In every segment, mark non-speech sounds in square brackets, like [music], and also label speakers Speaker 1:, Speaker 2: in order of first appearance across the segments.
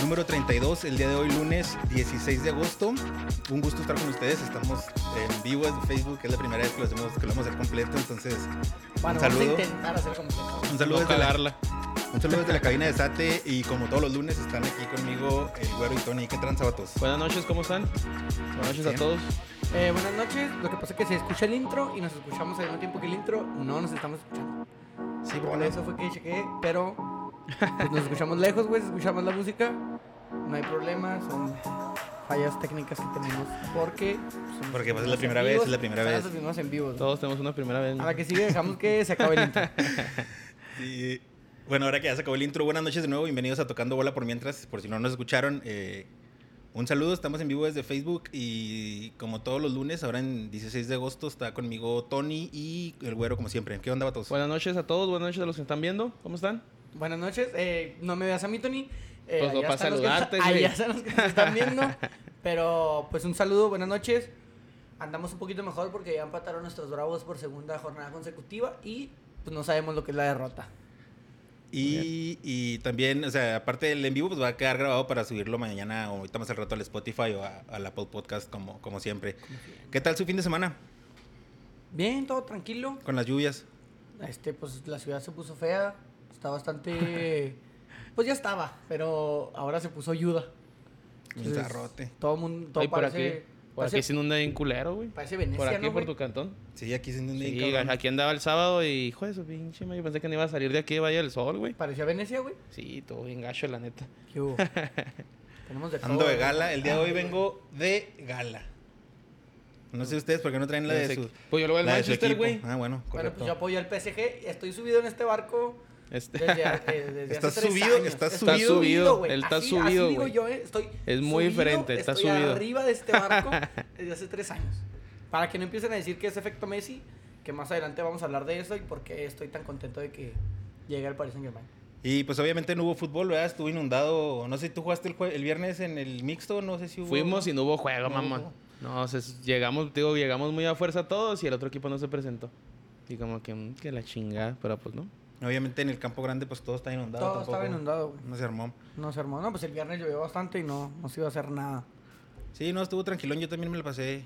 Speaker 1: número 32, el día de hoy, lunes 16 de agosto. Un gusto estar con ustedes. Estamos en vivo en Facebook, que es la primera vez que lo hacemos, que lo vamos a hacer completo. Entonces,
Speaker 2: Bueno,
Speaker 1: un
Speaker 2: vamos a
Speaker 1: saludo.
Speaker 2: intentar hacer completo.
Speaker 1: Un saludo,
Speaker 3: No
Speaker 1: desde la,
Speaker 3: cagarla.
Speaker 1: un saludo desde la cabina de Sate. Y como todos los lunes, están aquí conmigo el güero y Tony. ¿Qué tranza, vatos?
Speaker 3: Buenas noches, ¿cómo están? Buenas noches a
Speaker 1: Bien.
Speaker 3: todos.
Speaker 2: Eh, buenas noches. Lo que pasa es que se escucha el intro y nos escuchamos al mismo tiempo que el intro. No nos estamos escuchando.
Speaker 1: Sí,
Speaker 2: Por eso fue que chequeé, pero pues, nos escuchamos lejos, güey. Escuchamos la música. No hay problema. Son fallas técnicas que tenemos porque. somos
Speaker 1: Porque, pues, es la
Speaker 2: en
Speaker 1: primera vez,
Speaker 2: vivos,
Speaker 1: es la primera
Speaker 2: son
Speaker 1: vez.
Speaker 2: las primeras en vivo.
Speaker 3: Todos tenemos una primera vez.
Speaker 2: A la que sigue dejamos que se acabe el intro.
Speaker 1: Y, bueno, ahora que ya se acabó el intro, buenas noches de nuevo, bienvenidos a Tocando Bola por mientras, por si no nos escucharon. eh, un saludo, estamos en vivo desde Facebook y como todos los lunes, ahora en 16 de agosto está conmigo Tony y el güero como siempre. ¿Qué onda, vatos?
Speaker 3: Buenas noches a todos, buenas noches a los que están viendo. ¿Cómo están?
Speaker 2: Buenas noches. eh, no me veas a mí, Tony. Eh,
Speaker 3: Pues, no,
Speaker 2: allá
Speaker 3: para
Speaker 2: están los que-
Speaker 3: saludarte, güey.
Speaker 2: [laughs] Allá están los que nos están
Speaker 3: [laughs]
Speaker 2: viendo. Pero, pues, un saludo, buenas noches. Andamos un poquito mejor porque ya empataron nuestros bravos por segunda jornada consecutiva y, pues, no sabemos lo que es la derrota.
Speaker 1: y, y también, o sea, aparte del en vivo, pues va a quedar grabado para subirlo mañana o ahorita más al rato al Spotify o a, al Apple Podcast como, como siempre. ¿Qué tal su fin de semana
Speaker 2: Bien, todo tranquilo.
Speaker 1: con las lluvias?
Speaker 2: Este, pues, la ciudad se puso fea. Está
Speaker 3: [laughs]
Speaker 2: bastante... Pues ya estaba, pero ahora se puso ayuda.
Speaker 1: Un zarrote.
Speaker 2: Todo el mundo... Todo
Speaker 3: Ay, por
Speaker 2: parece,
Speaker 3: aquí. Por
Speaker 2: parece,
Speaker 3: aquí se inunda bien culero, güey.
Speaker 2: parece
Speaker 3: Por
Speaker 2: Venecia,
Speaker 3: aquí,
Speaker 2: ¿no,
Speaker 3: por
Speaker 2: güey?
Speaker 3: tu cantón.
Speaker 1: Sí, aquí se inunda bien
Speaker 3: Sí,
Speaker 1: cabrón.
Speaker 3: aquí andaba el sábado y, hijo de su pinche madre, yo pensé que no iba a salir de aquí de Valle del Sol, güey.
Speaker 2: Parecía Venecia, güey.
Speaker 3: Sí, todo bien gacho, la neta.
Speaker 2: ¿Qué
Speaker 3: [laughs]
Speaker 2: hubo? Tenemos de
Speaker 1: Ando
Speaker 2: todo,
Speaker 1: de
Speaker 2: güey.
Speaker 1: gala. El día
Speaker 2: Ah.
Speaker 1: de hoy vengo de gala. No sé ustedes por qué no traen la de
Speaker 3: Pensé
Speaker 1: su.
Speaker 3: que- Pues yo lo veo al
Speaker 1: la de su
Speaker 3: Manchester,
Speaker 1: equipo.
Speaker 3: güey.
Speaker 1: Ah, bueno,
Speaker 2: Bueno,
Speaker 1: correcto.
Speaker 2: pues yo apoyo al PSG. Estoy subido en este barco
Speaker 1: [laughs]
Speaker 3: Este,
Speaker 2: desde, a- eh, desde
Speaker 1: Estás
Speaker 2: hace tres
Speaker 1: subido,
Speaker 2: años.
Speaker 1: estás
Speaker 3: Está
Speaker 1: subido.
Speaker 3: subido,
Speaker 2: güey.
Speaker 3: él está
Speaker 2: Así-
Speaker 3: subido,
Speaker 2: así digo
Speaker 3: güey.
Speaker 2: yo, eh. estoy
Speaker 3: Es muy diferente, está
Speaker 2: estoy
Speaker 3: subido.
Speaker 2: arriba de
Speaker 1: [laughs]
Speaker 2: este barco desde hace tres años. Para que no empiecen a decir que es efecto Messi, que más adelante vamos a hablar de eso y por qué estoy tan contento de que llegue al Paris Saint Germain.
Speaker 1: Y pues obviamente no hubo fútbol, ¿verdad? Estuvo inundado. No sé si tú jugaste el, jue- el viernes en el mixto, no sé si hubo.
Speaker 3: fuimos y no hubo juego,
Speaker 1: No
Speaker 3: mamón.
Speaker 1: hubo.
Speaker 3: No, se, llegamos, digo, llegamos muy a fuerza todos y el otro equipo no se presentó. Y como que, mm, que la chingada, pero pues no.
Speaker 1: Obviamente en el campo grande, pues todo está inundado.
Speaker 2: Todo
Speaker 1: tampoco.
Speaker 2: estaba inundado, güey.
Speaker 1: No se armó.
Speaker 2: No se armó. No, pues el viernes llovió bastante y no, no se iba a hacer nada.
Speaker 1: Sí, no, estuvo tranquilón. Yo también me lo pasé.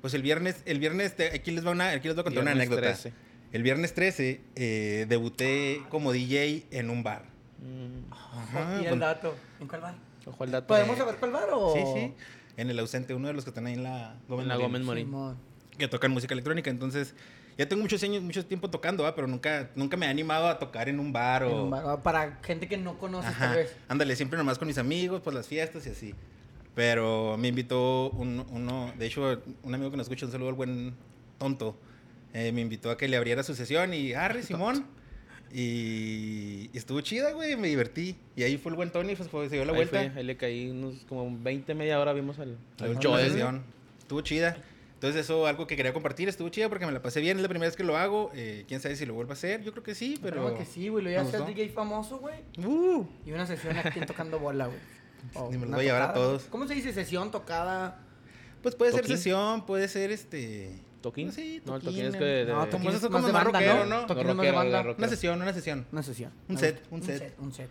Speaker 1: Pues el viernes, el viernes, te- aquí les va una, aquí les voy a contar una
Speaker 3: Viernes
Speaker 1: anécdota.
Speaker 3: 13.
Speaker 1: El viernes 13 eh, debuté como DJ en un bar.
Speaker 3: Mm,
Speaker 1: Ajá,
Speaker 2: y el
Speaker 1: con-
Speaker 2: dato. ¿En cuál bar?
Speaker 3: ojo al dato.
Speaker 2: ¿Podemos saber cuál bar o...?
Speaker 1: Sí, sí. En el ausente, uno de los que están ahí en la Gómez
Speaker 3: En la
Speaker 1: Morín,
Speaker 3: Gómez Morín.
Speaker 2: Simón.
Speaker 1: Que tocan música electrónica. Entonces, ya tengo muchos años, mucho tiempo tocando, ¿va? pero nunca, nunca me he animado a tocar en un bar o.
Speaker 2: En un bar, ah, Para gente que no conoce
Speaker 1: Ajá.
Speaker 2: tal vez.
Speaker 1: Ándale, siempre nomás con mis amigos, pues las fiestas y así. Pero me invitó un- uno, de hecho, un amigo que nos escucha, un saludo al buen tonto. eh, me invitó a que le abriera su sesión y Harry, Simón. Y, y estuvo chida, güey, me divertí. Y ahí fue el buen Tony, pues, fue- se dio la
Speaker 3: Ahí
Speaker 1: vuelta.
Speaker 3: fue, ahí le caí unos como 20, media hora vimos al,
Speaker 1: La
Speaker 3: al
Speaker 1: última
Speaker 3: Joel.
Speaker 1: sesión. eh, Estuvo chida. Entonces eso algo que quería compartir, estuvo chida porque me la pasé bien, es la primera vez que lo hago, eh, quién sabe si lo vuelvo a hacer, yo creo que sí,
Speaker 2: Pero...
Speaker 1: pero...
Speaker 2: que sí, güey. Lo iba a
Speaker 1: me
Speaker 2: hacer
Speaker 1: gustó.
Speaker 2: DJ famoso, güey.
Speaker 1: Uh,
Speaker 2: Y una sesión aquí tocando
Speaker 1: [laughs]
Speaker 2: bola, güey. O
Speaker 1: Ni me los
Speaker 2: una
Speaker 1: voy a llevar a
Speaker 2: tocada.
Speaker 1: todos.
Speaker 2: ¿Cómo se dice? Sesión, tocada.
Speaker 1: pues puede ser
Speaker 3: Toquín.
Speaker 1: sesión, puede ser este...
Speaker 3: ¿Toquín?
Speaker 1: Sí,
Speaker 3: No, el toquín
Speaker 1: toquín,
Speaker 3: es que... de-
Speaker 2: no,
Speaker 3: de-
Speaker 2: toquín
Speaker 1: como
Speaker 2: es
Speaker 1: eso
Speaker 2: más
Speaker 1: como
Speaker 2: de
Speaker 1: más
Speaker 2: banda,
Speaker 1: rockero,
Speaker 2: ¿no?
Speaker 1: ¿no?
Speaker 2: Toquín
Speaker 3: No,
Speaker 2: es más de
Speaker 3: rockero,
Speaker 2: banda.
Speaker 3: de rock.
Speaker 1: Una sesión, una sesión.
Speaker 2: Una sesión.
Speaker 1: Un
Speaker 2: Me
Speaker 1: set,
Speaker 2: gusta.
Speaker 1: un set.
Speaker 2: Un set,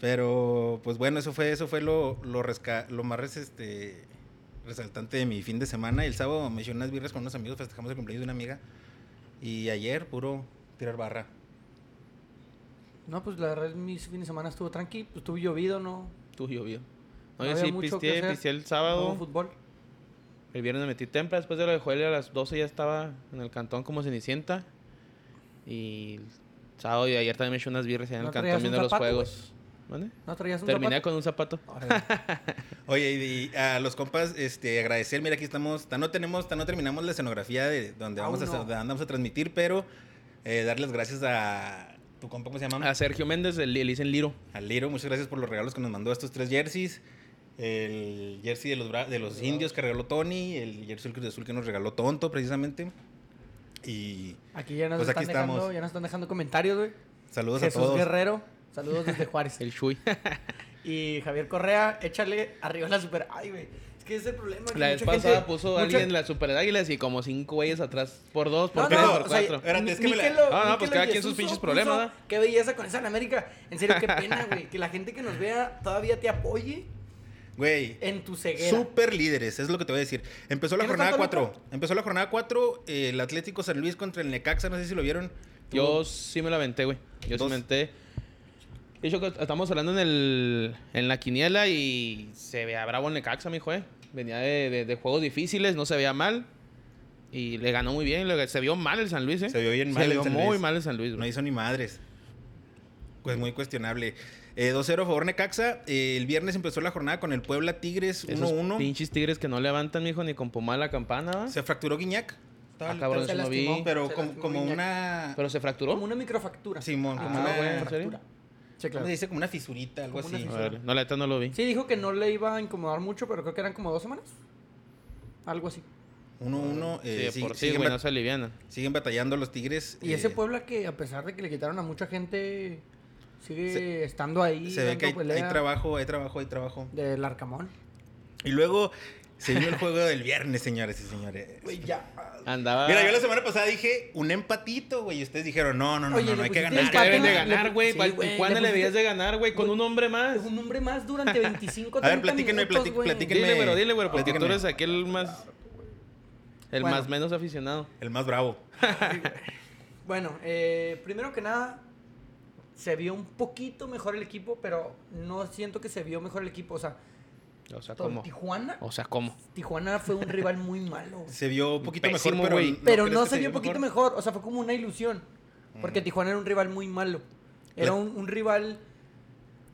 Speaker 1: Pero pues bueno, eso fue, eso fue lo, lo, resca- lo más res- este, resaltante de mi fin de semana. Y el sábado me eché unas birras con unos amigos, festejamos el cumpleaños de una amiga. Y ayer puro tirar barra.
Speaker 2: No, pues la verdad, mi fin de semana estuvo tranqui. Pues estuvo llovido, ¿no?
Speaker 3: Tú llovió.
Speaker 2: No
Speaker 3: No, yo
Speaker 2: había
Speaker 3: sí
Speaker 2: mucho que
Speaker 3: pisteé,
Speaker 2: hacer.
Speaker 3: pisteé el
Speaker 2: No
Speaker 3: sábado.
Speaker 2: hubo fútbol.
Speaker 3: el viernes me metí temprano. Después de lo de Joel a las 12 ya estaba en el cantón como Cenicienta. Y el sábado y ayer también me eché unas birras allá en
Speaker 2: ¿No
Speaker 3: el
Speaker 2: traías
Speaker 3: cantón
Speaker 2: un
Speaker 3: viendo los
Speaker 2: zapato,
Speaker 3: juegos. ¿Vale?
Speaker 2: No traías un zapato?
Speaker 3: Terminé
Speaker 2: Ah,
Speaker 3: con un zapato.
Speaker 2: Órale.
Speaker 1: Oye, y, y a los compas, este, agradecer, mira, aquí estamos, tan no tenemos, tan no terminamos la escenografía de donde vamos,
Speaker 2: Aún
Speaker 1: a,
Speaker 2: no.
Speaker 1: de donde vamos a transmitir, pero eh, darles gracias a tu compa, ¿cómo se llama?
Speaker 3: A Sergio Méndez, el, le dicen Liro.
Speaker 1: Al Liro, muchas gracias por los regalos que nos mandó estos tres jerseys. El jersey de los, bra- de los indios que regaló Tony, el jersey del Cruz Azul que nos regaló Tonto, precisamente. Y
Speaker 2: Aquí ya nos,
Speaker 1: Pues aquí
Speaker 2: están dejando,
Speaker 1: estamos.
Speaker 2: ya nos están dejando comentarios, güey.
Speaker 1: saludos a
Speaker 2: Jesús
Speaker 1: todos.
Speaker 2: Guerrero.
Speaker 1: [laughs]
Speaker 2: [laughs] Saludos desde Juárez.
Speaker 3: El Chuy.
Speaker 2: Y Javier Correa, échale arriba la super. Ay, güey. Es que ese es el problema. que
Speaker 3: La vez
Speaker 2: mucha
Speaker 3: pasada
Speaker 2: gente-
Speaker 3: puso
Speaker 2: mucha-
Speaker 3: alguien las super águilas y como cinco güeyes atrás. Por dos, por
Speaker 2: No,
Speaker 3: tres,
Speaker 2: no,
Speaker 3: por
Speaker 2: o sea,
Speaker 3: cuatro.
Speaker 1: espérate, es que me la-
Speaker 2: Miquelo-
Speaker 3: No, no, pues
Speaker 2: Miquelo
Speaker 3: cada quien sus
Speaker 2: Yesuso
Speaker 3: pinches
Speaker 2: puso,
Speaker 3: problemas, ¿no?
Speaker 2: Qué belleza con esa en América. En serio, qué pena,
Speaker 3: [laughs]
Speaker 2: güey. Que la gente que nos vea todavía te apoye
Speaker 1: Güey,
Speaker 2: en tu ceguera.
Speaker 1: super líderes, es lo que te voy a decir. Empezó la
Speaker 2: ¿Qué no
Speaker 1: jornada
Speaker 2: está Toluca?
Speaker 1: 4. Empezó la jornada 4, el Atlético San Luis contra el Necaxa, no sé si lo vieron.
Speaker 3: Yo sí me la aventé, güey. Yo sí
Speaker 1: Dos.
Speaker 3: me aventé. De hecho, estamos hablando en, el, en la quiniela y se veía bravo el Necaxa, mijo, eh. Venía de, de- de juegos difíciles, no se veía mal. Y le ganó muy bien. le- se vio mal el San Luis, eh.
Speaker 1: Se vio bien mal
Speaker 3: Se
Speaker 1: el
Speaker 3: vio
Speaker 1: San
Speaker 3: muy
Speaker 1: Luis.
Speaker 3: mal el San Luis,
Speaker 1: No
Speaker 3: güey.
Speaker 1: hizo ni madres. Pues muy cuestionable. Eh, 2-0 a favor Necaxa. Eh, el viernes empezó la jornada con el Puebla Tigres
Speaker 3: Esos
Speaker 1: 1-1.
Speaker 3: pinches tigres que no levantan, mijo, ni con pomada la campana, ¿va?
Speaker 1: Se fracturó Guiñac. Estaba-
Speaker 3: Ah, cabrón,
Speaker 2: se
Speaker 3: eso no
Speaker 2: lastimó,
Speaker 3: vi.
Speaker 1: pero
Speaker 2: Se
Speaker 1: como,
Speaker 2: lastimó
Speaker 1: como
Speaker 2: Guiñac.
Speaker 1: una.
Speaker 3: Pero se fracturó.
Speaker 2: Como una microfactura.
Speaker 1: Simón,
Speaker 2: Ah,
Speaker 1: como
Speaker 3: una-
Speaker 2: güey,
Speaker 3: ¿en serio?
Speaker 2: fractura. Sí,
Speaker 1: ¿cómo
Speaker 2: claro.
Speaker 1: se dice? Como una fisurita, algo
Speaker 2: Como una
Speaker 1: así.
Speaker 3: A
Speaker 2: fisura.
Speaker 3: ver, no, la neta no lo vi.
Speaker 2: Sí, dijo que no le iba a incomodar mucho, pero creo que eran como dos semanas. Algo así.
Speaker 1: 1-1.
Speaker 3: Sí,
Speaker 1: eh,
Speaker 3: de
Speaker 1: sí,
Speaker 3: por sí,
Speaker 1: siguen,
Speaker 3: güey,
Speaker 1: bat-
Speaker 3: no se alivianan.
Speaker 1: siguen batallando los Tigres.
Speaker 2: Y
Speaker 1: eh,
Speaker 2: ese Puebla que, a pesar de que le quitaron a mucha gente, sigue
Speaker 1: Se-
Speaker 2: estando ahí.
Speaker 1: Se ve
Speaker 2: dando
Speaker 1: que hay, hay
Speaker 2: pelea
Speaker 1: trabajo, hay trabajo, hay trabajo.
Speaker 2: Del Arcamón.
Speaker 1: Y luego se vio el juego del viernes, señores y señores.
Speaker 2: Güey, ya.
Speaker 3: Andaba.
Speaker 1: Mira, yo la semana pasada dije un empatito, güey. Y ustedes dijeron, no, no, no,
Speaker 2: Oye,
Speaker 1: no,
Speaker 2: le
Speaker 1: no hay que
Speaker 2: pusiste
Speaker 1: ganar.
Speaker 3: Que deben de
Speaker 2: le-
Speaker 3: ganar, güey.
Speaker 2: sí,
Speaker 3: ¿Cuándo
Speaker 2: güey, le
Speaker 3: le debías
Speaker 2: pusiste-
Speaker 3: de ganar, güey? Con
Speaker 2: Güey,
Speaker 3: un hombre más.
Speaker 2: Es un hombre
Speaker 1: [laughs]
Speaker 2: más durante 25, 30
Speaker 1: A ver, platíquenme,
Speaker 2: minutos,
Speaker 1: platí-
Speaker 2: güey.
Speaker 1: platíquenme.
Speaker 3: Dile, güey, dile, güey, porque tú
Speaker 1: Platíquenme.
Speaker 3: eres aquí el más. El
Speaker 2: Bueno.
Speaker 3: más menos aficionado.
Speaker 1: El más bravo.
Speaker 2: Bueno, eh, primero que nada, se vio un poquito mejor el equipo, pero no siento que se vio mejor el equipo. O sea,
Speaker 3: O sea,
Speaker 2: con
Speaker 3: Ah, ¿cómo? Oh.
Speaker 2: Tijuana,
Speaker 3: O sea, ¿cómo?
Speaker 2: Tijuana fue un rival muy malo. güey.
Speaker 1: Se vio un poquito
Speaker 3: Pésimo,
Speaker 1: mejor, pero.
Speaker 3: güey.
Speaker 2: Pero
Speaker 1: crees
Speaker 2: no
Speaker 1: que
Speaker 2: se vio un poquito mejor. O sea, fue como una ilusión. Porque Tijuana era un rival muy malo. Era
Speaker 1: La-
Speaker 2: un, un rival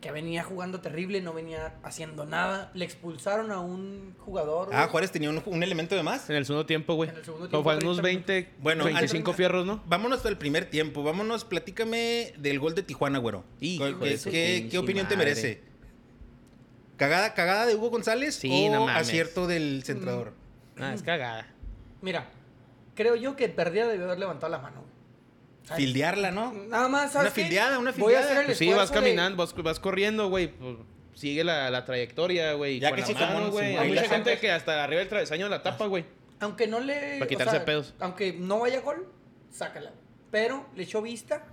Speaker 2: que venía jugando terrible, no venía haciendo nada. Le expulsaron a un jugador.
Speaker 1: Ah,
Speaker 2: güey.
Speaker 1: Juárez tenía un, un elemento de más.
Speaker 3: En el segundo tiempo, güey.
Speaker 2: En el segundo
Speaker 3: Como fue
Speaker 2: tiempo,
Speaker 3: unos
Speaker 2: 30
Speaker 3: 20,
Speaker 1: Bueno,
Speaker 3: 25
Speaker 1: antes-
Speaker 3: fierros, ¿no?
Speaker 1: Vámonos hasta el primer tiempo. Vámonos, platícame del gol de Tijuana, güero.
Speaker 3: Hijo
Speaker 1: ¿Qué-
Speaker 3: de su
Speaker 1: ¿Qué,
Speaker 3: pinche
Speaker 1: qué opinión te
Speaker 3: madre.
Speaker 1: merece? ¿Cagada, ¿Cagada de Hugo González
Speaker 3: Sí,
Speaker 1: o
Speaker 3: no mames.
Speaker 1: acierto del centrador?
Speaker 2: Mm.
Speaker 3: Ah, es cagada.
Speaker 2: Mira, creo yo que perdía debió haber levantado la mano. güey. ¿Sabes?
Speaker 1: Fildearla, ¿no?
Speaker 2: Nada más, ¿sabes
Speaker 1: Una
Speaker 2: qué?
Speaker 1: fildeada, una
Speaker 2: Voy a hacer
Speaker 1: fildeada.
Speaker 2: el
Speaker 3: Pues sí, vas
Speaker 2: esfuerzo de-
Speaker 3: caminando, vas, vas corriendo, güey. pues, sigue la, la trayectoria, güey.
Speaker 1: Ya
Speaker 3: con
Speaker 1: que
Speaker 3: la
Speaker 1: sí,
Speaker 3: mano,
Speaker 1: Simón,
Speaker 3: güey.
Speaker 1: Simón.
Speaker 3: Hay
Speaker 1: Ahí
Speaker 3: mucha
Speaker 1: la
Speaker 3: gente
Speaker 2: sacas.
Speaker 3: que hasta arriba del travesaño la tapa, güey.
Speaker 2: Aunque no le.
Speaker 3: Para quitarse pedos.
Speaker 2: Aunque no vaya gol, sácala. güey. Pero le echó vista.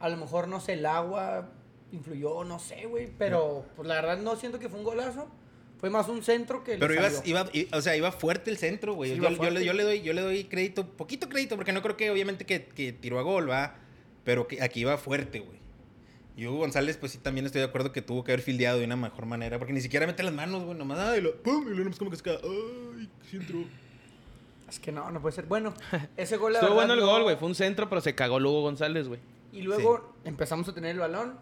Speaker 2: A lo mejor, no sé, el agua influyó, no sé, güey. Pero pues, la verdad no siento que fue un golazo. Fue más un centro que. le
Speaker 1: Pero ibas-
Speaker 2: salió.
Speaker 1: iba, i- o sea, iba fuerte el centro, güey.
Speaker 2: Sí,
Speaker 1: yo,
Speaker 2: iba
Speaker 1: yo
Speaker 2: fuerte.
Speaker 1: le, yo le doy, yo le doy crédito, poquito crédito, porque no creo que obviamente que, que tiró a gol, va. Pero que aquí iba fuerte, güey. Y Hugo González, pues sí, también estoy de acuerdo que tuvo que haber fildeado de una mejor manera, porque ni siquiera mete las manos, güey, nomás, ay, lo, pum, y luego nomás como que se cae, ay, sí entró.
Speaker 2: Es que no, no puede ser.
Speaker 3: [laughs]
Speaker 2: Bueno, ese gol. la
Speaker 3: Estuvo
Speaker 2: verdad,
Speaker 3: bueno
Speaker 2: no-
Speaker 3: el gol, güey. Fue un centro, pero se cagó Lugo González, güey.
Speaker 2: Y luego empezamos a tener el balón.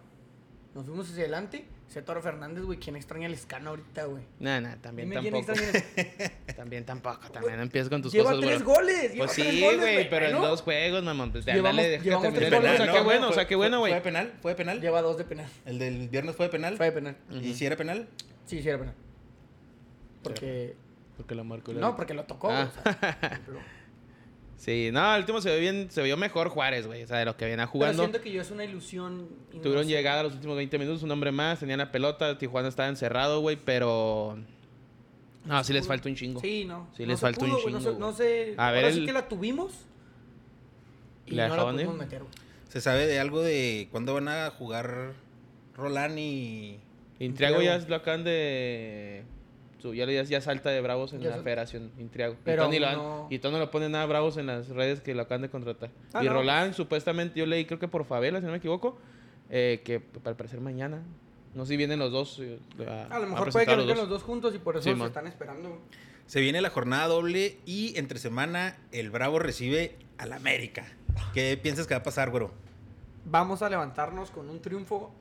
Speaker 2: Nos fuimos hacia adelante. Ese Toro Fernández, güey. ¿Quién extraña el escano ahorita, güey?
Speaker 3: Nah, nah, también
Speaker 2: Dime
Speaker 3: tampoco.
Speaker 2: quién extraña el
Speaker 3: También tampoco, también empiezas con [laughs] tus
Speaker 2: Lleva
Speaker 3: cosas,
Speaker 2: tres
Speaker 3: güey.
Speaker 2: goles. lleva
Speaker 3: Pues
Speaker 2: tres
Speaker 3: sí,
Speaker 2: goles,
Speaker 3: güey, pero en
Speaker 2: ¿no?
Speaker 3: dos juegos, mamón. Pues
Speaker 2: Llevamos-
Speaker 3: dale, déjame
Speaker 2: llevamos
Speaker 3: terminar
Speaker 2: tres
Speaker 3: el gol. O
Speaker 2: goles,
Speaker 3: sea,
Speaker 2: ¿no?
Speaker 3: qué bueno, o sea,
Speaker 1: Fue-
Speaker 3: qué bueno,
Speaker 1: fue-
Speaker 3: güey.
Speaker 1: ¿Fue de penal? ¿Fue de penal?
Speaker 2: Lleva dos de penal.
Speaker 1: ¿El del viernes fue de penal?
Speaker 2: Fue de penal.
Speaker 1: ¿Y si era penal?
Speaker 2: Sí, sí, era penal. Porque.
Speaker 3: Porque lo marcó el
Speaker 2: No,
Speaker 3: árbitro.
Speaker 2: porque lo tocó.
Speaker 3: Ah.
Speaker 2: güey, o sea, pero-
Speaker 3: Sí, no, el último se vio bien, se vio mejor Juárez, güey. O sea, de lo que venía
Speaker 2: Pero
Speaker 3: jugando.
Speaker 2: siento que yo es una ilusión. y no
Speaker 3: Tuvieron
Speaker 2: sé.
Speaker 3: llegada los últimos 20 minutos, un hombre más, tenían la pelota, Tijuana estaba encerrado, güey, pero. No, sí les falta un chingo.
Speaker 2: Sí, no.
Speaker 3: Sí,
Speaker 2: No
Speaker 3: les
Speaker 2: se
Speaker 3: faltó un
Speaker 2: pudo, güey, no
Speaker 3: chingo,
Speaker 2: se-
Speaker 3: güey.
Speaker 2: No sé.
Speaker 3: A ver,
Speaker 2: Ahora sí
Speaker 3: el-
Speaker 2: que la tuvimos. Y
Speaker 3: ¿La
Speaker 2: no la
Speaker 3: dejaban
Speaker 2: pudimos
Speaker 3: ir?
Speaker 2: meter, güey.
Speaker 1: ¿Se sabe de algo de cuándo van a jugar Rolán y
Speaker 3: Intriago ya
Speaker 2: Intriago.
Speaker 3: lo acaban de. su- Ya, ya, ya salta de Bravos en
Speaker 2: Ya
Speaker 3: la
Speaker 2: sal-
Speaker 3: federación, Intriago.
Speaker 2: Pero
Speaker 3: y, todo lo,
Speaker 2: no-
Speaker 3: han- y todo no lo ponen nada a Bravos en las redes que lo acaban de contratar.
Speaker 2: Ah,
Speaker 3: y
Speaker 2: no,
Speaker 3: Roland, supuestamente, yo leí, creo que por favela, si no me equivoco, eh, que al parecer mañana. No sé si vienen los dos. eh,
Speaker 2: A lo mejor puede que
Speaker 3: presentar
Speaker 2: los, los dos juntos y por eso
Speaker 3: Sí,
Speaker 2: se
Speaker 3: man.
Speaker 2: están esperando. güey.
Speaker 1: Se viene la jornada doble y entre semana el Bravo recibe al América. ¿Qué piensas que va a pasar, güero?
Speaker 2: Vamos a levantarnos con un
Speaker 3: [laughs]
Speaker 2: triunfo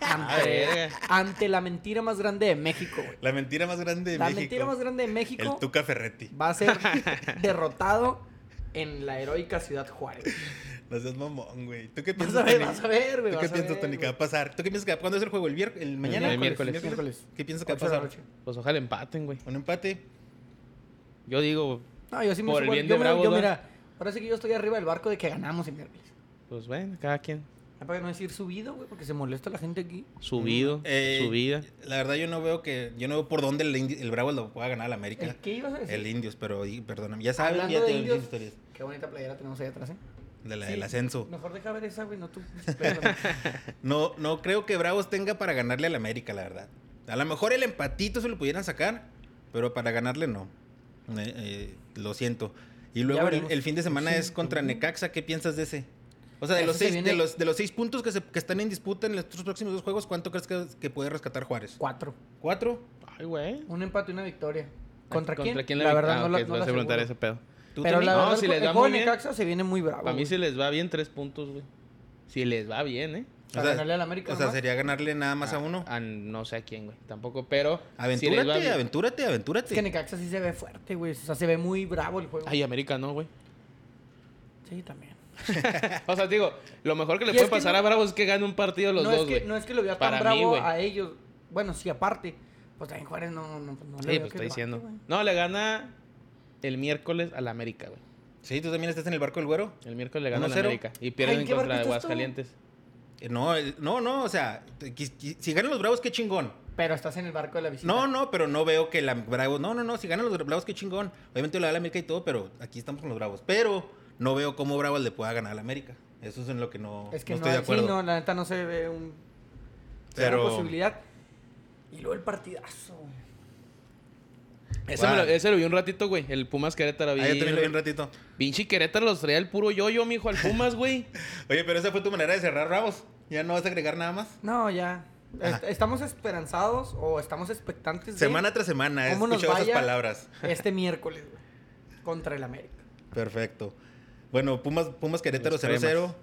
Speaker 3: Ah,
Speaker 2: ante,
Speaker 3: verga.
Speaker 2: ante la mentira más grande de México, güey.
Speaker 1: La mentira más grande de
Speaker 2: La
Speaker 1: México.
Speaker 2: mentira más grande de México.
Speaker 1: El Tuca Ferretti.
Speaker 2: va a
Speaker 3: [laughs]
Speaker 2: ser derrotado en la heroica ciudad Juárez.
Speaker 1: No seas mamón, güey. ¿Tú qué
Speaker 2: [laughs] Vas
Speaker 1: piensas,
Speaker 2: a ver,
Speaker 1: Tony?
Speaker 2: vas a ver, güey.
Speaker 1: ¿Tú qué
Speaker 2: vas a
Speaker 1: piensas,
Speaker 2: ver,
Speaker 1: Tony, que va
Speaker 2: güey.
Speaker 1: a pasar? ¿Tú qué piensas que va- ¿Cuándo es el juego? ¿El, vier... el mañana?
Speaker 3: El miércoles.
Speaker 2: Miércoles.
Speaker 1: ¿Qué piensas que va a
Speaker 2: Ocho de la
Speaker 1: pasar?
Speaker 2: noche.
Speaker 3: Pues ojalá empaten, güey.
Speaker 1: ¿Un empate?
Speaker 3: Yo digo,
Speaker 2: No, yo sí me
Speaker 3: Por el
Speaker 2: subo-
Speaker 3: bien
Speaker 2: yo
Speaker 3: de
Speaker 2: me-
Speaker 3: Bravos,
Speaker 2: yo,
Speaker 3: ¿no?
Speaker 2: mira, parece que yo estoy arriba del barco de que ganamos el miércoles.
Speaker 3: pues bueno, cada quien.
Speaker 2: Ya Para no decir subido, güey, porque se molesta la gente aquí.
Speaker 3: Subido,
Speaker 1: Eh,
Speaker 3: subida.
Speaker 1: La verdad, yo no veo que. Yo no veo por dónde el, Indi- el Bravo lo pueda ganar al América.
Speaker 2: ¿El qué ibas a decir?
Speaker 1: El Indios, pero y- perdóname. Ya saben,
Speaker 2: Hablando
Speaker 1: ya
Speaker 2: de
Speaker 1: tienen
Speaker 2: indios,
Speaker 1: historias.
Speaker 2: qué bonita playera tenemos ahí atrás, ¿eh?
Speaker 1: De la
Speaker 2: Sí.
Speaker 1: del ascenso.
Speaker 2: Mejor deja ver esa, güey, no tú.
Speaker 1: [laughs]
Speaker 2: Perdón.
Speaker 1: No, no creo que Bravos tenga para ganarle al América, la verdad. A lo mejor el empatito se lo pudieran sacar, pero para ganarle no. Eh, eh, lo siento. Y luego el,
Speaker 2: veremos.
Speaker 1: el fin de semana
Speaker 2: Sí.
Speaker 1: es contra Necaxa. ¿Qué piensas de ese? O sea, de
Speaker 2: Ese
Speaker 1: los,
Speaker 2: se
Speaker 1: seis,
Speaker 2: viene-
Speaker 1: de, los, de los seis puntos que, se- que están en disputa en los tres próximos dos juegos, ¿cuánto crees que, que puede rescatar Juárez?
Speaker 2: Cuatro.
Speaker 1: ¿Cuatro?
Speaker 3: Ay, güey.
Speaker 2: Un empate y una victoria. ¿Contra, quién?
Speaker 3: la, ah,
Speaker 2: La verdad no la
Speaker 3: vas
Speaker 2: no la
Speaker 3: a preguntar ese
Speaker 2: aseguro.
Speaker 3: pedo.
Speaker 1: ¿Tú,
Speaker 2: Pero
Speaker 1: Tony?
Speaker 2: la
Speaker 3: No,
Speaker 2: verdad,
Speaker 3: si
Speaker 2: el,
Speaker 3: les
Speaker 2: el
Speaker 3: va
Speaker 2: juego
Speaker 3: muy
Speaker 2: de
Speaker 3: bien.
Speaker 2: Necaxa se viene muy bravo.
Speaker 3: Para mí
Speaker 2: güey.
Speaker 3: si les va bien tres puntos, güey. Si les va bien, ¿eh?
Speaker 1: O
Speaker 2: Para
Speaker 1: sea,
Speaker 2: ganarle al América.
Speaker 1: o sea,
Speaker 2: nomás. Ah,
Speaker 1: sería ganarle nada más a uno.
Speaker 3: A no sé a quién, güey. Tampoco, pero... si les va
Speaker 1: Aventúrate,
Speaker 3: bien-
Speaker 1: aventúrate, aventúrate.
Speaker 2: Es que Necaxa sí se ve fuerte, güey. O sea, se ve muy bravo el juego.
Speaker 3: Ay, América no, güey.
Speaker 2: Sí, también.
Speaker 3: O sea, digo, lo mejor que le
Speaker 2: Y
Speaker 3: puede
Speaker 2: es que
Speaker 3: pasar
Speaker 2: no-
Speaker 3: a Bravo es que gane un partido los
Speaker 2: no,
Speaker 3: dos,
Speaker 2: es que,
Speaker 3: güey.
Speaker 2: no es que lo vea
Speaker 3: Para
Speaker 2: tan
Speaker 3: mí,
Speaker 2: bravo
Speaker 3: güey.
Speaker 2: a ellos. Bueno, sí, aparte. Pues también Juárez no, no, no le
Speaker 3: Sí,
Speaker 2: veo
Speaker 3: pues
Speaker 2: que
Speaker 3: estoy
Speaker 2: le
Speaker 3: diciendo.
Speaker 2: baje, güey.
Speaker 3: No, le gana el miércoles al América, güey.
Speaker 1: Sí, tú también estás en el barco del güero.
Speaker 3: El miércoles le gana al
Speaker 1: 1-0.
Speaker 3: América. Y pierden
Speaker 2: Ay, ¿qué
Speaker 3: contra
Speaker 2: barquito es tú?
Speaker 3: Aguascalientes.
Speaker 1: Eh, No, el- no, no, o sea, te- qui- qui- si ganan los Bravos, qué chingón.
Speaker 2: Pero estás en el barco de la visita.
Speaker 1: No, no, pero no veo que la Bravos. No, no, no, si ganan los Bravos, qué chingón. Obviamente le da la América y todo, pero aquí estamos con los Bravos. Pero no veo cómo Bravos le pueda ganar a la América. Eso es en lo que no,
Speaker 2: Es que
Speaker 1: no
Speaker 2: no,
Speaker 1: estoy de
Speaker 2: hay- sí,
Speaker 1: acuerdo.
Speaker 2: no, la neta no se ve un,
Speaker 1: Pero-
Speaker 2: una posibilidad. Y luego el partidazo, güey.
Speaker 3: Ese, me lo, ese lo vi un ratito, güey. El Pumas Querétaro.
Speaker 1: Ah,
Speaker 3: Vi,
Speaker 1: yo también lo vi un ratito.
Speaker 3: Vinci Querétaro los traía el puro yo-yo, mijo, al Pumas, güey.
Speaker 1: Oye, pero esa fue tu manera de cerrar Bravos. Ya no vas a agregar nada más.
Speaker 2: No, ya. Est- Estamos esperanzados o estamos expectantes de
Speaker 1: Semana tras semana he
Speaker 2: ¿Cómo nos
Speaker 1: escuchado esas
Speaker 2: vaya?
Speaker 1: palabras.
Speaker 2: este miércoles, güey, Contra el América.
Speaker 1: Perfecto. Bueno, Pumas, Pumas Querétaro
Speaker 3: Los cremas.
Speaker 1: 0-0.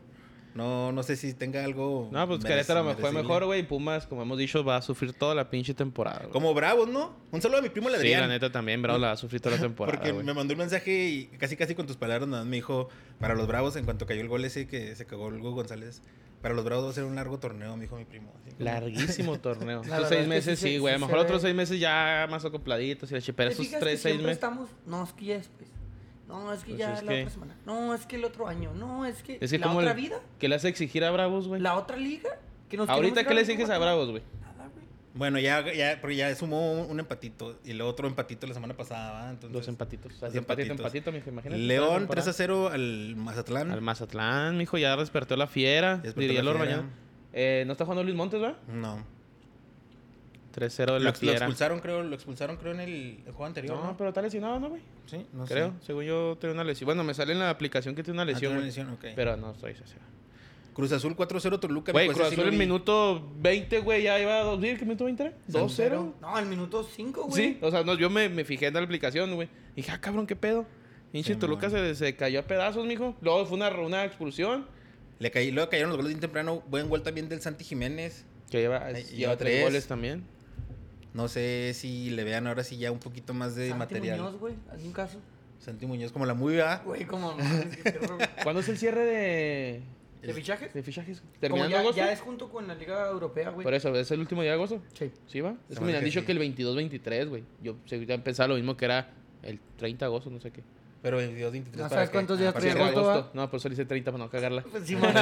Speaker 1: No, no sé si tenga algo.
Speaker 3: No, pues
Speaker 1: merec-
Speaker 3: Querétaro me fue
Speaker 1: merecible.
Speaker 3: mejor, güey. Y Pumas, como hemos dicho, va a sufrir toda la pinche temporada, güey.
Speaker 1: Como Bravos, ¿no? Un saludo a mi primo, el
Speaker 3: Sí,
Speaker 1: Adrián.
Speaker 3: la neta también, Bravo la va a sufrir toda la
Speaker 1: [laughs]
Speaker 3: temporada,
Speaker 1: Porque
Speaker 3: güey.
Speaker 1: me mandó un mensaje y casi casi con tus palabras nada más me dijo, para los Bravos, en cuanto cayó el gol ese que se cagó el Hugo González, para los Bravos va a ser un largo torneo, me dijo mi primo. Así que- [laughs]
Speaker 3: Larguísimo torneo.
Speaker 2: La
Speaker 3: Estos
Speaker 2: verdad
Speaker 3: seis
Speaker 2: es que
Speaker 3: meses
Speaker 2: sí se-
Speaker 3: sí, güey. A
Speaker 2: sí
Speaker 3: lo
Speaker 2: se
Speaker 3: mejor
Speaker 2: ve.
Speaker 3: otros seis meses ya más acopladitos y la chi- Pero
Speaker 2: ¿Te
Speaker 3: esos
Speaker 2: fijas
Speaker 3: tres,
Speaker 2: que
Speaker 3: seis
Speaker 2: siempre
Speaker 3: meses.
Speaker 2: estamos? No, es que ya después. No, es que
Speaker 3: Pues
Speaker 2: ya
Speaker 3: es
Speaker 2: la
Speaker 3: que-
Speaker 2: otra semana. No, es que el otro año. No, es que,
Speaker 3: Es que
Speaker 2: la
Speaker 3: como
Speaker 2: otra
Speaker 3: le-
Speaker 2: vida.
Speaker 3: que le hace exigir a Bravos, güey.
Speaker 2: La otra liga. Que nos
Speaker 3: Ahorita,
Speaker 2: queremos
Speaker 3: ¿qué
Speaker 2: ir a la
Speaker 3: le exiges
Speaker 2: Copa?
Speaker 3: a Bravos, güey?
Speaker 2: Nada, güey.
Speaker 1: Bueno, ya, ya, porque ya sumó un, un empatito y el otro empatito la semana pasada, ¿va? Entonces,
Speaker 3: Dos empatitos. O sea,
Speaker 1: dos
Speaker 3: empatito,
Speaker 1: empatitos.
Speaker 3: empatito, mijo, imagínate. toda
Speaker 1: León 3 a
Speaker 3: la temporada.
Speaker 1: 0 al Mazatlán.
Speaker 3: Al Mazatlán, mijo, ya despertó la fiera.
Speaker 1: despertó
Speaker 3: Diría
Speaker 1: la
Speaker 3: el
Speaker 1: fiera.
Speaker 3: mañana. Eh, ¿No está jugando Luis Montes, va?
Speaker 1: No.
Speaker 3: 3-0 de
Speaker 1: Lo,
Speaker 3: la
Speaker 1: ex- lo
Speaker 3: fiera.
Speaker 1: expulsaron, creo, lo expulsaron, creo, en el, el juego anterior, ¿no?
Speaker 3: No, pero está lesionado, ¿no, güey?
Speaker 1: Sí, no
Speaker 3: Creo.
Speaker 1: sé.
Speaker 3: Según yo, tiene una lesión. Bueno, me sale en la aplicación que tiene una
Speaker 1: Ah, tiene
Speaker 3: lesión,
Speaker 1: una
Speaker 3: güey.
Speaker 1: lesión, ok.
Speaker 3: Pero no estoy seguro.
Speaker 1: Cruz Azul 4-0 Toluca.
Speaker 3: Güey,
Speaker 1: mijo,
Speaker 3: Cruz
Speaker 1: pues ese sí
Speaker 3: Azul
Speaker 1: lo
Speaker 3: en
Speaker 1: vi.
Speaker 3: minuto 20, güey, ya iba a 2 ¿Qué minuto 20? era? 2-0.
Speaker 2: No, al minuto 5, güey.
Speaker 3: Sí, o sea, no, yo me, me fijé en la aplicación, güey. Dije, ah, cabrón, qué pedo. Pinche
Speaker 1: Sí,
Speaker 3: Toluca
Speaker 1: mon.
Speaker 3: se, se cayó a pedazos, mijo. Luego fue una, una expulsión.
Speaker 1: Le caí, luego cayeron los goles bien temprano. Buen gol también del Santi Jiménez.
Speaker 3: Que lleva,
Speaker 1: Ay,
Speaker 3: lleva
Speaker 1: lleva
Speaker 3: tres
Speaker 1: tres.
Speaker 3: goles también.
Speaker 1: No sé si le vean ahora sí ya un poquito más de
Speaker 2: Santi
Speaker 1: material.
Speaker 2: Muñoz, güey. Hazme un caso.
Speaker 1: Santi Muñoz, como la muy va. [laughs]
Speaker 2: Güey, como. mames, qué perro, güey.
Speaker 3: ¿Cuándo es el cierre de,
Speaker 2: ¿De fichajes?
Speaker 3: de fichajes?
Speaker 2: Como
Speaker 3: ¿Terminando
Speaker 2: ya,
Speaker 3: agosto?
Speaker 2: ya es junto con la Liga Europea, güey.
Speaker 3: Por eso, es el último día de agosto.
Speaker 2: Sí.
Speaker 3: ¿Sí va?
Speaker 1: Se
Speaker 3: Es
Speaker 1: me
Speaker 3: que me
Speaker 1: hace
Speaker 3: han
Speaker 1: que
Speaker 3: dicho
Speaker 1: sí.
Speaker 3: que el 22-23, güey. Yo se- ya pensaba lo mismo que era el 30 de agosto, no sé qué.
Speaker 1: Pero 22, 23.
Speaker 2: No
Speaker 1: ¿para
Speaker 2: sabes
Speaker 1: qué?
Speaker 2: cuántos días
Speaker 1: Ah,
Speaker 2: Sí,
Speaker 3: Sí,
Speaker 1: para
Speaker 2: tiene
Speaker 1: que-
Speaker 2: agosto, va.
Speaker 3: No, por eso le hice 30 para no cagarla.
Speaker 2: Pues
Speaker 1: [laughs]
Speaker 2: sí, bueno,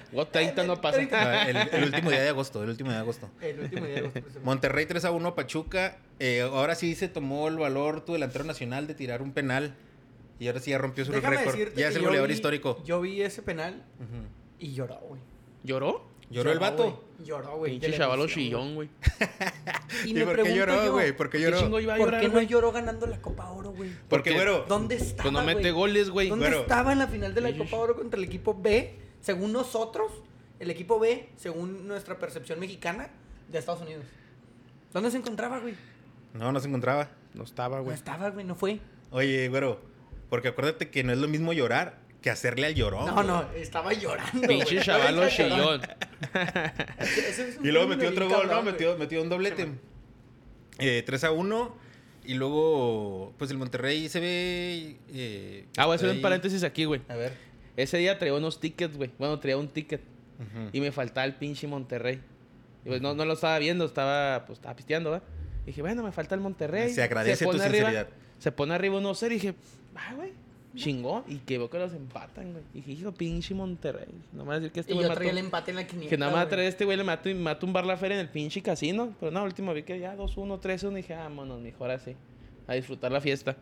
Speaker 3: [laughs] O 30 no pasa.
Speaker 1: Ah, el, el último día de agosto, el último día de agosto.
Speaker 2: El último día de agosto, pues, se me-
Speaker 1: Monterrey 3 a 1 Pachuca. Eh, ahora sí se tomó el valor tu delantero nacional de tirar un penal. Y ahora sí ya rompió su
Speaker 2: Déjame
Speaker 1: récord.
Speaker 2: decirte
Speaker 1: Ya
Speaker 2: que
Speaker 1: es el
Speaker 2: yo
Speaker 1: goleador
Speaker 2: vi-
Speaker 1: histórico.
Speaker 2: Yo vi ese penal
Speaker 1: Ujú.
Speaker 2: y lloró, güey.
Speaker 3: ¿Lloró?
Speaker 1: Lloró el vato.
Speaker 2: güey. Lloró, güey.
Speaker 3: Pinche
Speaker 2: de la
Speaker 3: chavalo
Speaker 2: emoción,
Speaker 3: chillón,
Speaker 2: güey.
Speaker 3: güey.
Speaker 1: ¿Y,
Speaker 2: Y me
Speaker 1: por qué
Speaker 2: pregunto
Speaker 1: lloró,
Speaker 2: yo,
Speaker 1: güey? ¿Por qué lloró?
Speaker 3: chingo
Speaker 1: Porque,
Speaker 3: iba a
Speaker 2: ¿Por
Speaker 3: llorar,
Speaker 2: qué no
Speaker 3: güey?
Speaker 2: lloró ganando la Copa Oro, güey?
Speaker 3: Porque-
Speaker 1: güero.
Speaker 2: ¿Dónde estaba,
Speaker 3: Pues no mete
Speaker 2: güey?
Speaker 3: goles, güey.
Speaker 2: ¿Dónde
Speaker 1: güero.
Speaker 2: estaba en la final de la
Speaker 3: Sí, sí,
Speaker 2: Copa
Speaker 3: sí.
Speaker 2: Oro contra el equipo B? Según nosotros, el equipo B, según nuestra percepción mexicana, de Estados Unidos. ¿Dónde se encontraba, güey?
Speaker 1: No, no se encontraba.
Speaker 3: No estaba,
Speaker 2: No
Speaker 3: Ah, güey.
Speaker 2: estaba, güey, no fue.
Speaker 1: Oye, güero. Porque acuérdate que no es lo mismo llorar que hacerle al llorón.
Speaker 2: No,
Speaker 1: güey.
Speaker 2: no, estaba llorando.
Speaker 3: Oh,
Speaker 2: [laughs]
Speaker 3: Pinche
Speaker 2: güey.
Speaker 3: chavalo
Speaker 2: [laughs] Estaba llorando.
Speaker 3: chillón.
Speaker 2: Ese es un
Speaker 1: Y luego
Speaker 2: fenómeno
Speaker 1: metió otro
Speaker 2: bien
Speaker 1: gol, ¿no?
Speaker 2: cabrón, güey.
Speaker 1: Metió, metió un doblete. Eh, 3 a 1. Y luego, pues el Monterrey se ve. eh,
Speaker 3: Ah, voy a hacer
Speaker 1: ahí.
Speaker 3: un paréntesis aquí, güey.
Speaker 1: A ver.
Speaker 3: Ese día traía unos tickets, güey. Bueno, traía un ticket.
Speaker 1: Ujú.
Speaker 3: Y me faltaba el pinche Monterrey. Y pues no, no lo estaba viendo, estaba, pues, estaba pisteando, ¿verdad? Y dije, bueno, me falta el Monterrey.
Speaker 1: Se agradece tu
Speaker 3: pone arriba-
Speaker 1: sinceridad.
Speaker 3: Se pone arriba 1-0 y dije, ah, güey. Chingó y que veo que los empatan, güey. Y dije, hijo, pinche Monterrey. No me va a decir que este
Speaker 2: y
Speaker 3: güey
Speaker 2: yo
Speaker 3: mató.
Speaker 2: traía el empate en la 500.
Speaker 3: Que nada más
Speaker 2: güey.
Speaker 3: trae este güey le mató y me va a tumbar la feria en el pinche casino. Pero no, último vi que ya 2-1, 3-1. Dije, vámonos, mejor así. A disfrutar la fiesta.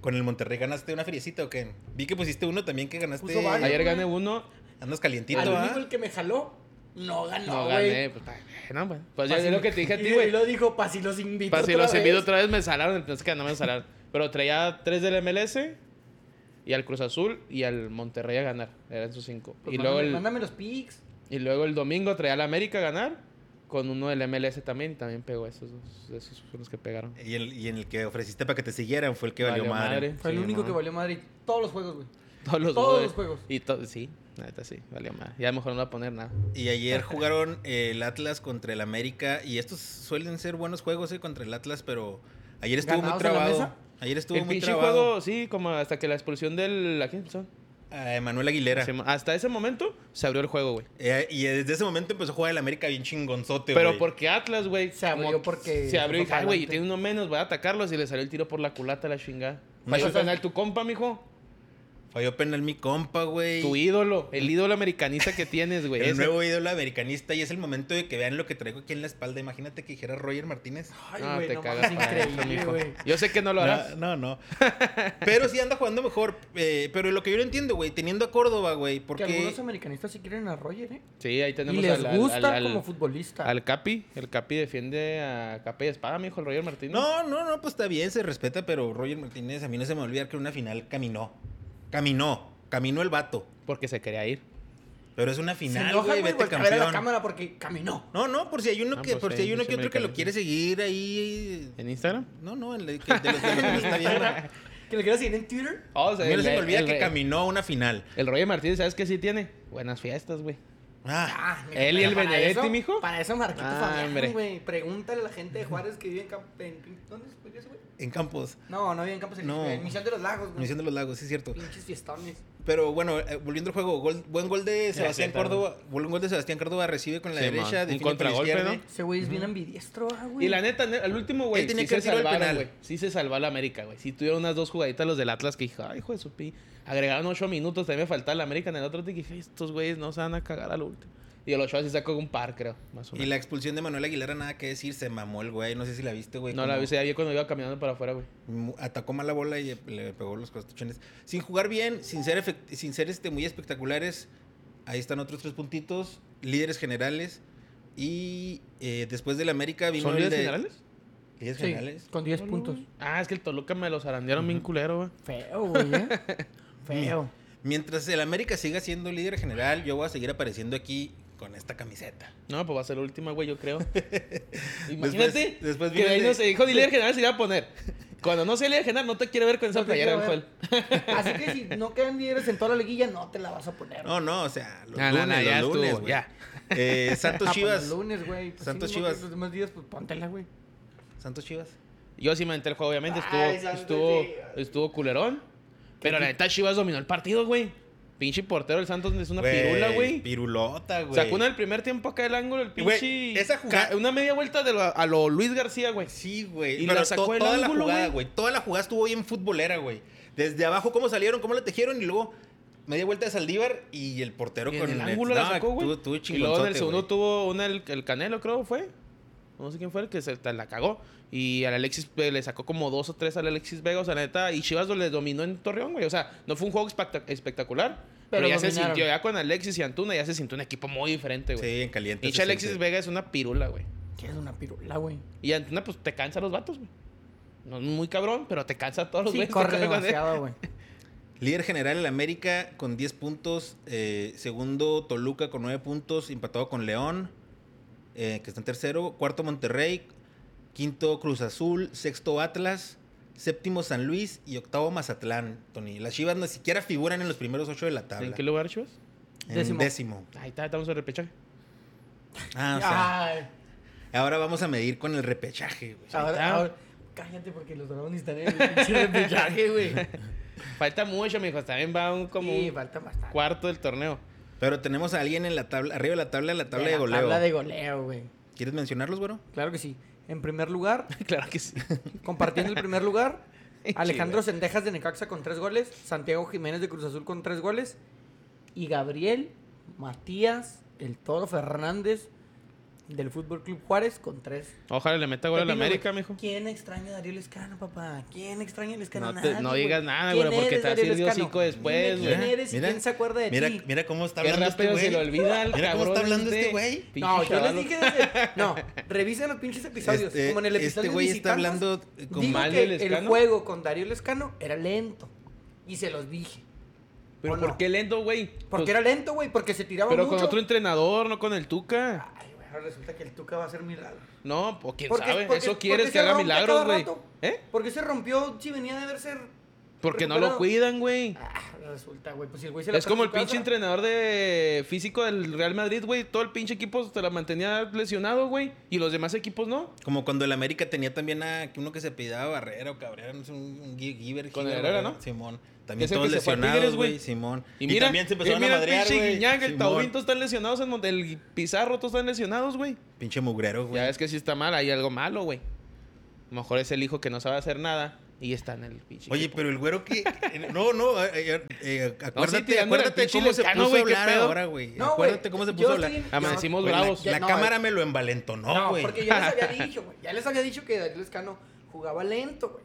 Speaker 1: ¿Con el Monterrey ganaste una feriecita o qué? Vi que pusiste uno también que ganaste.
Speaker 2: Puso varios.
Speaker 3: Ayer gané uno,
Speaker 1: Andas calientito,
Speaker 2: Al
Speaker 1: ¿ah?
Speaker 2: único el que me jaló, no ganó,
Speaker 3: no
Speaker 2: güey.
Speaker 3: gané. Pues, está bien, güey. pues ya es lo que te dije a ti,
Speaker 2: Y-
Speaker 3: güey.
Speaker 2: Y lo dijo, pa' si los invito
Speaker 3: Para si
Speaker 2: otra
Speaker 3: los
Speaker 2: vez".
Speaker 3: invito otra vez, me salaron. Entonces que no me salaron. Pero traía tres del MLS y al Cruz Azul y al Monterrey a ganar. Eran sus cinco.
Speaker 2: Pues
Speaker 3: y, luego
Speaker 2: mándame,
Speaker 3: el,
Speaker 2: mándame los pics.
Speaker 3: y luego el domingo traía al América a ganar con uno del MLS también. Y también pegó esos dos. Esos fueron los que pegaron.
Speaker 1: Y, el, y en el que ofreciste para que te siguieran fue el que valió,
Speaker 3: Valió
Speaker 1: madre.
Speaker 3: madre.
Speaker 2: Fue el
Speaker 3: Sí,
Speaker 2: único
Speaker 3: mamá.
Speaker 2: que valió Madrid. Todos los juegos, güey.
Speaker 3: Todos los,
Speaker 2: Todos los
Speaker 3: juegos.
Speaker 2: juegos.
Speaker 3: Y to- sí, la neta sí, valió más. Ya mejor no voy a poner nada.
Speaker 1: Y ayer jugaron eh, el Atlas contra el América. Y estos suelen ser buenos juegos eh, contra el Atlas, pero ayer estuvo muy
Speaker 2: ¿Ganados en la
Speaker 1: trabado.
Speaker 2: mesa?
Speaker 1: Ayer estuvo
Speaker 3: el
Speaker 1: muy
Speaker 3: pinche
Speaker 1: trabado.
Speaker 3: juego, sí, como hasta que la expulsión del... ¿A quién expulsó?
Speaker 1: a Emanuel Aguilera.
Speaker 3: Se- Hasta ese momento se abrió el juego, güey.
Speaker 1: Eh, y desde ese momento empezó a jugar el América bien chingonzote,
Speaker 3: Pero
Speaker 1: güey.
Speaker 3: porque Atlas, güey.
Speaker 2: Se abrió
Speaker 3: como-
Speaker 2: porque
Speaker 3: Se abrió y
Speaker 2: fue
Speaker 3: dije, "Ay, güey,
Speaker 2: pa'lante".
Speaker 3: tiene uno menos, voy a atacarlos. Y le salió el tiro por la culata a la chingada.
Speaker 1: No,
Speaker 3: Falló
Speaker 1: o sea-
Speaker 3: penal tu compa, mijo.
Speaker 1: Falló penal mi compa, güey.
Speaker 3: Tu ídolo, el ídolo americanista que tienes, güey.
Speaker 1: [laughs] El
Speaker 3: ese.
Speaker 1: nuevo ídolo americanista. Y es el momento de que vean lo que traigo aquí en la espalda. Imagínate que dijera Roger Martínez.
Speaker 2: Ay,
Speaker 3: No,
Speaker 2: güey,
Speaker 3: te
Speaker 2: no
Speaker 3: cagas.
Speaker 2: mames,
Speaker 3: para esto,
Speaker 2: increíble,
Speaker 3: mijo.
Speaker 2: güey.
Speaker 3: Yo sé que no lo harás.
Speaker 1: No, no,
Speaker 3: [laughs]
Speaker 1: no. Pero sí anda jugando mejor. eh, pero lo que yo no entiendo, güey, teniendo a Córdoba, güey,
Speaker 2: Que
Speaker 1: porque...
Speaker 2: algunos americanistas sí quieren a Roger, ¿eh?
Speaker 3: Sí, ahí
Speaker 2: Y
Speaker 3: tenemos
Speaker 2: les
Speaker 3: al- al-
Speaker 2: gusta
Speaker 3: al- al-
Speaker 2: como futbolista.
Speaker 3: Al Capi. El Capi defiende a Capi de Espada, mijo, el Roger Martínez.
Speaker 1: No, no, no, pues está bien, se respeta, pero Roger Martínez, a mí no se me va a olvidar que en una final caminó. Caminó. Caminó el vato.
Speaker 3: Porque se quería ir.
Speaker 1: Pero es una
Speaker 2: Se
Speaker 1: final,
Speaker 2: enoja,
Speaker 1: güey,
Speaker 2: güey,
Speaker 1: vete
Speaker 2: voltea a ver a la
Speaker 1: campeón.
Speaker 2: cámara porque caminó.
Speaker 3: [laughs]
Speaker 1: No, no, por si hay uno
Speaker 3: Ah,
Speaker 1: que,
Speaker 3: pues
Speaker 1: por si
Speaker 3: sí,
Speaker 1: hay uno
Speaker 3: sí
Speaker 1: que
Speaker 3: me
Speaker 1: otro que lo
Speaker 3: parece.
Speaker 1: quiere seguir ahí.
Speaker 3: ¿En Instagram?
Speaker 1: No, no, el de, que- de los de los que nos está
Speaker 3: [laughs]
Speaker 1: viendo. A
Speaker 2: Que le quiero seguir en Twitter.
Speaker 3: Oh, o sea,
Speaker 1: mí no se me
Speaker 3: el-
Speaker 1: olvida
Speaker 3: el-
Speaker 1: que caminó una final.
Speaker 3: El Roger Martínez, ¿sabes qué sí tiene? Buenas fiestas, güey.
Speaker 1: Ah,
Speaker 2: Ah,
Speaker 3: ¿Él y
Speaker 2: pero
Speaker 3: el
Speaker 2: para
Speaker 3: Benedetti,
Speaker 2: eso-
Speaker 3: mijo?
Speaker 2: Para eso Marquito
Speaker 3: Ah, hombre.
Speaker 2: Fabián, güey. Pregúntale a la gente de Juárez que vive en, Camp- en- ¿Dónde es güey, ese güey?
Speaker 1: en Campos,
Speaker 2: No, no vive en Campos Elíseos,
Speaker 1: No.
Speaker 2: güey, En Misión de los Lagos, güey.
Speaker 1: Misión de los Lagos, sí es cierto.
Speaker 2: Pinches fiestones.
Speaker 1: Pero bueno, eh, volviendo al juego, gol- buen gol de Sebastián
Speaker 3: atleta,
Speaker 1: Córdoba. Buen gol de Sebastián Córdoba recibe con la
Speaker 3: Sí, man.
Speaker 1: derecha,
Speaker 3: Un
Speaker 1: define con la
Speaker 3: contragolpe,
Speaker 1: izquierda.
Speaker 3: ¿no?
Speaker 2: Ese güey es bien ambidiestro, ah, güey.
Speaker 3: Y la neta, ne- al último, güey,
Speaker 1: Él tenía que
Speaker 3: sí se
Speaker 1: tirar el
Speaker 3: salvaron,
Speaker 1: penal.
Speaker 3: güey. Sí se salvó la América, güey. Sí tuvieron unas dos jugaditas los del Atlas que dije, ay, hijo de su pi. Agregaron ocho minutos, también me faltaba la América en el otro. Dije, estos güeyes no se van a cagar al último. Y el Ochoa sí sacó un par, creo, más o
Speaker 1: Y
Speaker 3: menos.
Speaker 1: la expulsión de Manuel Aguilera, nada que decir, se mamó el güey. No sé si la viste, güey.
Speaker 3: No la
Speaker 1: como
Speaker 3: vi, se la vi cuando iba caminando para afuera, güey.
Speaker 1: mu- Atacó mala bola y le pegó los costuchones. Sin jugar bien, sin ser, efect- sin ser este, muy espectaculares. Ahí están otros tres puntitos. Líderes generales. Y eh, después del América vino
Speaker 3: ¿Son
Speaker 1: el
Speaker 3: líderes
Speaker 1: de-
Speaker 3: generales?
Speaker 1: Líderes
Speaker 2: Sí,
Speaker 1: generales.
Speaker 2: con 10 puntos.
Speaker 3: Ah, es que el Toluca me los zarandearon bien culero, güey.
Speaker 2: Feo, güey, ¿eh? Feo.
Speaker 1: Mientras el América siga siendo líder general, yo voy a seguir apareciendo aquí con esta camiseta.
Speaker 3: No, pues va a ser la última, güey, yo creo.
Speaker 1: [laughs]
Speaker 3: Imagínate
Speaker 1: Después- después
Speaker 3: que de ahí
Speaker 1: viene-
Speaker 3: no se dijo ni
Speaker 1: [laughs]
Speaker 3: líder general se iba a poner. Cuando no sea líder general, no te quiere ver con esa
Speaker 2: No te
Speaker 3: playera,
Speaker 2: quiero ver.
Speaker 3: Joel.
Speaker 2: [laughs] Así que si no quedan líderes en toda la liguilla, no te la vas a poner.
Speaker 1: No, no, o sea, los
Speaker 3: No, no,
Speaker 1: lunes,
Speaker 3: no, ya
Speaker 1: los lunes,
Speaker 3: estuvo,
Speaker 1: güey.
Speaker 3: ya.
Speaker 1: Eh, Santos
Speaker 2: [laughs] Ah, pues
Speaker 1: Chivas.
Speaker 2: los lunes, güey. Pues
Speaker 1: Santos
Speaker 2: sí, no, pues
Speaker 1: Chivas.
Speaker 2: Los demás días, pues póntela, güey.
Speaker 1: Santos Chivas.
Speaker 3: Yo sí me aventé el juego, obviamente. Estuvo,
Speaker 2: Ay, santo
Speaker 3: estuvo,
Speaker 2: Dios.
Speaker 3: estuvo culerón. Pero la neta, Chivas dominó el partido, güey. Pinche portero del Santos es una
Speaker 1: Güey,
Speaker 3: pirula, güey.
Speaker 1: Pirulota, güey.
Speaker 3: Sacó una del primer tiempo acá del ángulo, el pinche.
Speaker 1: Güey, esa jugada-
Speaker 3: ca- Una media vuelta de lo- a lo Luis García, güey.
Speaker 1: Sí, güey.
Speaker 3: Y
Speaker 1: Pero
Speaker 3: la sacó
Speaker 1: to-
Speaker 3: el
Speaker 1: toda la
Speaker 3: ángulo,
Speaker 1: jugada,
Speaker 3: güey.
Speaker 1: güey. Toda la jugada estuvo bien futbolera, güey. Desde abajo, cómo salieron, cómo la tejieron y luego media vuelta de Saldívar y el portero
Speaker 3: Y en
Speaker 1: con
Speaker 3: el ángulo la
Speaker 1: No,
Speaker 3: sacó, güey.
Speaker 1: Tuvo, tuvo
Speaker 3: Y luego en el
Speaker 1: chingonzote,
Speaker 3: segundo
Speaker 1: güey.
Speaker 3: tuvo una, el, el Canelo, creo, fue. No sé quién fue el que se ta- la cagó. Y al Alexis eh, le sacó como dos o tres al Alexis Vega. O sea, la neta. Y Chivas le dominó en Torreón, güey. O sea, no fue un juego espectac- espectacular. Pero,
Speaker 2: Pero
Speaker 3: ya se
Speaker 2: dominaron.
Speaker 3: sintió, ya con Alexis y Antuna, ya se sintió un equipo muy diferente, güey.
Speaker 1: Sí, en caliente.
Speaker 3: Pinche
Speaker 1: se
Speaker 3: Alexis
Speaker 1: siente.
Speaker 3: Vega es una pirula, güey.
Speaker 2: Que es una pirula, güey.
Speaker 3: Y Antuna, pues te cansa a los vatos, güey. No es muy cabrón, pero te cansa a todos los
Speaker 2: Sí,
Speaker 3: güeyes que
Speaker 2: corre
Speaker 3: juegan con él.
Speaker 1: [laughs]
Speaker 2: demasiado, güey.
Speaker 1: Líder general el América con 10 puntos. eh, segundo Toluca con 9 puntos. Empatado con León, eh, que está en tercero. Cuarto Monterrey. Quinto Cruz Azul. Sexto Atlas. Séptimo San Luis y octavo Mazatlán, Tony. Las Chivas ni siquiera figuran en los primeros ocho de la tabla.
Speaker 3: ¿En qué lugar, Chivas?
Speaker 1: En
Speaker 2: Décimo.
Speaker 1: décimo.
Speaker 3: Ahí está, estamos en repechaje.
Speaker 1: Ah, o sea,
Speaker 2: Ay,
Speaker 1: ahora vamos a medir con el repechaje, güey.
Speaker 2: ahora,
Speaker 3: está.
Speaker 2: ahora- cállate porque los dragones están en el pinche repechaje, güey.
Speaker 1: [laughs]
Speaker 3: Falta mucho, mijo. También va un, como
Speaker 2: Sí,
Speaker 3: un
Speaker 2: falta bastante.
Speaker 3: cuarto del torneo.
Speaker 1: Pero tenemos a alguien en la tabla, arriba de la tabla, en la tabla de,
Speaker 2: la
Speaker 1: goleo.
Speaker 2: Tabla de goleo, güey.
Speaker 1: ¿Quieres mencionarlos, güero?
Speaker 2: [laughs] Claro que sí. En primer lugar,
Speaker 3: claro que sí.
Speaker 1: [laughs]
Speaker 2: compartiendo el primer lugar, Alejandro Sendejas de Necaxa con tres goles, Santiago Jiménez de Cruz Azul con tres goles y Gabriel Matías El Toro Fernández del Fútbol Club Juárez con tres.
Speaker 3: Ojalá le meta gol a la
Speaker 2: Pepino,
Speaker 3: América,
Speaker 2: güey.
Speaker 3: mijo.
Speaker 2: ¿Quién extraña a Darío Lescano, papá? ¿Quién extraña a Lescano?
Speaker 3: No, te-
Speaker 2: Nadie,
Speaker 3: no
Speaker 2: güey.
Speaker 3: digas nada,
Speaker 2: ¿Quién
Speaker 3: güey, porque
Speaker 2: eres,
Speaker 3: te
Speaker 2: Darío
Speaker 3: hace el
Speaker 2: Lescano?
Speaker 3: hocico después,
Speaker 2: Dime
Speaker 3: güey.
Speaker 2: ¿Quién eres y quién se acuerda de
Speaker 1: mira,
Speaker 2: ti?
Speaker 1: Mira cómo está
Speaker 3: Qué
Speaker 1: hablando este
Speaker 3: rápido se le
Speaker 1: güey.
Speaker 3: olvida al
Speaker 1: Mira cómo está
Speaker 3: cabrón
Speaker 1: hablando este güey.
Speaker 3: Pinche
Speaker 2: No, yo les
Speaker 3: chaval.
Speaker 2: dije
Speaker 3: [laughs]
Speaker 2: desde... No, revisen los pinches episodios.
Speaker 1: Este-
Speaker 2: como en el episodio
Speaker 1: este güey
Speaker 2: de
Speaker 1: está
Speaker 2: Visitantes,
Speaker 1: hablando eh, con
Speaker 2: digo
Speaker 3: mal
Speaker 2: que
Speaker 3: de
Speaker 2: el
Speaker 3: Lescano.
Speaker 2: juego con Darío Lescano era lento. Y se los dije. ¿O
Speaker 3: Pero ¿por
Speaker 2: no?
Speaker 3: qué lento, güey?
Speaker 2: Porque
Speaker 3: Pues,
Speaker 2: era lento, güey, porque se tiraba
Speaker 3: Pero
Speaker 2: mucho.
Speaker 3: con otro entrenador, no con el Tuca.
Speaker 2: Ay, güey, ahora resulta que el Tuca va a ser milagro.
Speaker 3: No, pues quién
Speaker 2: Porque-
Speaker 3: sabe.
Speaker 2: porque-
Speaker 3: Eso
Speaker 2: porque
Speaker 3: quieres
Speaker 2: se
Speaker 3: que haga
Speaker 2: rompe cada
Speaker 3: milagros, güey.
Speaker 2: rato.
Speaker 3: ¿Eh?
Speaker 2: ¿Por qué se rompió si venía de verse...
Speaker 3: Porque no lo
Speaker 2: recuperado?
Speaker 3: cuidan, güey.
Speaker 2: Ah, resulta, güey, pues si el güey se la
Speaker 3: Es
Speaker 2: perdió
Speaker 3: como
Speaker 2: en
Speaker 3: el
Speaker 2: su
Speaker 3: pinche
Speaker 2: casa.
Speaker 3: entrenador de físico del Real Madrid, güey. Todo el pinche equipo te la mantenía lesionado, güey. Y los demás equipos no.
Speaker 1: Como cuando el América tenía también a uno que se pedía Barrera o Cabrera, no sé, un, un Gi- Giver.
Speaker 3: Con
Speaker 1: Giver,
Speaker 3: el Herrera,
Speaker 1: Barrera,
Speaker 3: ¿no?
Speaker 1: Simón. También
Speaker 3: Es el
Speaker 1: todos
Speaker 3: que se fue a
Speaker 1: lesionados,
Speaker 3: Tigres, güey.
Speaker 1: güey. Simón.
Speaker 3: Y mira,
Speaker 1: también se
Speaker 3: y
Speaker 1: empezaron
Speaker 3: mira
Speaker 1: a madrear,
Speaker 3: el pinche
Speaker 1: güey.
Speaker 3: Guiñac, el
Speaker 1: Simón.
Speaker 3: Taubín, todos están lesionados. en Mon- El Pizarro, todos están lesionados, güey.
Speaker 1: Pinche mugrero, güey.
Speaker 3: Ya ves que si está mal, hay algo malo, güey. A lo mejor es el hijo que no sabe hacer nada y está en el pinche.
Speaker 1: Oye,
Speaker 3: equipo.
Speaker 1: pero el güero que... No, no, eh, eh, eh, acuérdate,
Speaker 3: tirándole al
Speaker 1: acuérdate
Speaker 3: pinche
Speaker 1: cómo se
Speaker 3: Lescano,
Speaker 1: puso
Speaker 3: güey,
Speaker 1: a
Speaker 3: qué
Speaker 1: hablar
Speaker 3: pedo.
Speaker 1: ahora, güey.
Speaker 2: No, güey,
Speaker 1: acuérdate cómo se
Speaker 2: yo
Speaker 1: puso a
Speaker 2: estoy
Speaker 1: hablar.
Speaker 2: en-
Speaker 3: Amanecimos
Speaker 1: Güey, la-
Speaker 3: bravos.
Speaker 1: La,
Speaker 2: Ya- no,
Speaker 1: cámara me
Speaker 2: güey.
Speaker 1: lo envalentonó,
Speaker 2: No,
Speaker 1: güey.
Speaker 2: porque yo les
Speaker 3: [laughs]
Speaker 2: había dicho, güey. Ya les había dicho que Darío Lescano jugaba lento, güey.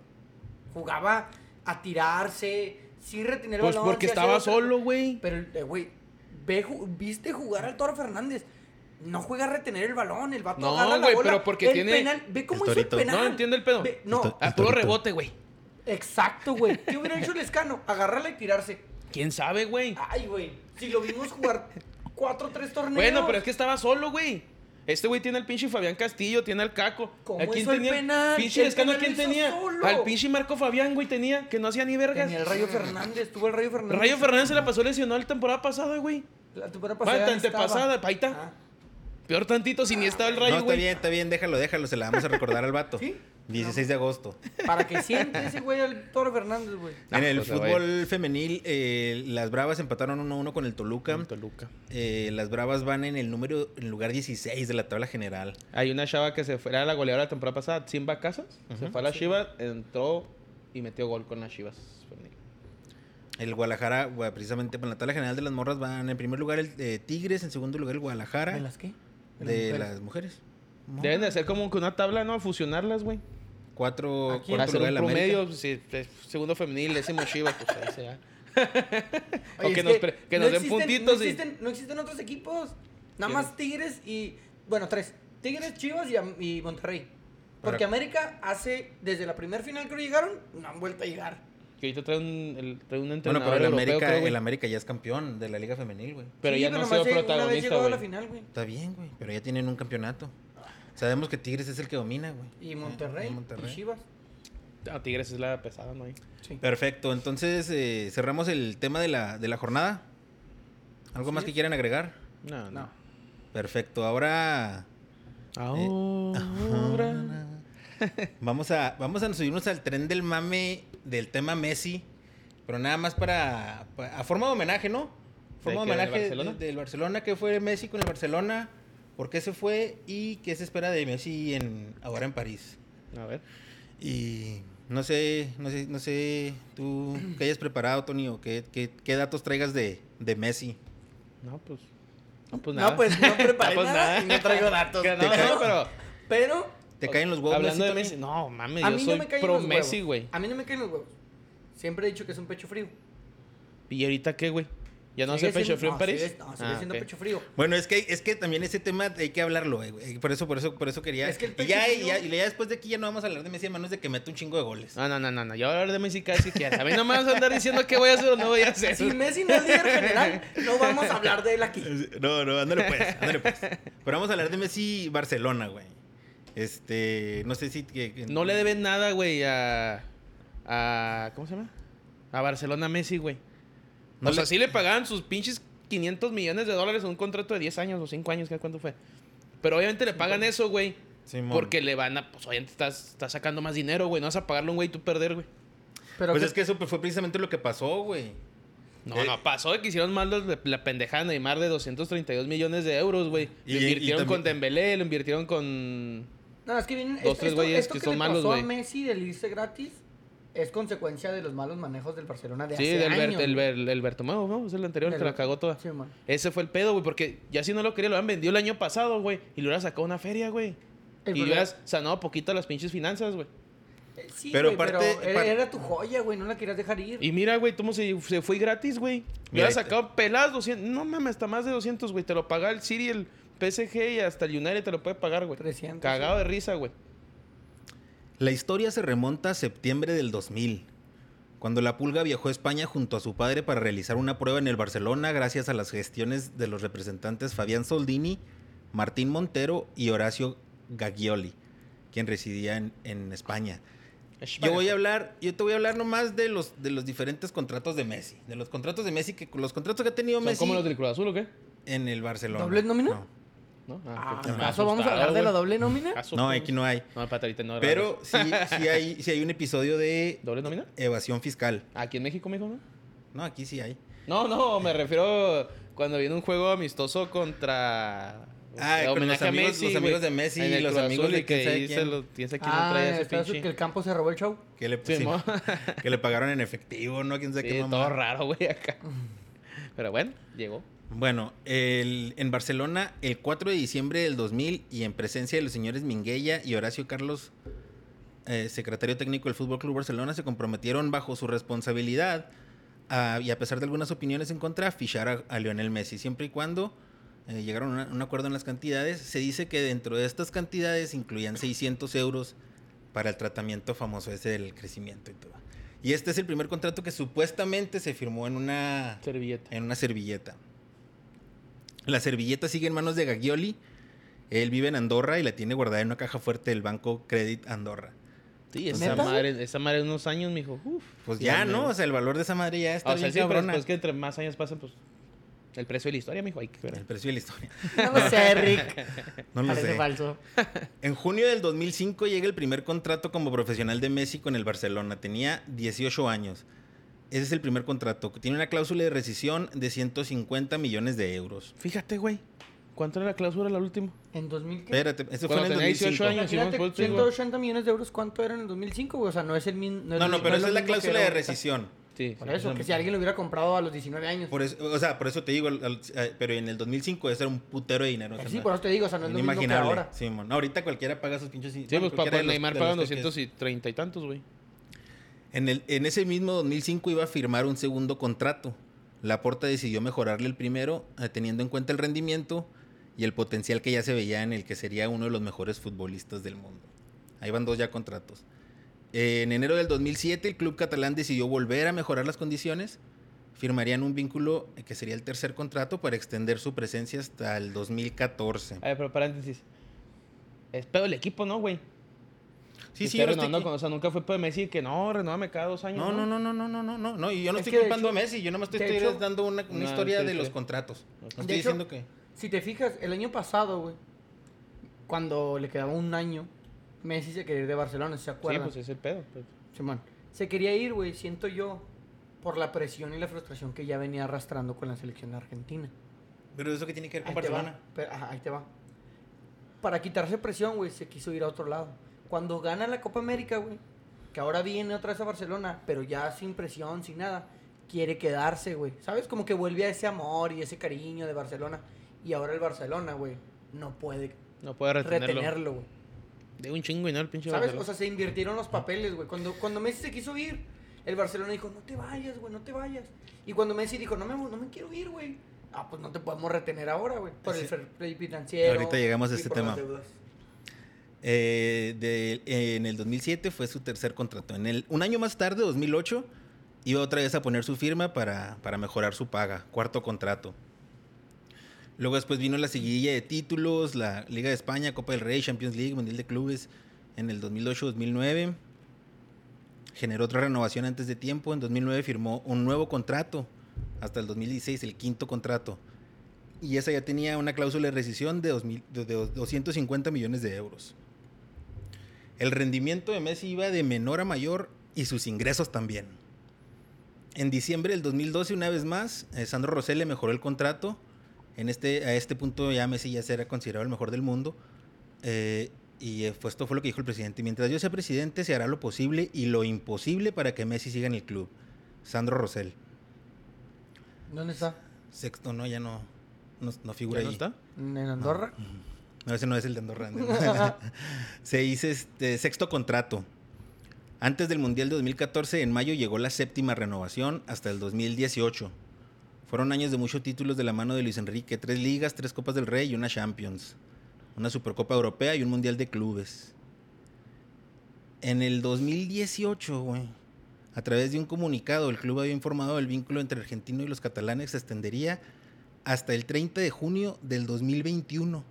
Speaker 2: Jugaba a tirarse, sí retener el
Speaker 3: Pues
Speaker 2: balón.
Speaker 3: porque
Speaker 2: sí hacer
Speaker 3: estaba
Speaker 2: otra-
Speaker 3: solo, güey.
Speaker 2: Pero, eh, güey, ve ju- viste jugar al Toro Fernández. No juega a retener el balón, el vato
Speaker 3: No,
Speaker 2: agarra la
Speaker 3: güey,
Speaker 2: bola.
Speaker 3: pero porque
Speaker 2: el
Speaker 3: tiene-
Speaker 2: penal, ve cómo
Speaker 1: El
Speaker 2: hizo el
Speaker 1: torito.
Speaker 2: penal.
Speaker 3: No entiendo el pedo.
Speaker 2: Ve- no,
Speaker 1: El to-
Speaker 3: A puro
Speaker 1: Torito.
Speaker 3: rebote, güey.
Speaker 2: exacto, güey. ¿Qué hubiera hecho Lescano? Agarrarla y tirarse.
Speaker 3: ¿Quién sabe, güey?
Speaker 2: Ay, güey, si lo vimos jugar cuatro o tres torneos.
Speaker 3: Bueno, pero es que estaba solo, güey. Este güey tiene al pinche Fabián Castillo, tiene al Caco.
Speaker 2: ¿Cómo
Speaker 3: ¿A quién
Speaker 2: hizo el
Speaker 3: tenía?
Speaker 2: penal?
Speaker 3: Pinche
Speaker 2: El
Speaker 3: Lescano, ¿a
Speaker 2: penal
Speaker 3: quién
Speaker 2: lo hizo
Speaker 3: tenía?
Speaker 2: solo.
Speaker 3: Al pinche Marco Fabián, güey, tenía, que no hacía ni vergas.
Speaker 2: Tenía el Rayo Fernández, tuvo el Rayo Fernández.
Speaker 3: Rayo Fernández se la pasó lesionado la temporada pasada, güey.
Speaker 2: La temporada
Speaker 3: Bueno,
Speaker 2: pasada.
Speaker 3: antepasada,
Speaker 2: estaba.
Speaker 3: pa' ahí está.
Speaker 2: Ah.
Speaker 3: Peor tantito, si ni estaba el
Speaker 1: No,
Speaker 3: Rayo,
Speaker 1: está
Speaker 3: güey.
Speaker 1: bien, está bien, déjalo, déjalo, se la vamos a recordar al vato.
Speaker 2: ¿Sí?
Speaker 1: 16 de agosto.
Speaker 2: Para que siente ese güey al Toro Fernández, güey.
Speaker 3: No,
Speaker 1: en el
Speaker 3: pues,
Speaker 1: fútbol femenil, eh, las Bravas empataron 1-1 con el Toluca.
Speaker 3: Toluca.
Speaker 1: Eh, las Bravas van en el número, en lugar 16 de la tabla general.
Speaker 3: Hay una chava que se fue, era la goleadora la temporada pasada, Simba Casas. Se fue a la Chivas, entró y metió gol con las Chivas. femenil.
Speaker 1: El Guadalajara, gua- precisamente, en la tabla general de las morras van en primer lugar el eh, Tigres, en segundo lugar el
Speaker 3: ¿Ah?
Speaker 1: Guadalajara.
Speaker 2: ¿De las qué?
Speaker 1: de
Speaker 2: mujeres.
Speaker 1: las mujeres.
Speaker 3: Deben de hacer como que una tabla, ¿no? Fusionarlas, güey.
Speaker 1: Cuatro,
Speaker 2: Aquí.
Speaker 1: cuarto
Speaker 3: Hacer
Speaker 1: lugar
Speaker 3: un
Speaker 1: de la América.
Speaker 3: promedio, si- eh, segundo femenil, décimo Chivas, pues ahí se
Speaker 2: [laughs]
Speaker 3: da.
Speaker 2: Oye,
Speaker 3: o que
Speaker 2: es
Speaker 3: nos, pre- que nos den
Speaker 2: existen-
Speaker 3: puntitos
Speaker 2: No
Speaker 3: y-
Speaker 2: existen, no existen otros equipos. Nada
Speaker 3: ¿Quién?
Speaker 2: más Tigres y. Bueno, tres. Tigres, Chivas y, Am- y Monterrey. Porque
Speaker 1: Para-
Speaker 2: América hace. Desde la primera final que llegaron, no han vuelto a llegar.
Speaker 3: Que ahorita trae un, el- trae un
Speaker 1: Bueno,
Speaker 3: entrenador
Speaker 1: pero el
Speaker 3: europeo,
Speaker 1: América,
Speaker 3: creo, güey.
Speaker 1: el América ya es campeón de la Liga Femenil, güey.
Speaker 3: Pero
Speaker 2: Sí,
Speaker 3: ya no ha
Speaker 2: nomás
Speaker 3: sido
Speaker 2: lleg- Una vez
Speaker 3: protagonista,
Speaker 2: llegó a la
Speaker 3: güey.
Speaker 2: final, güey.
Speaker 1: Está bien, güey, pero ya tienen un campeonato. Sabemos que Tigres es el que domina, güey.
Speaker 2: Y
Speaker 1: Y
Speaker 2: Monterrey, y
Speaker 1: Monterrey.
Speaker 2: Chivas.
Speaker 3: Ah, Tigres es la pesada, ¿no? Ahí.
Speaker 2: Sí.
Speaker 1: Perfecto, entonces eh, cerramos el tema de la, de la jornada. ¿Algo
Speaker 2: Así
Speaker 1: más que
Speaker 2: es.
Speaker 1: quieran agregar?
Speaker 2: No.
Speaker 3: No, no.
Speaker 1: Perfecto, ahora Eh,
Speaker 3: Ahora.
Speaker 1: [laughs] vamos a, vamos a subirnos al tren del mame del tema Messi, pero nada más para, pa- a forma de homenaje, ¿no? Forma de
Speaker 3: ¿De qué? ¿Del
Speaker 1: homenaje de-
Speaker 3: Barcelona?
Speaker 1: del Barcelona, que fue Messi con el Barcelona, por qué se fue y qué se espera de Messi en, ahora en París.
Speaker 3: A ver.
Speaker 1: Y no sé, no sé, no sé tú qué hayas preparado, Tony, o qué, qué, qué datos traigas de, de Messi.
Speaker 3: No, pues. No, pues nada.
Speaker 2: No, pues no preparé
Speaker 3: No, pues,
Speaker 2: nada
Speaker 3: nada.
Speaker 2: y no traigo datos.
Speaker 3: Que no,
Speaker 2: pero,
Speaker 3: no, pero.
Speaker 2: pero
Speaker 1: ¿Te caen los huevos?
Speaker 3: Hablando de
Speaker 1: Tony?
Speaker 3: Messi. No, mames,
Speaker 2: a
Speaker 3: yo
Speaker 2: mí no
Speaker 3: soy
Speaker 2: me caen
Speaker 3: pro
Speaker 2: los huevos.
Speaker 3: Messi, güey.
Speaker 2: A mí no me caen los huevos. Siempre he dicho que es un pecho frío.
Speaker 3: ¿Y ahorita qué, güey? ¿Ya no
Speaker 2: Sigue
Speaker 3: hace
Speaker 2: siendo-
Speaker 3: pecho frío en
Speaker 2: no,
Speaker 3: París?
Speaker 2: sigue- no, sigue
Speaker 3: Ah,
Speaker 2: siendo
Speaker 3: ok.
Speaker 2: pecho
Speaker 3: [laughs]
Speaker 2: frío.
Speaker 1: Bueno, es que, es que también ese tema hay que hablarlo, eh, güey. Por eso, por eso, por eso quería.
Speaker 2: Es que el
Speaker 1: y ya,
Speaker 2: pecho
Speaker 1: y ya,
Speaker 2: frío-
Speaker 1: y ya después de aquí ya no vamos a hablar de Messi a menos de que meta un chingo de [laughs] goles.
Speaker 3: No, no, no, no, no. Yo voy a hablar de Messi cada vez que quieras. A mí no me vas a andar diciendo qué voy a hacer o no voy a hacer.
Speaker 2: Si Messi no es
Speaker 3: [laughs]
Speaker 2: líder general, no vamos a hablar de él aquí.
Speaker 1: No, no, ándale [laughs] pues, ándale pues. Pero vamos a hablar de Messi y Barcelona, güey. Este, no sé si que- que-
Speaker 3: No le deben nada, güey, a, a. ¿Cómo se llama? A Barcelona Messi, güey.
Speaker 1: no
Speaker 3: o sea,
Speaker 1: le-
Speaker 3: sí le pagaban sus pinches 500 millones de dólares en un contrato de 10 años o 5 años, ¿qué- ¿cuánto fue? Pero obviamente le pagan eso, güey.
Speaker 1: Simón.
Speaker 3: Porque le van a. Pues obviamente estás, estás sacando más dinero, güey. No vas a pagarle a un güey y tú perder, güey.
Speaker 2: Pero
Speaker 1: Pues
Speaker 2: que-
Speaker 1: es que eso fue precisamente lo que pasó, güey.
Speaker 3: No,
Speaker 1: Eh.
Speaker 3: no, pasó de que hicieron mal los- la pendejada de Neymar de 232 millones de euros, güey.
Speaker 1: Y-
Speaker 3: Lo
Speaker 1: y
Speaker 3: invirtieron
Speaker 1: también-
Speaker 3: con Dembélé, lo invirtieron con...
Speaker 2: no, es que vienen
Speaker 3: Dos, tres güeyes que
Speaker 2: que
Speaker 3: son
Speaker 2: le
Speaker 3: malos,
Speaker 2: pasó a
Speaker 3: güey.
Speaker 2: Messi del irse gratis es consecuencia de los malos manejos del Barcelona de
Speaker 3: Sí,
Speaker 2: hace
Speaker 3: del, Ber-
Speaker 2: años.
Speaker 3: del, Ber- del Bertomeu, ¿no? Es el anterior
Speaker 2: Del-
Speaker 3: que la cagó toda.
Speaker 2: Sí, man.
Speaker 3: Ese fue el pedo, güey, porque ya si no lo quería, lo han vendido el año pasado, güey. Y lo hubieran sacado una feria, güey.
Speaker 2: El
Speaker 3: Y
Speaker 2: problema-
Speaker 3: hubieras sanado poquito las pinches finanzas, güey.
Speaker 2: Eh, Sí,
Speaker 1: Pero
Speaker 2: pero,
Speaker 1: aparte-
Speaker 2: pero era,
Speaker 1: par-
Speaker 2: era tu joya, güey, no la querías dejar ir.
Speaker 3: Y mira, güey, cómo se, se fue gratis, güey. Le
Speaker 1: Mira,
Speaker 3: has
Speaker 1: ahí te-
Speaker 3: sacado peladas 200. No mames, hasta más de 200, güey. Te lo paga el City, el PSG y hasta el United te lo puede pagar, güey.
Speaker 2: 300,
Speaker 3: Cagado de risa, güey.
Speaker 1: La historia se remonta a septiembre del 2000, cuando la Pulga viajó a España junto a su padre para realizar una prueba en el Barcelona gracias a las gestiones de los representantes Fabián Soldini, Martín Montero y Horacio Gaglioli, quien residía en, en España. Yo voy a hablar, yo te voy a hablar nomás de los, de los diferentes contratos de Messi, de los contratos de Messi, que los contratos que ha tenido
Speaker 3: ¿Son
Speaker 1: Messi
Speaker 3: como los del Cruz Azul o qué?
Speaker 1: en el Barcelona.
Speaker 2: ¿Dobles nómina?
Speaker 3: ¿No?
Speaker 2: Ah,
Speaker 3: qué- me
Speaker 2: ¿acaso vamos a
Speaker 3: asustado,
Speaker 2: hablar de
Speaker 3: güey.
Speaker 2: la doble nómina?
Speaker 1: No, no aquí no hay.
Speaker 3: pues. No, espérate, ahorita no.
Speaker 1: Pero
Speaker 3: [laughs] grabes.
Speaker 1: sí, sí hay, sí hay un episodio de
Speaker 3: ¿Doble nómina?
Speaker 1: evasión fiscal.
Speaker 3: Aquí en México, mijo, ¿no?
Speaker 1: No, aquí sí hay.
Speaker 3: No, no, me refiero cuando viene un juego amistoso contra.
Speaker 1: Ah,
Speaker 3: de
Speaker 1: con
Speaker 3: homenaje
Speaker 1: los
Speaker 3: a
Speaker 1: amigos- los amigos
Speaker 3: güey,
Speaker 1: de Messi
Speaker 3: en el
Speaker 1: los
Speaker 3: Cruz
Speaker 1: amigos
Speaker 3: Azul
Speaker 1: de
Speaker 3: y
Speaker 1: quién
Speaker 3: que
Speaker 1: sabe
Speaker 3: ahí se
Speaker 1: quién.
Speaker 3: lo- quién sabe quién lo traía
Speaker 2: Ah,
Speaker 3: ese
Speaker 2: está eso,
Speaker 3: pinche.
Speaker 2: que el campo se robó el show.
Speaker 1: Que le,
Speaker 3: Sí,
Speaker 1: sí,
Speaker 3: mo.
Speaker 1: [laughs] que le pagaron en efectivo, ¿no? ¿Quién sabe
Speaker 3: Sí,
Speaker 1: qué
Speaker 3: todo
Speaker 1: mamá.
Speaker 3: raro, güey, acá. Pero bueno, llegó.
Speaker 1: Bueno, el- en Barcelona, el 4 de diciembre del 2000, y en presencia de los señores Minguella y Horacio Carlos, eh, secretario técnico del Fútbol Club Barcelona, se comprometieron bajo su responsabilidad a- y a pesar de algunas opiniones en contra, a fichar a, a Lionel Messi, siempre y cuando eh, llegaron a una- un acuerdo en las cantidades. Se dice que dentro de estas cantidades incluían 600 euros para el tratamiento famoso ese del crecimiento y todo. Y este es el primer contrato que supuestamente se firmó en una
Speaker 3: Servilleta.
Speaker 1: en una servilleta. La servilleta sigue en manos de Gaglioli. Él vive en Andorra y la tiene guardada en una caja fuerte del banco Credit Andorra.
Speaker 3: Sí, esa
Speaker 2: ¿Neta?
Speaker 3: madre, esa madre en unos años, mijo. Uf.
Speaker 1: Pues ya,
Speaker 3: hombre.
Speaker 1: ¿no? O sea, el valor de esa madre ya está
Speaker 3: o sea,
Speaker 1: bien
Speaker 3: sí, pero
Speaker 1: cabrona.
Speaker 3: pues que entre más años pasan, pues. El precio de la historia, mijo. Hay que ver.
Speaker 1: El precio de la
Speaker 3: [laughs]
Speaker 1: historia.
Speaker 2: [laughs] No lo sé, [laughs] Rick.
Speaker 1: No lo
Speaker 2: Parece
Speaker 1: sé.
Speaker 2: falso.
Speaker 1: En junio del 2005 llega el primer contrato como profesional de Messi con el Barcelona. Tenía 18 años. Ese es el primer contrato. Tiene una cláusula de rescisión de 150 millones de euros.
Speaker 3: Fíjate, güey. ¿Cuánto era la clausura la última?
Speaker 2: ¿En 2000 qué?
Speaker 1: Espérate, eso fue
Speaker 3: Cuando
Speaker 1: en el
Speaker 3: tenía 18
Speaker 1: 2005.
Speaker 3: años. sí,
Speaker 2: Imagínate,
Speaker 3: me acuerdo,
Speaker 2: 180 millones de euros, ¿cuánto era en el 2005, güey? O sea, no es el mismo.
Speaker 1: No, no, pero esa es la cláusula de
Speaker 2: rescisión
Speaker 1: rescisión.
Speaker 3: Sí.
Speaker 2: Por eso, que si alguien lo hubiera comprado a los 19 años.
Speaker 1: Por eso- o sea, por eso te digo, al- al- eh, pero en el 2005 eso era un putero de dinero. o sea,
Speaker 2: Eh, sí,
Speaker 1: no-
Speaker 2: por eso te digo, o sea, no es lo mismo que
Speaker 1: inimaginable.
Speaker 2: ahora.
Speaker 1: Sí, mon. Ahorita cualquiera paga sus pinches.
Speaker 3: Sí,
Speaker 1: bueno,
Speaker 3: pues papá
Speaker 1: cualquiera de los-
Speaker 3: Neymar
Speaker 1: de los
Speaker 3: pagan
Speaker 1: que-
Speaker 3: 230 y tantos, güey.
Speaker 1: En, el, en ese mismo 2005 iba a firmar un segundo contrato. Laporta decidió mejorarle el primero, eh, teniendo en cuenta el rendimiento y el potencial que ya se veía en el que sería uno de los mejores futbolistas del mundo. Ahí van dos ya contratos. Eh, en enero del 2007 el club catalán decidió volver a mejorar las condiciones. Firmarían un vínculo eh, que sería el tercer contrato para extender su presencia hasta el 2014.
Speaker 3: A ver, pero paréntesis. Es pedo el equipo, ¿no, güey?
Speaker 1: Sí, sí,
Speaker 3: Está
Speaker 1: yo no estoy
Speaker 3: renovando
Speaker 1: qui-
Speaker 3: con- o sea, nunca fue pedo de Messi que no, renovame cada dos años.
Speaker 1: No, no, no, no, no, no, no, no, no, y yo no
Speaker 2: Es que
Speaker 1: estoy
Speaker 2: de
Speaker 1: culpando
Speaker 2: hecho-
Speaker 1: a Messi, yo nomás te
Speaker 2: de
Speaker 1: estoy
Speaker 2: hecho-
Speaker 1: dando una, una
Speaker 3: No,
Speaker 1: historia
Speaker 3: sí,
Speaker 1: de
Speaker 3: sí.
Speaker 1: los contratos. No estoy
Speaker 2: De hecho-
Speaker 1: diciendo que...
Speaker 2: Si te fijas, el año pasado, güey, cuando le quedaba un año, Messi se quería ir de Barcelona, ¿se
Speaker 3: Sí,
Speaker 2: acuerdan?
Speaker 3: pues es el pedo. pues.
Speaker 2: Simón. Se quería ir, güey, siento yo, por la presión y la frustración que ya venía arrastrando con la selección de Argentina.
Speaker 1: Pero eso que tiene que ver con
Speaker 2: te va,
Speaker 1: Barcelona.
Speaker 2: pero- ajá, ahí te va. Para quitarse presión, güey, se quiso ir a otro lado. Cuando gana la Copa América, güey, que ahora viene otra vez a Barcelona, pero ya sin presión, sin nada, quiere quedarse, güey. ¿Sabes? Como que vuelve a ese amor y ese cariño de Barcelona. Y ahora el Barcelona, güey, no puede
Speaker 3: No puede retenerlo.
Speaker 2: retenerlo, güey.
Speaker 3: De un chingo y no el pinche
Speaker 2: ¿Sabes?
Speaker 3: Barcelona.
Speaker 2: O sea, se invirtieron los papeles, güey. Cuando, cuando Messi se quiso ir, el Barcelona dijo, no te vayas, güey, no te vayas. Y cuando Messi dijo, no me, no me quiero ir, güey. Ah, pues no te podemos retener ahora, güey. Por
Speaker 1: Sí.
Speaker 2: el fair play financiero.
Speaker 1: Ahorita llegamos a
Speaker 2: y
Speaker 1: ese
Speaker 2: por
Speaker 1: tema.
Speaker 2: las deudas.
Speaker 1: Eh, de- eh, en el 2007 fue su tercer contrato. En el, un año más tarde, 2008, iba otra vez a poner su firma para, para mejorar su paga. Cuarto contrato. Luego después vino la seguidilla de títulos, la Liga de España, Copa del Rey, Champions League, Mundial de Clubes en el 2008-2009. Generó otra renovación antes de tiempo. En 2009 firmó un nuevo contrato hasta el 2016, el quinto contrato. Y esa ya tenía una cláusula de rescisión de, 2000 de- de 250 millones de euros. El rendimiento de Messi iba de menor a mayor y sus ingresos también. En diciembre del 2012, una vez más, eh, Sandro Rosell le mejoró el contrato. En este, a este punto ya Messi ya se era considerado el mejor del mundo. eh, Y eh, pues esto fue lo que dijo el presidente. Mientras yo sea presidente, se hará lo posible y lo imposible para que Messi siga en el club. Sandro Rosell.
Speaker 2: ¿Dónde está?
Speaker 1: Sexto, no, ya no, no, no figura
Speaker 3: ¿Ya no
Speaker 1: ahí.
Speaker 3: está?
Speaker 2: ¿En Andorra?
Speaker 1: No, ese no [laughs] es el de Andorra. ¿no? se hizo este sexto contrato. Antes del Mundial de 2014, en mayo llegó la séptima renovación hasta el 2018. Fueron años de muchos títulos de la mano de Luis Enrique, tres ligas, tres Copas del Rey y una Champions, una Supercopa Europea y un Mundial de Clubes. En el 2018, güey, a través de un comunicado, el club había informado del vínculo entre argentino y los catalanes se extendería hasta el 30 de junio del 2021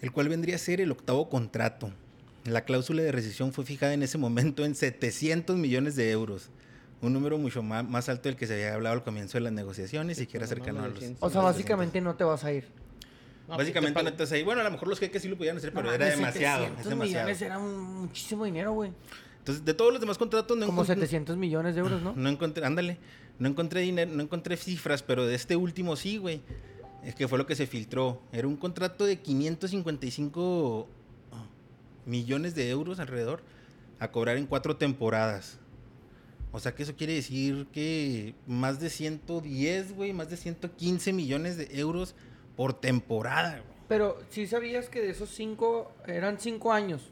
Speaker 1: el cual vendría a ser el octavo contrato. La cláusula de rescisión fue fijada en ese momento en 700 millones de euros, un número mucho ma- más, alto del que se había hablado al comienzo de las negociaciones y que era
Speaker 3: No
Speaker 1: cercano a
Speaker 3: mames,
Speaker 1: los...
Speaker 3: cien-
Speaker 2: O sea, básicamente no te vas a ir.
Speaker 3: No,
Speaker 1: Básicamente
Speaker 3: pues,
Speaker 1: no
Speaker 3: te
Speaker 1: estás ahí. Bueno, a lo mejor los que sí lo pudieran hacer, pero era
Speaker 2: Mames,
Speaker 1: demasiado.
Speaker 2: 700
Speaker 1: Es demasiado.
Speaker 2: Ah, millones era un- muchísimo dinero, güey.
Speaker 1: Entonces, de todos los demás contratos no
Speaker 2: Como
Speaker 1: encont-
Speaker 2: 700 millones de euros, ¿no?
Speaker 1: No encontré, ándale, no encontré dinero, no encontré cifras, pero de este último sí, güey. Es que fue lo que se filtró. Era un contrato de 555 millones de euros alrededor a cobrar en cuatro temporadas. O sea que eso quiere decir que más de 110, güey, más de 115 millones de euros por temporada, güey.
Speaker 2: Pero sí sabías que de esos cinco, eran cinco años.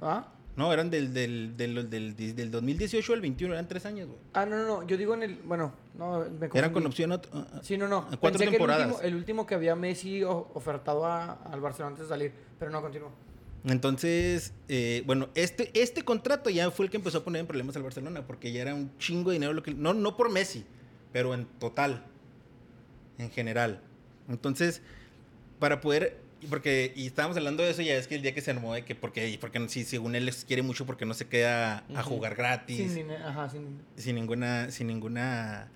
Speaker 2: ¿Ah?
Speaker 1: No, eran del, del, del, del, del 2018 al 21, eran tres años, güey.
Speaker 2: Ah, no, no, no. Yo digo en el. Bueno, no, me confundí.
Speaker 1: Eran con opción ah, a... a- a-
Speaker 2: Sí, no, no.
Speaker 1: cuatro
Speaker 2: Pensé que el
Speaker 1: temporadas.
Speaker 2: último- el último, que había Messi o- ofertado a- al Barcelona antes de salir. Pero no, continuó.
Speaker 1: Entonces, eh, bueno, este, este contrato ya fue el que empezó a poner en problemas al Barcelona, porque ya era un chingo de dinero lo que. No, no por Messi, pero en total. En general. Entonces, para poder. y Porque, y estábamos hablando de eso, ya es que el día que se armó de que porque, y porque si según él les quiere mucho porque no se queda a
Speaker 3: Ujú.
Speaker 1: jugar gratis
Speaker 2: Sin dinero. Ajá, sin dinero.
Speaker 1: sin ninguna, sin ninguna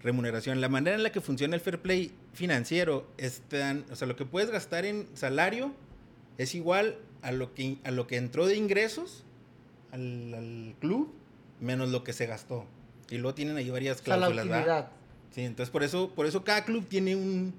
Speaker 1: remuneración. La manera en la que funciona el fair play financiero es te dan- o sea, lo que puedes gastar en salario es igual a lo que, a lo que entró de ingresos al, al club menos lo que se gastó. Y luego tienen ahí varias
Speaker 2: O sea, la
Speaker 1: cláusulas, ¿verdad?
Speaker 2: utilidad.
Speaker 1: Sí, entonces por eso, por eso cada club tiene un,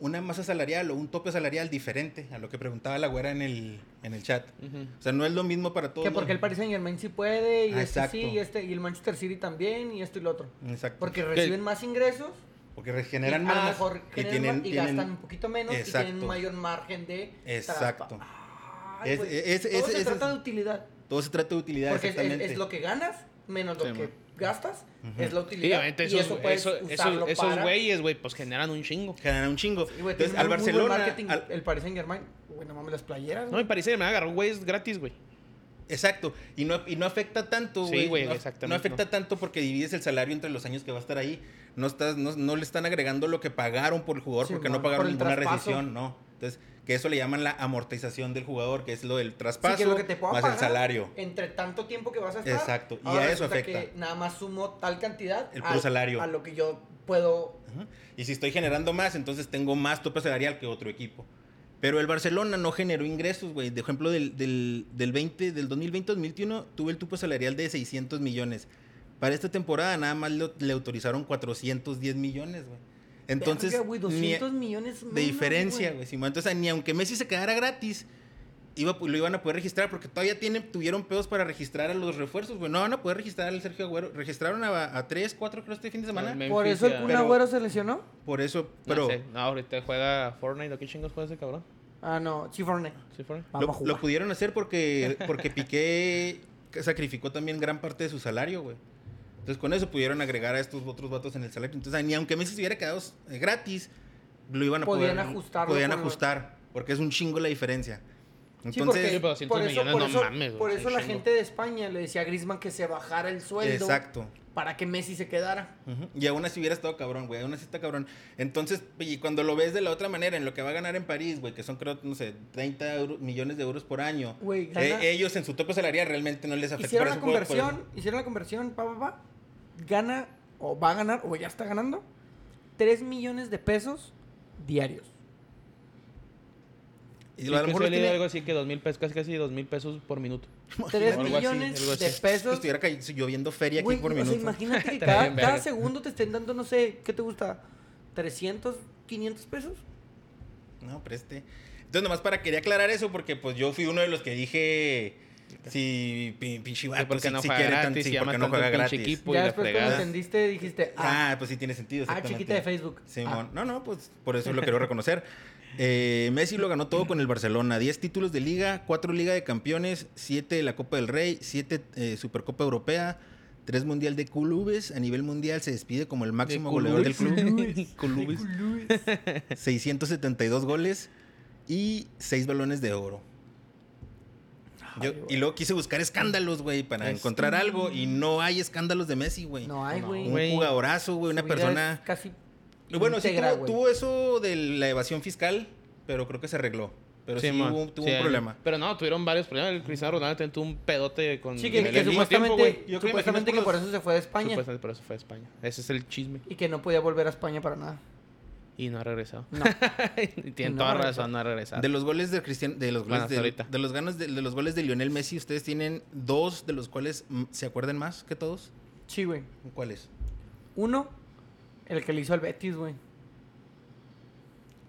Speaker 1: una masa salarial o un tope salarial diferente a lo que preguntaba la güera en el, en el chat.
Speaker 3: pa- Ujú.
Speaker 1: O sea, no es lo mismo para todos.
Speaker 2: Que porque el
Speaker 1: los-
Speaker 2: Paris Saint Germain sí puede, y
Speaker 1: Ah,
Speaker 2: este
Speaker 1: exacto.
Speaker 2: sí, y este, y el Manchester City también, y esto y lo otro.
Speaker 1: Exacto.
Speaker 2: Porque reciben más ingresos,
Speaker 1: Porque regeneran
Speaker 2: y
Speaker 1: más.
Speaker 2: a lo mejor
Speaker 1: y
Speaker 2: generan
Speaker 1: tienen-
Speaker 2: más, y
Speaker 1: tienen-
Speaker 2: gastan un poquito menos, y tienen
Speaker 1: Exacto.
Speaker 2: un mayor margen de
Speaker 1: Exacto.
Speaker 2: traspa- Ay,
Speaker 1: Es-
Speaker 2: güey,
Speaker 1: es-
Speaker 2: todo
Speaker 1: es-
Speaker 2: se
Speaker 1: es-
Speaker 2: trata
Speaker 1: es-
Speaker 2: de utilidad.
Speaker 1: Todo se trata de utilidad,
Speaker 2: Porque es,
Speaker 1: exactamente.
Speaker 2: es- es lo que ganas menos lo
Speaker 3: Sí,
Speaker 2: que
Speaker 3: man.
Speaker 2: gastas,
Speaker 1: Ujú.
Speaker 2: es la
Speaker 3: Sí,
Speaker 2: utilidad.
Speaker 3: obviamente
Speaker 2: y
Speaker 3: esos,
Speaker 2: eso puedes
Speaker 3: eso- esos-
Speaker 2: usarlo
Speaker 3: esos
Speaker 2: para...
Speaker 3: güeyes, güey, pues generan un chingo.
Speaker 1: Generan un chingo.
Speaker 2: Sí, güey,
Speaker 1: Entonces,
Speaker 2: tiene
Speaker 1: al
Speaker 2: muy buen
Speaker 1: Barcelona.
Speaker 2: marketing,
Speaker 1: al-
Speaker 2: El Paris Saint Germain, güey, no mames las playeras.
Speaker 3: No,
Speaker 2: güey.
Speaker 3: me parece que me agarró güeyes gratis, güey.
Speaker 1: exacto. Y no, y no afecta tanto,
Speaker 3: Sí,
Speaker 1: güey.
Speaker 3: güey,
Speaker 1: no,
Speaker 3: exactamente,
Speaker 1: No afecta tanto porque divides el salario entre los años que va a estar ahí. No, estás, no, no le están agregando lo que pagaron por el jugador
Speaker 2: Sí,
Speaker 1: porque
Speaker 2: mon,
Speaker 1: no pagaron
Speaker 2: por el
Speaker 1: ninguna
Speaker 2: traspaso.
Speaker 1: rescisión, no. Entonces, que eso le llaman la amortización del jugador, que es lo del traspaso
Speaker 2: Sí, que lo que te pueda
Speaker 1: más el
Speaker 2: pagar
Speaker 1: salario.
Speaker 2: Entre tanto tiempo que vas a estar.
Speaker 1: Exacto, y
Speaker 2: ahora
Speaker 1: a eso
Speaker 2: resulta que
Speaker 1: afecta.
Speaker 2: nada más sumo tal cantidad.
Speaker 1: El puro salario.
Speaker 2: A lo que yo puedo.
Speaker 1: Y si estoy generando más, entonces tengo más tope salarial que otro equipo. Pero el Barcelona no generó ingresos, güey. De ejemplo, del, del, del 20, del 2020-2021 tuvo el tope salarial de 600 millones. Para esta temporada nada más lo- le autorizaron 410 millones, güey. Entonces,
Speaker 2: Verga, güey,
Speaker 1: ni-
Speaker 2: 200 millones menos,
Speaker 1: de diferencia, güey. Simón. Entonces, ni aunque Messi se quedara gratis, iba, lo iban a poder registrar porque todavía tienen, tuvieron pedos para registrar a los refuerzos, güey. No van a poder registrar al Sergio Agüero. Registraron a, a 3, 4 creo este fin de semana.
Speaker 3: Me-
Speaker 2: Por eso el
Speaker 3: Pero-
Speaker 2: Kun Agüero se lesionó.
Speaker 1: Por eso,
Speaker 3: No
Speaker 1: pero...
Speaker 3: sé, no, ahorita juega Fortnite. ¿o ¿Qué chingos juega ese cabrón?
Speaker 2: Ah, no, sí, Fortnite.
Speaker 3: Sí, Fortnite.
Speaker 2: Vamos a
Speaker 1: Lo,
Speaker 2: jugar.
Speaker 1: lo pudieron hacer
Speaker 2: [laughs]
Speaker 1: porque, porque Piqué sacrificó también gran parte de su salario, güey. Entonces con eso pudieron agregar a estos otros vatos en el salario. Entonces ni aunque Messi se hubiera quedado eh, gratis, lo iban a
Speaker 2: Podían
Speaker 1: poder...
Speaker 2: ajustarlo
Speaker 1: Podían
Speaker 2: con lo-
Speaker 1: ajustar, porque es un chingo la diferencia.
Speaker 2: Sí,
Speaker 1: Entonces,
Speaker 3: Sí, pero 200 millones, no
Speaker 2: eso,
Speaker 3: mames, güey,
Speaker 2: por
Speaker 3: es
Speaker 2: eso
Speaker 3: un
Speaker 2: la
Speaker 3: chingo.
Speaker 2: gente de España le decía a Griezmann que se bajara el sueldo
Speaker 1: exacto.
Speaker 2: para que Messi se quedara.
Speaker 1: Ujú. Y aún así hubiera estado cabrón, güey. Aún así está cabrón. Entonces, y cuando lo ves de la otra manera, en lo que va a ganar en París, güey, que son creo, no sé, 30 euro- millones de euros por año.
Speaker 2: Güey,
Speaker 1: eh,
Speaker 2: gana-
Speaker 1: ellos en su tope salarial realmente no les afecta.
Speaker 2: Hicieron
Speaker 1: por
Speaker 2: la
Speaker 1: eso puede- por eso-
Speaker 2: conversión, hicieron la conversión, pa, pa, pa. Gana, o va a ganar, o ya está ganando, 3 millones de pesos diarios.
Speaker 1: Y a lo mejor
Speaker 3: Incluso
Speaker 1: lo
Speaker 3: he leído
Speaker 1: tiene-
Speaker 3: algo así que 2000 pesos, casi casi 2000 pesos por minuto.
Speaker 2: 3
Speaker 3: Algo así,
Speaker 2: millones
Speaker 3: algo así.
Speaker 2: de
Speaker 1: que
Speaker 2: pesos.
Speaker 1: estuviera cay- lloviendo feria aquí
Speaker 2: Güey,
Speaker 1: por
Speaker 2: o sea,
Speaker 1: minuto. [laughs]
Speaker 2: imagínate que
Speaker 3: Está
Speaker 2: cada,
Speaker 3: bien, verga.
Speaker 2: cada segundo te estén dando, no sé, ¿qué te gusta? ¿300, 500 pesos?
Speaker 1: no, pero este. Entonces, nomás para quería aclarar eso, porque pues yo fui uno de los que dije. Si pin- pinche vato,
Speaker 3: porque
Speaker 1: si-
Speaker 3: no
Speaker 1: si
Speaker 3: juega
Speaker 1: quiere tan-
Speaker 3: gratis,
Speaker 1: sí,
Speaker 3: y
Speaker 1: porque
Speaker 3: amas
Speaker 1: no
Speaker 3: tanto
Speaker 1: juega
Speaker 3: al pinche
Speaker 1: gratis.
Speaker 3: equipo y
Speaker 2: Ya
Speaker 3: la
Speaker 2: después cuando
Speaker 3: fregada.
Speaker 2: entendiste dijiste, ah,
Speaker 1: Pues Ah, pues sí tiene sentido.
Speaker 2: ah,
Speaker 1: exactamente.
Speaker 2: chiquita de Facebook.
Speaker 1: Simón.
Speaker 2: Ah.
Speaker 1: No, no, pues por eso
Speaker 2: [laughs]
Speaker 1: lo quiero reconocer. Eh, Messi lo ganó todo con el Barcelona. 10 títulos de liga, 4 Liga de Campeones, 7 de la Copa del Rey, 7 Supercopa Europea, 3 Mundial de Clubes. A nivel mundial se despide como el máximo goleador del club. [laughs]
Speaker 3: Clubes.
Speaker 1: 672 goles y 6 balones de oro. Yo-
Speaker 2: Ay, güey. Pues
Speaker 1: y luego quise buscar escándalos, güey, para
Speaker 3: Es-
Speaker 1: encontrar algo. Y no hay escándalos de Messi, güey.
Speaker 2: No hay, güey.
Speaker 1: Un
Speaker 3: güey.
Speaker 1: jugadorazo, güey, una
Speaker 2: Su vida
Speaker 1: persona...
Speaker 2: es Casi.
Speaker 1: Bueno, sí
Speaker 2: íntegra,
Speaker 1: tuvo,
Speaker 2: güey.
Speaker 1: tuvo eso de la evasión fiscal, pero creo que se arregló. Pero sí,
Speaker 3: Simón.
Speaker 1: hubo, tuvo
Speaker 3: Sí,
Speaker 1: un problema.
Speaker 3: Pero no, tuvieron varios problemas. El Cristiano Ronaldo también tuvo un pedote con.
Speaker 2: Sí, que,
Speaker 3: Dembélé
Speaker 2: que
Speaker 3: al mismo
Speaker 2: supuestamente,
Speaker 3: tiempo, güey.
Speaker 1: Yo creo que
Speaker 2: supuestamente
Speaker 1: imagino
Speaker 2: que
Speaker 1: por
Speaker 2: por
Speaker 1: los-
Speaker 2: eso se fue de España
Speaker 3: Supuestamente por eso fue a España. Ese es el chisme.
Speaker 2: y que no podía volver a España para nada.
Speaker 3: Y no ha regresado. [laughs]
Speaker 2: No.
Speaker 3: Y Tiene
Speaker 2: No
Speaker 3: toda
Speaker 2: ha regresado.
Speaker 3: razón, no ha regresado.
Speaker 1: De los goles de Cristian, de los goles
Speaker 3: Bueno, hasta
Speaker 1: de,
Speaker 3: ahorita.
Speaker 1: de los ganos de, de los goles de Lionel Messi, ustedes tienen dos de los cuales mm, se acuerdan más que todos.
Speaker 2: [laughs] Sí, güey.
Speaker 1: ¿Cuáles?
Speaker 2: Uno, el que le hizo al Betis, güey.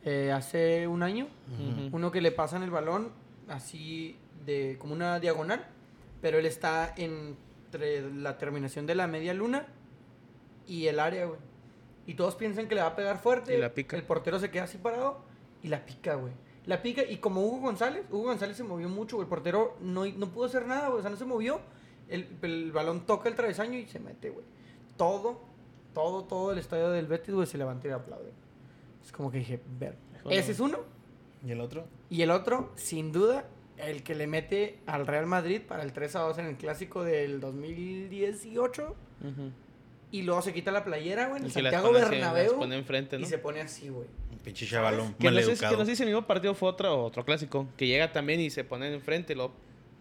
Speaker 2: Eh, hace un año.
Speaker 3: Ujú.
Speaker 2: Uno que le pasan el balón así de como una diagonal, pero él está entre la terminación de la media luna y el área, güey. Y todos piensan que le va a pegar fuerte.
Speaker 3: Y la pica.
Speaker 2: El portero se queda así parado y la pica, güey. La pica y como Hugo González, Hugo González se movió mucho, güey. El portero no, no pudo hacer nada, güey. O sea, no se movió. El, el balón toca el travesaño y se mete, güey. Todo, todo, todo el estadio del Betis, güey, se levantó y aplaude. Es como que dije, ver.
Speaker 3: Híjole,
Speaker 2: Ese es uno.
Speaker 1: ¿Y el otro?
Speaker 2: Y el otro, sin duda, el que le mete al Real Madrid para el 3 a 2 en el clásico del 2018.
Speaker 3: Ujú.
Speaker 2: Y luego se quita la playera, güey, en el
Speaker 3: Y que las
Speaker 2: Santiago
Speaker 3: pone así, las
Speaker 2: Bernabéu.
Speaker 3: pone enfrente,
Speaker 2: Y
Speaker 3: ¿no?
Speaker 2: se pone así, güey.
Speaker 1: Un pinche chavalón,
Speaker 3: Que no, sé, si- que
Speaker 1: maleducado.
Speaker 3: no sé si el mismo partido fue otro, otro clásico. Que llega también y se pone enfrente y luego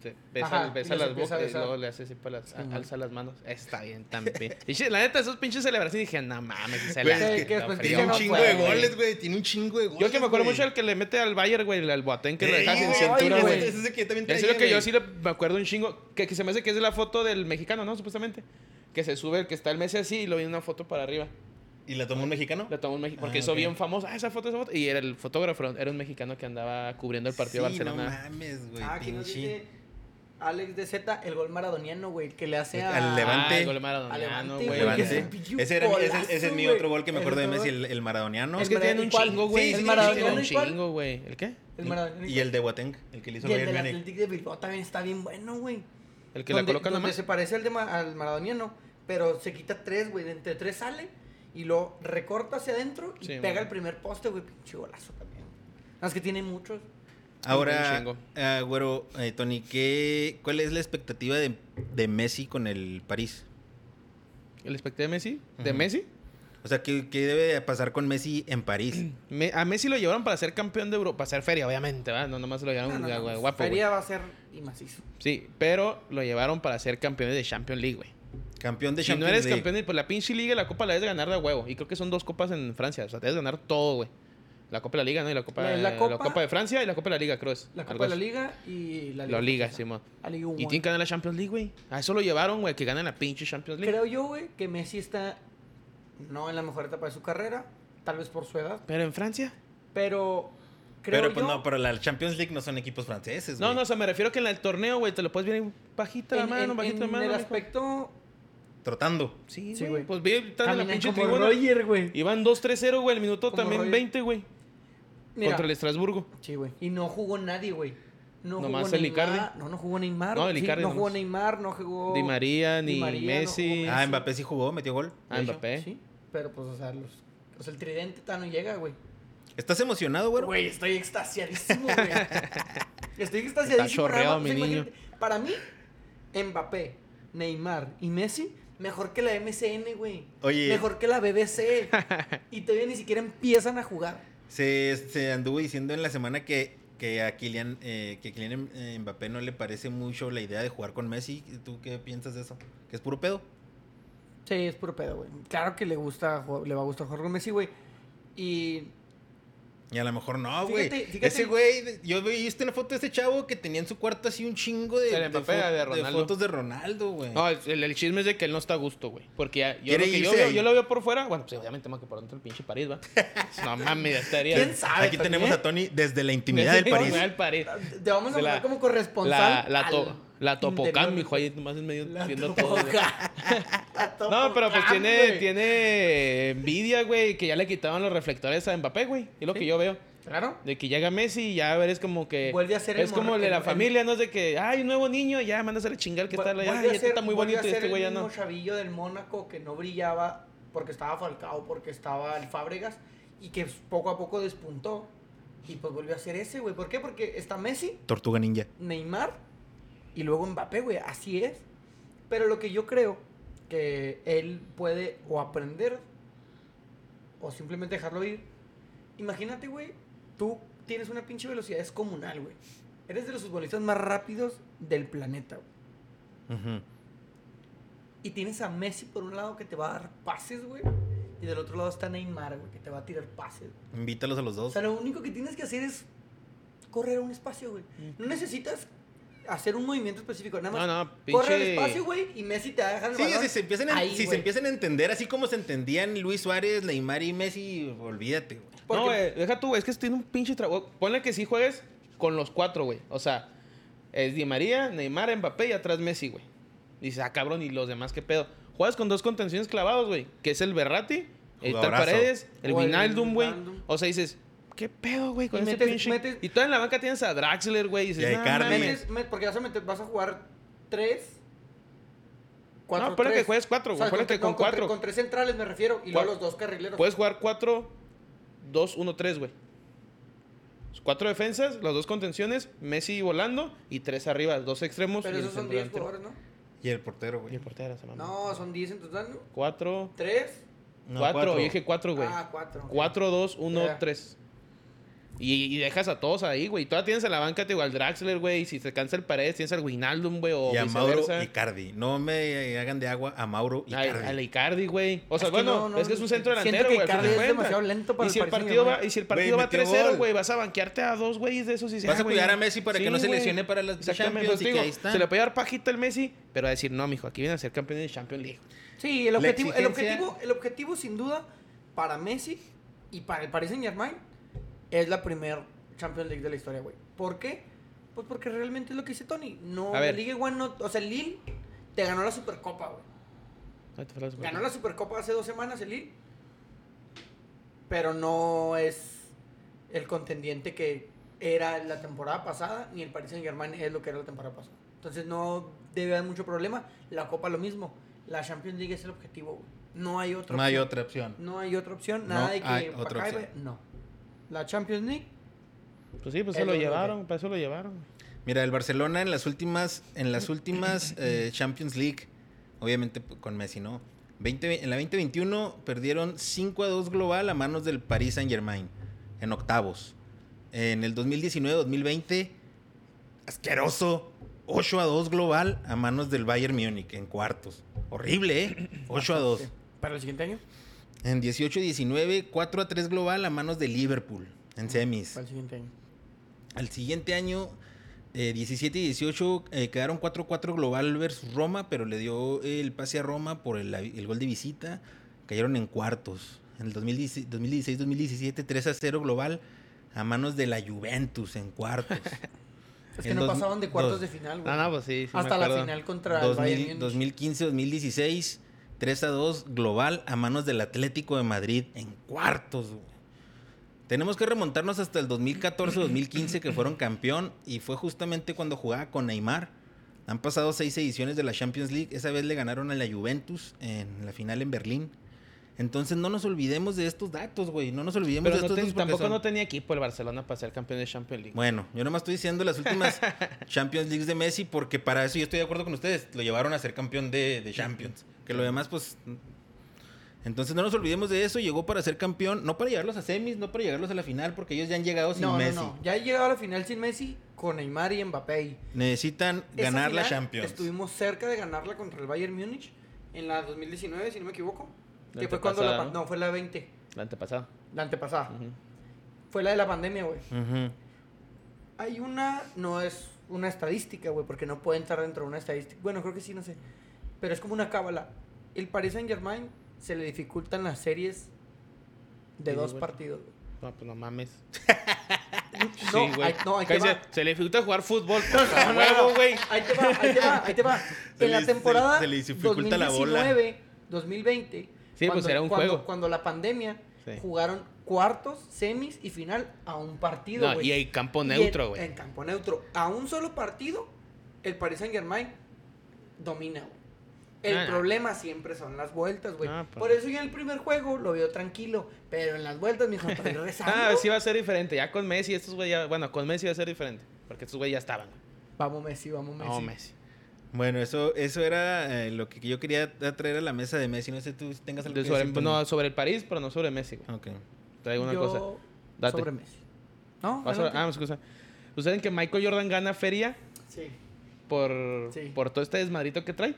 Speaker 3: se besa,
Speaker 2: Ajá,
Speaker 3: besa
Speaker 2: y los
Speaker 3: las
Speaker 2: empieza a
Speaker 3: bocas y
Speaker 2: besar.
Speaker 3: luego le hace así para las,
Speaker 2: Sí,
Speaker 3: a-
Speaker 2: man.
Speaker 3: alza las manos. Está
Speaker 1: [laughs]
Speaker 3: bien también. Y sí, la neta, esos pinches celebraciones dije, no mames, si se
Speaker 1: Güey,
Speaker 3: la
Speaker 1: que-
Speaker 3: neta,
Speaker 2: que después
Speaker 3: frío".
Speaker 1: Tiene un
Speaker 2: no
Speaker 1: chingo
Speaker 2: fue,
Speaker 1: de
Speaker 2: güey.
Speaker 1: goles, güey. Tiene un chingo de goles.
Speaker 3: Yo que me acuerdo
Speaker 1: güey.
Speaker 3: mucho el que le mete al Bayern, güey, al Boateng, que lo
Speaker 1: Ey,
Speaker 3: deja sin
Speaker 1: güey,
Speaker 3: cintura,
Speaker 1: ese-
Speaker 3: güey.
Speaker 1: ese es el que también
Speaker 3: Es
Speaker 1: traía,
Speaker 3: lo que yo
Speaker 1: güey.
Speaker 3: sí le- me acuerdo un chingo. Que, que se me hace que es la foto del mexicano, ¿no? Supuestamente. Que se sube el que está el Messi así y lo viene una foto para arriba.
Speaker 1: ¿Y la tomó un mexicano?
Speaker 3: La tomó un mexicano. Porque
Speaker 1: Ah,
Speaker 3: eso
Speaker 1: ok.
Speaker 3: bien famoso. Ah, esa foto, esa foto. Y era el fotógrafo, era un mexicano que andaba cubriendo el partido de
Speaker 1: Sí, No
Speaker 3: Barcelona.
Speaker 1: mames, güey.
Speaker 2: Ah, que nos
Speaker 1: pinche.
Speaker 2: dice Alex de Z, el gol maradoniano, güey, el que le hace a...
Speaker 1: Al Levante.
Speaker 3: Ah, el gol maradoniano,
Speaker 2: Levante,
Speaker 3: güey.
Speaker 2: güey, que
Speaker 1: Levante.
Speaker 2: un pinche
Speaker 1: Ese, era mi- ese- ese es
Speaker 2: golazo,
Speaker 1: mi
Speaker 2: güey.
Speaker 1: otro gol que me
Speaker 2: El
Speaker 1: acuerdo de
Speaker 2: otro
Speaker 1: Messi,
Speaker 2: gol.
Speaker 1: el, el maradoniano.
Speaker 3: Es que
Speaker 2: El
Speaker 3: tienen un
Speaker 2: Mara-
Speaker 3: chingo, güey.
Speaker 1: Sí,
Speaker 3: Es
Speaker 1: sí,
Speaker 3: que
Speaker 1: sí,
Speaker 3: tienen un
Speaker 2: sí, sí.
Speaker 3: chingo, güey. ¿El qué?
Speaker 2: El maradoniano.
Speaker 1: Y el de Boateng, el que le hizo
Speaker 2: Y el
Speaker 1: Bayern
Speaker 2: del
Speaker 1: Múnich.
Speaker 2: Atlético de Bilbao también está bien bueno, güey.
Speaker 3: El que la
Speaker 2: donde,
Speaker 3: coloca
Speaker 2: donde
Speaker 3: nomás.
Speaker 2: se parece al, de Ma- al maradoniano, pero se quita tres, güey. De entre tres sale y lo recorta hacia adentro y
Speaker 3: Sí,
Speaker 2: pega
Speaker 3: güey.
Speaker 2: el primer poste, güey. Pinche golazo también. Nada más que tiene muchos.
Speaker 1: Ahora,
Speaker 3: Un chingo.
Speaker 1: ah, güero, eh, Tony, ¿qué, ¿cuál es la expectativa de, de Messi con el París?
Speaker 3: El espectáculo de Messi. ¿De
Speaker 1: Ujú.
Speaker 3: Messi?
Speaker 1: O sea, ¿qué, qué debe pasar con Messi en
Speaker 2: [clears throat]
Speaker 1: París?
Speaker 3: Me- a Messi lo llevaron para ser campeón de Europa. Para ser feria, obviamente, ¿verdad? No, nomás se lo
Speaker 2: No,
Speaker 3: llevaron
Speaker 2: no,
Speaker 3: gua-
Speaker 2: no,
Speaker 3: gua-
Speaker 2: pues,
Speaker 3: guapo. Ah, güey.
Speaker 2: Feria va a ser y macizo.
Speaker 3: Sí, pero lo llevaron para ser campeones de Champions League, güey.
Speaker 1: Campeón de
Speaker 3: Si no
Speaker 1: Champions
Speaker 3: eres
Speaker 1: League.
Speaker 3: campeón, de- pues la pinche liga y la copa la debes ganar de huevo. Y creo que son dos copas en Francia. O sea, debes ganar todo, güey. La copa de la liga, ¿no? Y la copa,
Speaker 2: La- la
Speaker 3: la
Speaker 2: Copa-
Speaker 3: Copa de Francia y la copa de la liga, creo es.
Speaker 2: La
Speaker 3: Algo
Speaker 2: Copa de la
Speaker 3: así.
Speaker 2: Liga y la Liga.
Speaker 3: La liga,
Speaker 2: Francesa.
Speaker 3: Simón.
Speaker 2: La Liga
Speaker 3: Y
Speaker 2: Uruguay.
Speaker 3: tienen que ganar la Champions League, güey. A eso lo llevaron, güey, que ganan la pinche Champions League.
Speaker 2: Creo yo, güey, que Messi está no en la mejor etapa de su carrera, tal vez por su edad,
Speaker 3: Pero en Francia.
Speaker 2: pero creo
Speaker 1: pero, pues,
Speaker 2: yo-
Speaker 1: no, pero la Champions League no son equipos franceses, Pues,
Speaker 3: No,
Speaker 1: güey.
Speaker 3: no, o sea, me refiero que en la- el torneo, güey, te lo puedes bien bajita la
Speaker 2: en-
Speaker 3: mano,
Speaker 2: en-
Speaker 3: bajita la
Speaker 2: en
Speaker 3: mano.
Speaker 2: el
Speaker 3: mijo.
Speaker 2: aspecto
Speaker 1: Trotando.
Speaker 3: Sí,
Speaker 2: Sí,
Speaker 3: güey.
Speaker 2: güey.
Speaker 3: Pues bien, están en la
Speaker 2: caminan
Speaker 3: pinche
Speaker 2: como
Speaker 3: tribuna.
Speaker 2: Roger, güey.
Speaker 3: Iban 2-3-0, güey, el minuto
Speaker 2: Como
Speaker 3: también
Speaker 2: Roger.
Speaker 3: 20, güey.
Speaker 2: Mira,
Speaker 3: Contra el Estrasburgo.
Speaker 2: Sí, güey. Y no jugó nadie, güey. No
Speaker 3: Nomás
Speaker 2: jugó
Speaker 3: el
Speaker 2: Neymar.
Speaker 3: Icardi.
Speaker 2: No, no jugó Neymar.
Speaker 3: No,
Speaker 2: No,
Speaker 3: el Icardi
Speaker 2: no jugó
Speaker 3: nomás.
Speaker 2: Neymar, no jugó.
Speaker 3: Di María,
Speaker 2: Di
Speaker 3: ni
Speaker 2: María, no
Speaker 3: Messi.
Speaker 2: jugó
Speaker 1: Ah,
Speaker 2: Messi.
Speaker 1: Mbappé sí jugó, metió gol.
Speaker 3: Ah,
Speaker 2: De hecho,
Speaker 3: Mbappé.
Speaker 2: Sí, pero pues, o sea, los, o sea, el tridente tan no llega, güey.
Speaker 1: ¿Estás emocionado, güey?
Speaker 2: Güey, estoy extasiadísimo,
Speaker 3: [laughs]
Speaker 2: güey. Estoy extasiadísimo.
Speaker 3: chorreado,
Speaker 2: nada más, o sea,
Speaker 3: mi niño.
Speaker 2: imagínate, Para mí, Mbappé, Neymar y Messi, mejor que la MCN, güey.
Speaker 1: Oye.
Speaker 2: Mejor que la
Speaker 3: [laughs]
Speaker 2: BBC. y todavía ni siquiera empiezan a jugar.
Speaker 1: Se, se anduvo diciendo en la semana que, que a Kylian, eh, que Kylian eh, Mbappé no le parece mucho la idea de jugar con Messi. ¿Tú qué piensas de eso? ¿Que es puro pedo?
Speaker 2: Sí, es puro pedo, güey. Claro que le gusta, ju- le va a gustar jugar con Messi, güey. Y
Speaker 1: Y a lo mejor no, güey.
Speaker 2: Fíjate- fíjate-
Speaker 1: Ese güey, yo vi- viste una foto de ese chavo que tenía en su cuarto así un chingo de,
Speaker 3: El Mbappé,
Speaker 1: fo-
Speaker 3: de Ronaldo.
Speaker 1: fotos de Ronaldo, güey.
Speaker 3: No, el, el chisme es de que él no está a gusto, güey. Porque ya- yo,
Speaker 1: Quiere
Speaker 3: lo que yo,
Speaker 1: irse
Speaker 3: veo,
Speaker 1: ahí.
Speaker 3: yo lo veo por fuera, bueno, pues obviamente más que por dentro el pinche
Speaker 1: [laughs]
Speaker 3: París, va. No mames, [laughs] ya estaría.
Speaker 2: ¿Quién sabe?
Speaker 1: Aquí tenemos a Tony desde la intimidad
Speaker 3: Desde
Speaker 1: del París.
Speaker 3: el París.
Speaker 2: Te vamos a
Speaker 3: De la-
Speaker 2: poner como corresponsal.
Speaker 3: La, la, to-
Speaker 2: al
Speaker 3: la Topocam,
Speaker 2: interior.
Speaker 3: mijo, ahí nomás en medio
Speaker 2: La
Speaker 3: viendo todo. güey.
Speaker 2: Topocam. [laughs] La
Speaker 3: No, pero pues
Speaker 2: Topocam,
Speaker 3: tiene,
Speaker 2: güey.
Speaker 3: tiene envidia, güey, que ya le quitaban los reflectores a Mbappé, güey. Es lo que yo veo.
Speaker 2: Claro.
Speaker 3: De que llega Messi y ya eres como que.
Speaker 2: Vuelve a ser el
Speaker 3: Es como
Speaker 2: morro-
Speaker 3: el de la
Speaker 2: el-
Speaker 3: familia, ¿no? Es de que, ay, un nuevo niño, ya mandas a la chingar que está la.
Speaker 2: Vuelve a
Speaker 3: Ay, este
Speaker 2: ser-
Speaker 3: está muy
Speaker 2: vuelve a
Speaker 3: bonito y
Speaker 2: ser
Speaker 3: este güey ya
Speaker 2: El
Speaker 3: no.
Speaker 2: mismo chavillo del Mónaco que no brillaba porque estaba Falcao, porque estaba el Fábregas y que poco a poco despuntó. Y pues volvió a ser ese, güey. ¿Por qué? Porque está Messi,
Speaker 1: Tortuga Ninja.
Speaker 2: Neymar y luego Mbappé, güey. Así es. Pero lo que yo creo que él puede o aprender o simplemente dejarlo ir. Imagínate, güey, tú tienes una pinche velocidad descomunal, güey. Eres de los futbolistas más rápidos del planeta, güey.
Speaker 1: Ujú.
Speaker 2: Y tienes a Messi por un lado que te va a dar pases, güey. Y del otro lado está Neymar, güey, que te va a tirar pases. güey.
Speaker 1: Invítalos a los
Speaker 2: O
Speaker 1: dos.
Speaker 2: sea, lo único que tienes que hacer es correr a un espacio, güey. No necesitas hacer un movimiento específico, nada más.
Speaker 3: No, no,
Speaker 2: Corre al
Speaker 3: pinche-
Speaker 2: espacio, güey, y Messi te va a dejar el
Speaker 1: Sí,
Speaker 2: balón
Speaker 1: si se empiezan a,
Speaker 2: ahí,
Speaker 1: si se
Speaker 2: güey.
Speaker 1: empiezan a entender así como se entendían Luis Suárez, Neymar y Messi, olvídate, güey.
Speaker 2: Porque-
Speaker 3: No, güey, deja tú, güey, es que tiene un pinche trabajo. Ponle que sí juegues con los cuatro, güey. O sea, es Di María, Neymar, Mbappé y atrás Messi, güey. Dices, ah, cabrón, y los demás, qué pedo. Juegas con dos contenciones clavados, güey. Que es el Berrati, el Tal
Speaker 1: Jugadorazo.
Speaker 3: Paredes, el
Speaker 2: O el
Speaker 3: Winaldum, güey.
Speaker 2: Wijnaldum.
Speaker 3: O sea, dices, qué pedo, güey, con
Speaker 2: Y
Speaker 3: este
Speaker 2: metes-
Speaker 3: pinche.
Speaker 2: metes-
Speaker 3: Y toda en la banca tienes a Draxler, güey. Y dices,
Speaker 1: Y a
Speaker 3: no
Speaker 1: Icardi.
Speaker 3: mames".
Speaker 2: Metes- met- porque vas a, meter- vas a jugar tres.
Speaker 3: No, ponle que juegues cuatro, güey, ponle
Speaker 2: con,
Speaker 3: que con
Speaker 2: tre-
Speaker 3: cuatro.
Speaker 2: Con tres centrales me refiero. Y luego
Speaker 3: Cuatro.
Speaker 2: los dos carrileros.
Speaker 3: Puedes jugar 4, 2, 1, 3, güey. Cuatro defensas, las dos contenciones, Messi volando y tres arriba, dos extremos.
Speaker 2: pero
Speaker 3: y el
Speaker 2: esos son
Speaker 3: centro
Speaker 2: 10
Speaker 3: delantero.
Speaker 2: jugadores, ¿no?
Speaker 1: Y el portero,
Speaker 3: Y
Speaker 1: güey.
Speaker 3: el portero se mama.
Speaker 2: No, son 10 en total, ¿no?
Speaker 3: Cuatro.
Speaker 2: ¿Tres?
Speaker 1: No,
Speaker 3: cuatro,
Speaker 1: cuatro.
Speaker 3: yo dije cuatro, güey.
Speaker 2: Ah, cuatro.
Speaker 3: cuatro, dos, uno,
Speaker 2: Ya.
Speaker 3: tres. Y, y dejas a todos ahí, güey. Todavía tienes a la banca, te digo, al Draxler, güey. Y si te cansa el Paredes, tienes al Wijnaldum, güey. O
Speaker 1: Y a Mauro
Speaker 3: viceversa.
Speaker 1: Icardi. No me eh, hagan de agua a Mauro
Speaker 3: Ay,
Speaker 1: Icardi.
Speaker 3: Al Icardi, güey. O sea,
Speaker 2: Es que
Speaker 3: bueno,
Speaker 2: no, no,
Speaker 3: es que es un centro
Speaker 2: siento
Speaker 3: delantero,
Speaker 2: que
Speaker 3: güey. al
Speaker 2: Icardi es
Speaker 3: final de cuentas.
Speaker 2: demasiado lento para
Speaker 3: y
Speaker 2: el
Speaker 3: si el
Speaker 2: Paris
Speaker 3: partido va,
Speaker 2: Saint-Germain.
Speaker 3: Y si el
Speaker 1: Güey,
Speaker 3: partido va
Speaker 1: metió
Speaker 3: 3-0,
Speaker 1: gol.
Speaker 3: güey, vas a banquearte a dos, güeyes de esos. Y dices,
Speaker 1: Vas a
Speaker 3: ah, güey,
Speaker 1: cuidar
Speaker 3: no.
Speaker 1: a Messi para que no se
Speaker 3: güey.
Speaker 1: lesione para las
Speaker 3: Exactamente,
Speaker 1: Champions,
Speaker 3: pues,
Speaker 1: y
Speaker 3: digo,
Speaker 1: que ahí está.
Speaker 3: Se le puede dar pajita al Messi, pero va a decir, no, mijo, aquí viene a ser campeón de Champions League.
Speaker 2: Sí, el
Speaker 1: La
Speaker 2: objetivo, el,
Speaker 1: exigencia-
Speaker 2: objetivo, el objetivo sin duda para Messi y para el Paris Saint Germain es la primer Champions League de la historia, güey. ¿Por qué? Pues porque realmente es lo que dice Tony. No,
Speaker 3: A ver.
Speaker 2: Ligue One no. O sea, el Lille te ganó la Supercopa, güey.
Speaker 3: Ahí te fue la Supercopa.
Speaker 2: Ganó la Supercopa hace dos semanas el Lille. Pero no es el contendiente que era la temporada pasada, ni el Paris Saint Germain es lo que era la temporada pasada. Entonces no debe haber mucho problema. La Copa lo mismo. La Champions League es el objetivo. güey. No hay otra
Speaker 1: No hay
Speaker 2: opción.
Speaker 1: otra opción.
Speaker 2: No hay otra opción. Nada
Speaker 1: No
Speaker 2: de que
Speaker 1: hay
Speaker 2: pa'
Speaker 1: otra
Speaker 2: acá y
Speaker 1: opción.
Speaker 2: pa- No. La Champions League.
Speaker 3: Pues sí, pues
Speaker 2: Es
Speaker 3: se lo
Speaker 2: lo que-
Speaker 3: llevaron, para eso lo llevaron.
Speaker 1: Mira, el Barcelona en las últimas, en las
Speaker 3: [clears throat]
Speaker 1: últimas eh, Champions League, obviamente p- con Messi, ¿no? 20 en la 2021 perdieron 5 a 2 global a manos del Paris Saint Germain en octavos. En el 2019-2020, asqueroso, 8 a 2 global a manos del Bayern Múnich en cuartos. Horrible,
Speaker 3: [clears throat]
Speaker 1: ¿eh? 8 a 2.
Speaker 2: Sí. Para el siguiente año.
Speaker 1: En 18-19, 4 a 3 global a manos de Liverpool en semis.
Speaker 2: Para el siguiente año.
Speaker 1: Al siguiente año, eh, 17 y 18, eh, quedaron 4-4 global versus Roma, pero le dio el pase a Roma por el, el gol de visita. Cayeron en cuartos. En el 2016-2017, 3-0 global a manos de la Juventus en cuartos.
Speaker 2: Es que
Speaker 1: En
Speaker 2: no
Speaker 1: dos-
Speaker 2: pasaban de
Speaker 1: dos-
Speaker 2: cuartos de final, güey.
Speaker 3: Ah, no, pues sí. sí me
Speaker 2: Hasta la
Speaker 3: acuerdo.
Speaker 2: final contra el Bayern
Speaker 1: 2000
Speaker 2: Múnich.
Speaker 1: 2015-2016, 3-2 global a manos del Atlético de Madrid en cuartos. güey. Tenemos que remontarnos hasta el 2014-2015 que fueron campeón y fue justamente cuando jugaba con Neymar. Han pasado seis ediciones de la Champions League. Esa vez le ganaron a la Juventus en la final en Berlín. Entonces no nos olvidemos de estos datos, güey. No nos olvidemos
Speaker 3: Pero
Speaker 1: de
Speaker 3: no
Speaker 1: estos
Speaker 3: ten-
Speaker 1: datos. porque
Speaker 3: tampoco
Speaker 1: son-
Speaker 3: no tenía equipo el Barcelona para ser campeón de Champions League.
Speaker 1: Bueno, yo nomás estoy diciendo las
Speaker 2: [laughs]
Speaker 1: últimas Champions Leagues de Messi porque para eso yo estoy de acuerdo con ustedes. Lo llevaron a ser campeón de, de Champions. Que lo demás, pues... Entonces no nos olvidemos de eso. Llegó para ser campeón, no para llevarlos a semis, no para llevarlos a la final porque ellos ya han llegado sin
Speaker 2: no,
Speaker 1: Messi.
Speaker 2: no, no. Ya he llegado a la final sin Messi con Neymar y Mbappé. Y
Speaker 1: Necesitan
Speaker 2: esa
Speaker 1: ganar la
Speaker 2: final
Speaker 1: Champions.
Speaker 2: Estuvimos cerca de ganarla contra el Bayern Múnich en la 2019, si no me equivoco.
Speaker 3: La
Speaker 2: Que fue cuando la
Speaker 3: antepasada,
Speaker 2: pa-
Speaker 3: ¿no?
Speaker 2: ¿no? fue la 20,
Speaker 3: La antepasada.
Speaker 2: la antepasada.
Speaker 3: Ujú.
Speaker 2: fue la de la pandemia, güey.
Speaker 1: Ujú.
Speaker 2: Hay una, no es una estadística, güey, porque no puede entrar dentro de una estadística. Bueno, creo que sí, no sé. Pero es como una cábala. El Paris Saint Germain se le dificultan las series de
Speaker 3: Sí,
Speaker 2: dos
Speaker 3: güey.
Speaker 2: partidos. güey.
Speaker 3: No, pues no mames.
Speaker 2: No,
Speaker 3: Sí, güey.
Speaker 2: ahí- no, ahí te
Speaker 3: Casi
Speaker 2: va.
Speaker 3: Se le dificulta
Speaker 2: [laughs]
Speaker 3: jugar fútbol.
Speaker 2: No, no, no. Ahí te va, ahí te va, ahí te va.
Speaker 1: Se
Speaker 2: en la
Speaker 1: le-
Speaker 2: temporada
Speaker 1: se- se le dificulta la bola.
Speaker 2: 2019, 2020.
Speaker 3: Sí, pues era un
Speaker 2: cuando,
Speaker 3: juego.
Speaker 2: Cuando la pandemia
Speaker 3: Sí.
Speaker 2: jugaron cuartos, semis y final a un partido,
Speaker 3: No,
Speaker 2: güey.
Speaker 3: y hay campo
Speaker 2: Y en-
Speaker 3: neutro, güey.
Speaker 2: En campo neutro. A un solo partido, el Paris Saint Germain domina, güey. El
Speaker 3: Ah, no.
Speaker 2: problema siempre son las vueltas, güey.
Speaker 3: Ah, pues.
Speaker 2: Por eso yo en el primer juego lo veo tranquilo. Pero en las vueltas,
Speaker 3: [laughs]
Speaker 2: mijo, estoy rezando.
Speaker 3: Ah, sí va a ser diferente. Ya con Messi, estos güey ya... Bueno, con Messi va a ser diferente. Porque estos güey ya estaban.
Speaker 2: Vamos, Messi, vamos, Messi.
Speaker 3: No, Messi.
Speaker 1: Bueno, eso, eso era eh, lo que yo quería tra- traer a la mesa de Messi. No sé tú si tengas algo
Speaker 3: De
Speaker 1: que
Speaker 3: sobre-
Speaker 1: decir tú.
Speaker 3: no, sobre el París, pero no sobre Messi, güey.
Speaker 1: Ok.
Speaker 3: Traigo una
Speaker 2: Yo
Speaker 3: cosa. Date.
Speaker 2: sobre Messi. ¿No?
Speaker 3: Ah, sobre-
Speaker 2: adelante.
Speaker 3: ah, excusa. ¿Ustedes saben que Michael Jordan gana feria
Speaker 2: Sí.
Speaker 3: por,
Speaker 2: Sí.
Speaker 3: por todo este desmadrito que trae?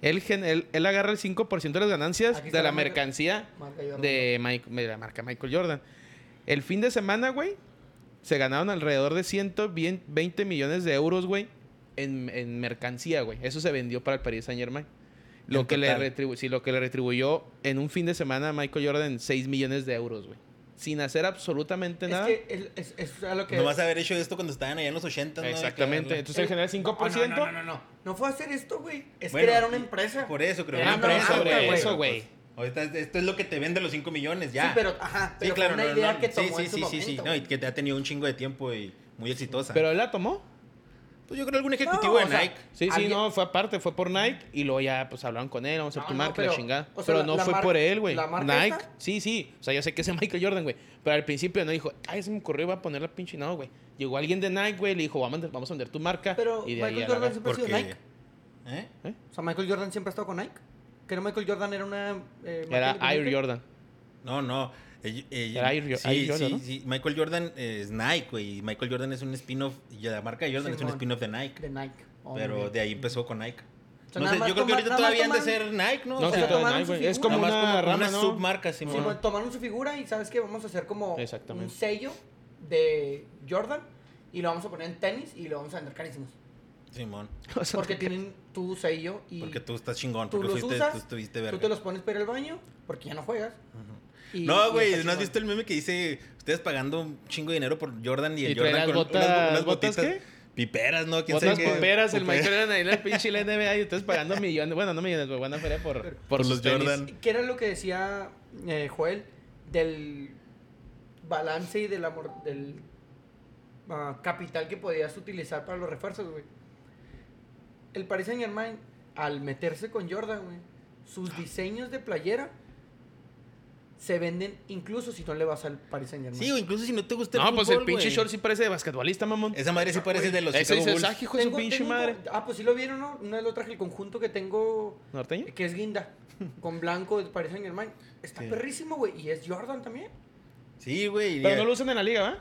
Speaker 3: Él, gen- él, él agarra el 5% de las ganancias
Speaker 2: Aquí está
Speaker 3: de la
Speaker 2: la marca-
Speaker 3: mercancía
Speaker 2: Marca Jordan.
Speaker 3: de, Mike- de la marca Michael Jordan. El fin de semana, güey, se ganaron alrededor de 120 millones de euros, güey, en, en mercancía, güey. Eso se vendió para el Paris Saint Germain. Lo
Speaker 1: En
Speaker 3: que, le
Speaker 1: total.
Speaker 3: retribu- sí, lo que le retribuyó en un fin de semana a Michael Jordan 6 millones de euros, güey. Sin hacer absolutamente
Speaker 2: Es
Speaker 3: este nada.
Speaker 2: que el- es, es a lo que...
Speaker 1: No vas a haber hecho esto cuando estaban allá en los 80. ¿no?
Speaker 3: Exactamente.
Speaker 1: De que-
Speaker 3: Entonces él genera
Speaker 2: No,
Speaker 3: 5%.
Speaker 2: no, no, no, no. No fue hacer esto, güey. Es
Speaker 1: Bueno,
Speaker 2: crear una empresa.
Speaker 1: Por e- eso creo.
Speaker 2: Era
Speaker 3: Ah,
Speaker 1: que
Speaker 2: una empresa,
Speaker 1: marca,
Speaker 2: güey.
Speaker 1: pero,
Speaker 2: Eso,
Speaker 3: güey.
Speaker 1: pues, ahorita es- esto es lo que te vende los 5 millones, ya.
Speaker 2: Sí, pero, ajá, pero fue una
Speaker 1: no,
Speaker 2: idea
Speaker 1: no,
Speaker 2: que
Speaker 1: sí,
Speaker 2: tomó
Speaker 1: sí,
Speaker 2: en su
Speaker 1: sí,
Speaker 2: momento.
Speaker 1: sí, sí. No, y que te ha tenido un chingo de tiempo y muy exitosa.
Speaker 3: Pero él la tomó.
Speaker 1: pues yo creo algún ejecutivo
Speaker 2: No,
Speaker 1: de
Speaker 2: o sea,
Speaker 1: Nike.
Speaker 3: Sí, sí,
Speaker 2: Alguien-
Speaker 3: no, fue aparte, fue por Nike y luego ya pues hablaron con él, vamos a hacer
Speaker 2: Ah, No,
Speaker 3: tu
Speaker 2: no,
Speaker 3: marca, la
Speaker 2: pero,
Speaker 3: chingada.
Speaker 2: o sea,
Speaker 3: pero
Speaker 2: la-
Speaker 3: no
Speaker 2: la
Speaker 3: fue
Speaker 2: mar-
Speaker 3: por él, güey.
Speaker 2: ¿la marca
Speaker 3: Nike,
Speaker 2: esta?
Speaker 3: sí, sí. O sea, yo sé que es [laughs] Michael Jordan, güey. Pero al principio no dijo, ay, se me ocurrió, iba a poner la pinche. No, güey. Llegó alguien de Nike, güey, le dijo, vamos a vender, vamos a vender tu marca.
Speaker 2: Pero
Speaker 3: y de ahí
Speaker 2: Michael
Speaker 3: a la
Speaker 2: Jordan
Speaker 3: verga.
Speaker 2: siempre ha sido Nike.
Speaker 1: ¿Eh?
Speaker 2: O sea, Michael Jordan siempre ha estado con Nike. Que no Michael Jordan era una... eh, marca
Speaker 3: Era
Speaker 2: independiente.
Speaker 3: Air Jordan.
Speaker 1: No, no. Ell- ell-
Speaker 3: Era Air Jo-
Speaker 1: sí,
Speaker 3: Air Jordan,
Speaker 1: sí,
Speaker 3: ¿no?
Speaker 1: sí. Michael Jordan eh, es Nike, güey. y Michael Jordan es un spin-off. y La marca de Jordan es un
Speaker 2: Simón.
Speaker 1: spin-off de Nike.
Speaker 2: De Nike. Oh, muy
Speaker 1: Pero
Speaker 2: bien.
Speaker 1: de ahí empezó con Nike.
Speaker 2: O sea,
Speaker 1: No
Speaker 2: nada
Speaker 1: sé,
Speaker 2: más
Speaker 1: yo creo que
Speaker 2: toma-
Speaker 1: ahorita
Speaker 2: nada más
Speaker 1: todavía han de
Speaker 2: toman-
Speaker 1: ser Nike, ¿no?
Speaker 3: No,
Speaker 1: O
Speaker 3: sí,
Speaker 1: sea,
Speaker 2: todavía-
Speaker 3: todo
Speaker 2: tomaron
Speaker 3: Nike,
Speaker 2: su
Speaker 3: güey. Es
Speaker 2: figura.
Speaker 3: como
Speaker 1: nada más
Speaker 3: una, rama,
Speaker 1: una
Speaker 3: ¿no?
Speaker 1: submarca,
Speaker 2: Sí,
Speaker 1: Simón.
Speaker 2: bueno, tomaron su figura y sabes que vamos a hacer como
Speaker 3: Exactamente.
Speaker 2: un sello de Jordan y lo vamos a poner en tenis y lo vamos a vender carísimos.
Speaker 1: Simón.
Speaker 2: Porque tienen tu sello y
Speaker 1: Porque tú estás chingón.
Speaker 2: tú
Speaker 1: Porque
Speaker 2: los
Speaker 1: fuiste,
Speaker 2: usas,
Speaker 1: tú estuviste
Speaker 2: tú
Speaker 1: verga.
Speaker 2: te los pones para ir al baño porque ya no juegas. Y-
Speaker 1: No,
Speaker 2: y
Speaker 1: güey,
Speaker 2: está
Speaker 1: ¿no has
Speaker 2: chingón.
Speaker 1: visto el meme que dice ustedes pagando un chingo de dinero por Jordan y el
Speaker 3: Y trae
Speaker 1: Jordan
Speaker 3: las
Speaker 1: con
Speaker 3: botas-
Speaker 1: unas, unas
Speaker 3: ¿botas
Speaker 1: botitas
Speaker 3: qué?
Speaker 1: piperas, ¿no? ¿Quién
Speaker 3: Botas
Speaker 1: sabe qué?
Speaker 3: poperas, el
Speaker 1: Poperas.
Speaker 3: Michael Jordan ahí en
Speaker 1: [laughs]
Speaker 3: la pinche la NBA y ustedes pagando millones. Bueno, no millones, pero buena feria por, por,
Speaker 1: Por
Speaker 3: sus
Speaker 1: los
Speaker 3: tenis.
Speaker 1: Jordan.
Speaker 2: ¿Qué era lo que decía eh, Joel del balance y del amor del ah, capital que podías utilizar para los refuerzos, güey? El Paris Saint Germain, al meterse con Jordan, güey,
Speaker 3: Ah.
Speaker 2: sus diseños de playera se venden incluso si no le vas al Paris Saint Germain.
Speaker 1: Sí, o incluso si no te gusta
Speaker 3: No,
Speaker 1: el fútbol,
Speaker 3: pues el pinche
Speaker 1: güey.
Speaker 3: short sí parece de basquetbolista, mamón.
Speaker 1: Esa madre sí parece de los
Speaker 3: Ese
Speaker 1: Chicago
Speaker 3: dice,
Speaker 1: Bulls.
Speaker 3: "Ah, hijo de su
Speaker 2: Tengo-
Speaker 3: pinche
Speaker 2: tengo-
Speaker 3: madre.
Speaker 2: Ah, pues sí lo vieron, ¿no? Una vez lo traje el conjunto que tengo,
Speaker 3: ¿Norteño?
Speaker 2: que es guinda, con blanco de Paris Saint Germain. Está
Speaker 1: Sí.
Speaker 2: perrísimo, güey, y es Jordan también.
Speaker 1: Sí, güey.
Speaker 3: Pero
Speaker 1: ya-
Speaker 3: no lo usan en la liga, ¿va?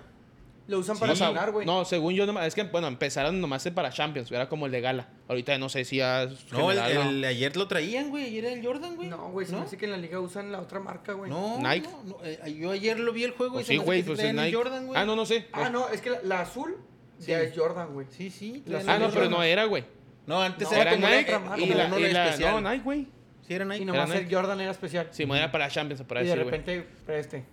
Speaker 2: Lo usan
Speaker 1: Sí.
Speaker 2: para
Speaker 3: O sea,
Speaker 2: cenar, güey.
Speaker 3: No, según yo, nomás- es que, bueno, empezaron nomás para Champions, era como el de gala. Ahorita no sé si ya... es
Speaker 1: No, el,
Speaker 3: general,
Speaker 1: el- ayer lo traían, güey. Ayer era el Jordan, güey.
Speaker 2: No, güey, se me hace que en la liga usan la otra marca, güey.
Speaker 1: No,
Speaker 3: Nike.
Speaker 1: no, no, eh, yo ayer lo vi el juego y
Speaker 3: Pues sí,
Speaker 1: se me hace
Speaker 3: güey,
Speaker 1: que
Speaker 3: pues
Speaker 1: traían
Speaker 3: es
Speaker 1: el
Speaker 3: Nike.
Speaker 1: Jordan, güey.
Speaker 3: Ah, no, no sé.
Speaker 2: Ah, no, es que la, la azul
Speaker 1: Sí.
Speaker 2: ya es Jordan, güey.
Speaker 1: Sí, sí.
Speaker 2: Los-
Speaker 1: traían
Speaker 3: Ah,
Speaker 1: el
Speaker 3: no, pero
Speaker 1: Jordan.
Speaker 3: no era, güey.
Speaker 1: No, antes
Speaker 2: No,
Speaker 1: era
Speaker 3: Era
Speaker 1: como
Speaker 2: una
Speaker 3: Nike
Speaker 2: otra marca,
Speaker 3: y
Speaker 2: como
Speaker 3: la,
Speaker 1: uno
Speaker 3: y la-
Speaker 1: especial.
Speaker 3: No, Nike, güey.
Speaker 1: Sí, era Nike.
Speaker 2: Y nomás
Speaker 3: Era
Speaker 2: el Jordan era especial.
Speaker 3: Sí, era para Champions, para
Speaker 2: y de
Speaker 3: decir, güey.
Speaker 2: repente, para este.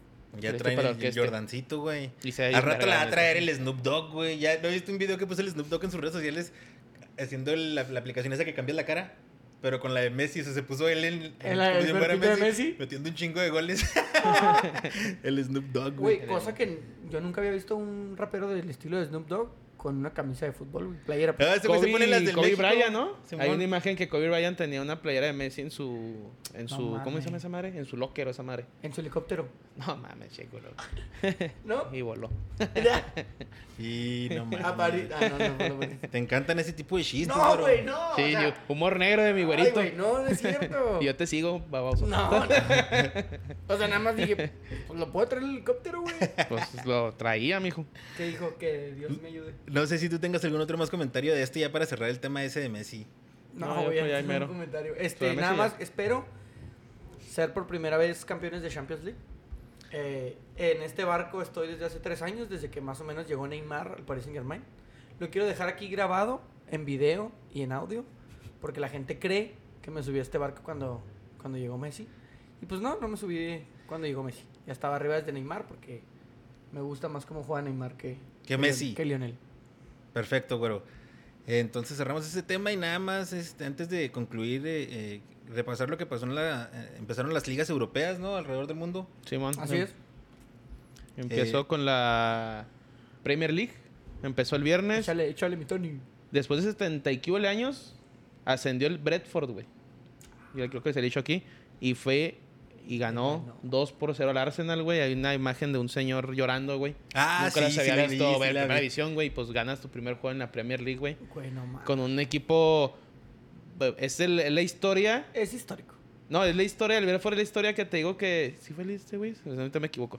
Speaker 1: Ya
Speaker 3: Este
Speaker 1: traen
Speaker 3: para
Speaker 1: el- el
Speaker 3: orquesta.
Speaker 1: Jordancito, güey.
Speaker 3: Y se ve
Speaker 1: Al
Speaker 3: bien
Speaker 1: rato
Speaker 3: verga,
Speaker 1: la va
Speaker 3: la
Speaker 1: a
Speaker 3: neta,
Speaker 1: traer el Snoop Dogg, güey. Ya no viste un video que puso el Snoop Dogg en sus redes sociales haciendo el- la, la aplicación esa que cambia la cara. Pero con la de Messi, o sea, se puso él en,
Speaker 2: En la-
Speaker 1: como si
Speaker 2: el
Speaker 1: fuera
Speaker 2: perfil de Messi.
Speaker 1: metiendo un chingo de
Speaker 2: [laughs]
Speaker 1: goles. el Snoop Dogg, güey.
Speaker 2: Güey, cosa que yo nunca había visto un rapero del estilo de Snoop Dogg con una camisa de fútbol, güey. Playera. pues.
Speaker 1: Ah, ese güey se
Speaker 3: Kobe,
Speaker 1: pone las del
Speaker 3: Kobe
Speaker 1: México.
Speaker 3: Bryant, ¿no?
Speaker 1: Simón.
Speaker 3: Hay una imagen que Kobe Bryant tenía una playera de Messi en su... En
Speaker 2: No
Speaker 3: su ¿Cómo se llama
Speaker 2: mames.
Speaker 3: esa madre? En su locker, esa madre.
Speaker 2: En su helicóptero.
Speaker 3: No mames, chico, loco.
Speaker 2: ¿No? [laughs]
Speaker 3: Y voló.
Speaker 1: Sí, no mames.
Speaker 2: Ah, Pari- ah, no, no, no, no.
Speaker 1: Te encantan ese tipo de chistes,
Speaker 2: No,
Speaker 1: bro.
Speaker 2: güey, no. o
Speaker 3: Sí,
Speaker 2: sea,
Speaker 3: yo- humor negro de mi
Speaker 2: ay,
Speaker 3: güerito.
Speaker 2: güey, no, no es cierto.
Speaker 3: [laughs] Y yo te sigo, baboso.
Speaker 2: No, no. O sea, nada más dije, pues, ¿lo puedo traer el helicóptero, güey?
Speaker 3: Pues lo traía, mijo.
Speaker 2: Que dijo que Dios me ayude.
Speaker 1: No sé si tú tengas algún otro más comentario de este ya para cerrar el tema ese de Messi.
Speaker 3: No,
Speaker 2: No,
Speaker 3: yo
Speaker 2: voy
Speaker 3: creo ya
Speaker 2: a
Speaker 3: hay mero.
Speaker 2: un comentario. Este,
Speaker 3: Solamente
Speaker 2: nada
Speaker 3: ya.
Speaker 2: más espero ser por primera vez campeones de Champions League. Eh, en este barco estoy desde hace tres años, desde que más o menos llegó Neymar al Paris Saint Germain. Lo quiero dejar aquí grabado, en video y en audio, porque la gente cree que me subí a este barco cuando, cuando llegó Messi. Y pues no, no me subí cuando llegó Messi. Ya estaba arriba desde Neymar porque me gusta más cómo juega Neymar que,
Speaker 1: Que Messi.
Speaker 2: Que Lionel.
Speaker 1: Perfecto, güero. Entonces cerramos ese tema y nada más este, antes de concluir, eh, eh, repasar lo que pasó en la... eh, empezaron las ligas europeas, ¿no? Alrededor del mundo.
Speaker 3: Simón.
Speaker 2: Así es.
Speaker 3: Empezó
Speaker 1: Eh.
Speaker 3: con la Premier League. Empezó el viernes.
Speaker 2: Échale, échale mi Tony.
Speaker 3: Después de 70 y quíbole años, ascendió el Bradford, güey. Yo creo que se le dicho aquí. Y fue y ganó
Speaker 2: Ganó.
Speaker 3: 2 por 0 al Arsenal, güey. Hay una imagen de un señor llorando, güey.
Speaker 1: Ah,
Speaker 3: Nunca las
Speaker 1: sí, sí
Speaker 3: había
Speaker 1: la vi,
Speaker 3: visto
Speaker 1: sí
Speaker 3: ver
Speaker 1: la
Speaker 3: en primera
Speaker 1: vi.
Speaker 3: división, güey. Pues ganas tu primer juego en la Premier League, güey.
Speaker 2: Güey, no mames.
Speaker 3: Con un equipo... pues, Es el- la historia
Speaker 2: Es histórico.
Speaker 3: no, es la historia, el Belfort es la historia que te digo que. ¿Sí fue este, güey? O sea, ahorita me equivoco.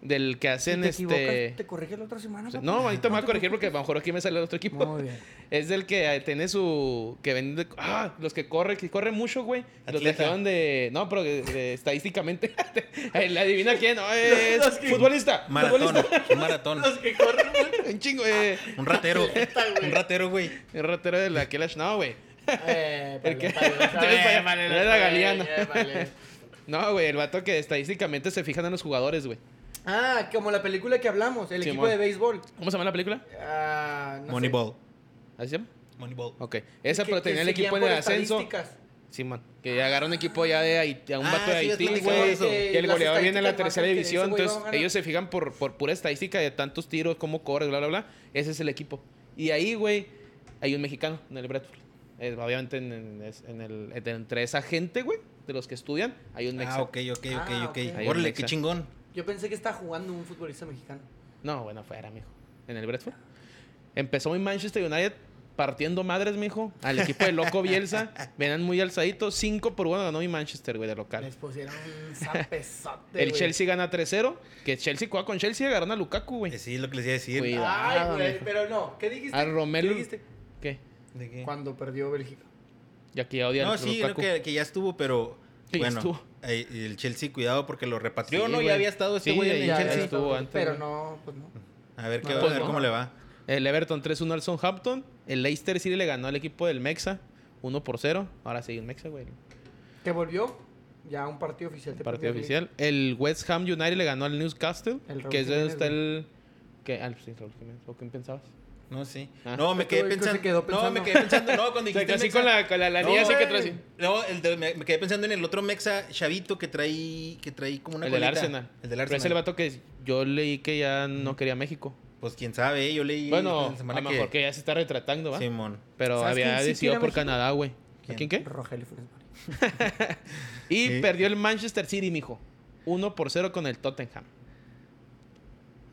Speaker 3: Del que
Speaker 2: Si
Speaker 3: hacen
Speaker 2: te
Speaker 3: este.
Speaker 2: equivocas, te corrige la otra semana. papá.
Speaker 3: No, ahorita me voy a
Speaker 2: te
Speaker 3: corregir porque a lo mejor aquí me sale el otro equipo.
Speaker 2: Muy
Speaker 3: [laughs]
Speaker 2: bien.
Speaker 3: Es del que eh, tiene su. que vende. Ah, los que corre, que corre mucho, güey. Los
Speaker 1: Atleta.
Speaker 3: dejaron de. No, pero de- de- estadísticamente. [laughs] el- adivina quién, no, es
Speaker 2: Los- los que-
Speaker 3: futbolista.
Speaker 1: Maratón,
Speaker 3: futbolista.
Speaker 1: un maratón.
Speaker 2: que corren,
Speaker 3: Un chingo, eh.
Speaker 1: Un ratero. un ratero, güey.
Speaker 3: El ratero de la Kelash, no, güey.
Speaker 2: [laughs] Eh,
Speaker 3: El
Speaker 2: el
Speaker 3: que-
Speaker 2: que
Speaker 3: [laughs] Eh, vale, la galeana. No, güey, el vato que estadísticamente se fijan en los jugadores, güey.
Speaker 2: Ah, como la película que hablamos, el equipo
Speaker 3: Simón.
Speaker 2: de béisbol.
Speaker 3: ¿Cómo se llama la película?
Speaker 2: Ah, no sé.
Speaker 1: Moneyball. Ah,
Speaker 3: ¿Así se llama?
Speaker 1: Moneyball.
Speaker 3: Ok. Esa,
Speaker 2: Que-
Speaker 3: pero
Speaker 2: que
Speaker 3: tenía
Speaker 2: seguían
Speaker 3: el equipo en
Speaker 2: por
Speaker 3: el ascenso.
Speaker 2: estadísticas.
Speaker 3: Simón. que agarra un equipo ya de Haití, a un
Speaker 1: Ah,
Speaker 3: vato de
Speaker 1: sí,
Speaker 3: Haití,
Speaker 1: platicamos
Speaker 3: güey.
Speaker 1: eso.
Speaker 3: Y el
Speaker 2: Las
Speaker 3: goleador viene en la
Speaker 2: estadísticas
Speaker 3: tercera
Speaker 2: marcan que
Speaker 3: división.
Speaker 2: ese güey va a
Speaker 3: Entonces,
Speaker 2: ganar.
Speaker 3: ellos se fijan por, por pura estadística de tantos tiros, cómo corres, bla, bla, bla. Ese es el equipo. Y ahí, güey, hay un mexicano en el Bradford. Eh, obviamente, en, en- es- en el, en- entre esa gente, güey, de los que estudian, hay un
Speaker 1: Ah,
Speaker 3: mexicano.
Speaker 1: ok, ok, ok,
Speaker 2: Ah,
Speaker 1: ok.
Speaker 2: ok.
Speaker 3: Ahí
Speaker 1: Órale,
Speaker 3: en
Speaker 1: qué
Speaker 3: Nexa.
Speaker 1: chingón.
Speaker 2: Yo pensé que estaba jugando un futbolista mexicano.
Speaker 3: No, bueno, fuera, mijo. En el Bradford. Empezó en Manchester United partiendo madres, mijo. Al equipo de Loco
Speaker 2: [laughs]
Speaker 3: Bielsa. Venían muy alzaditos. 5 por 1 ganó mi Manchester, güey, de local.
Speaker 2: Les pusieron un
Speaker 1: Este,
Speaker 2: zapesote.
Speaker 3: El
Speaker 2: güey.
Speaker 3: Chelsea gana 3-0. Que Chelsea juega con Chelsea y agarran a Lukaku, güey.
Speaker 1: Eh, Sí, es lo que les iba a decir.
Speaker 3: Güey.
Speaker 2: Ay, güey,
Speaker 3: Ah,
Speaker 2: pero no. ¿Qué dijiste?
Speaker 3: A Romelu.
Speaker 2: ¿Qué dijiste?
Speaker 3: ¿Qué?
Speaker 1: ¿De qué?
Speaker 2: Cuando perdió Bélgica.
Speaker 3: Ya que ya odian
Speaker 1: Ah, No,
Speaker 3: a
Speaker 1: sí, creo
Speaker 3: Lukaku.
Speaker 1: que, que ya estuvo, pero
Speaker 3: Que ya
Speaker 1: bueno,
Speaker 3: estuvo.
Speaker 1: eh, el Chelsea cuidado porque lo repatrió,
Speaker 3: Sí,
Speaker 1: ¿no?
Speaker 3: güey.
Speaker 1: Ya había estado este
Speaker 3: Sí,
Speaker 1: güey en el
Speaker 3: ya
Speaker 1: Chelsea.
Speaker 3: estuvo. antes,
Speaker 2: Pero
Speaker 3: güey.
Speaker 2: no, pues no.
Speaker 1: A ver, qué,
Speaker 2: No,
Speaker 1: va-
Speaker 3: pues
Speaker 1: a ver
Speaker 3: no.
Speaker 1: cómo le va.
Speaker 3: El Everton 3-1 al Southampton. El Leicester City le ganó al equipo del Mexa. 1 por 0. Ahora sí, el Mexa, güey.
Speaker 2: Que volvió ya a un partido oficial. de
Speaker 3: Partido
Speaker 2: Premier League.
Speaker 3: oficial. El West Ham United le ganó al Newcastle.
Speaker 2: El Raúl
Speaker 3: que es donde
Speaker 2: Jiménez,
Speaker 3: está
Speaker 2: güey.
Speaker 3: el. Que, ah, sí, Raúl Jiménez. ¿O qué pensabas?
Speaker 1: No, sí.
Speaker 3: Ah.
Speaker 1: No, me
Speaker 2: Este
Speaker 1: quedé
Speaker 2: güey que se
Speaker 1: pensando.
Speaker 2: quedó
Speaker 1: No, me
Speaker 2: pensando.
Speaker 1: quedé pensando. No,
Speaker 3: [laughs]
Speaker 1: cuando
Speaker 3: O sea,
Speaker 1: dijiste
Speaker 3: que así
Speaker 1: Mexa-
Speaker 3: con la, con la, la
Speaker 1: No,
Speaker 3: liga así que
Speaker 1: güey.
Speaker 3: trae. así.
Speaker 1: No, el de- me, me quedé pensando en el otro Mexa chavito que trae, que trae como una
Speaker 3: El del
Speaker 1: colita.
Speaker 3: Arsenal.
Speaker 1: El del
Speaker 3: Pero es el
Speaker 1: Arsenal.
Speaker 3: vato que yo leí que ya no quería México.
Speaker 1: Pues quién sabe, yo leí
Speaker 3: Bueno,
Speaker 1: la
Speaker 3: a
Speaker 1: semana
Speaker 3: lo mejor que ya se está retratando, ¿va?
Speaker 1: Simón.
Speaker 3: Pero
Speaker 2: ¿Sabes
Speaker 3: había
Speaker 2: quién sí
Speaker 3: decidido
Speaker 2: quiere
Speaker 3: por
Speaker 2: México?
Speaker 3: Canadá, güey. ¿A
Speaker 1: ¿Quién?
Speaker 3: quién qué?
Speaker 2: Rogelio Funes Mori.
Speaker 3: Y
Speaker 1: Sí.
Speaker 3: perdió el Manchester City, mijo. 1 por 0 con el Tottenham.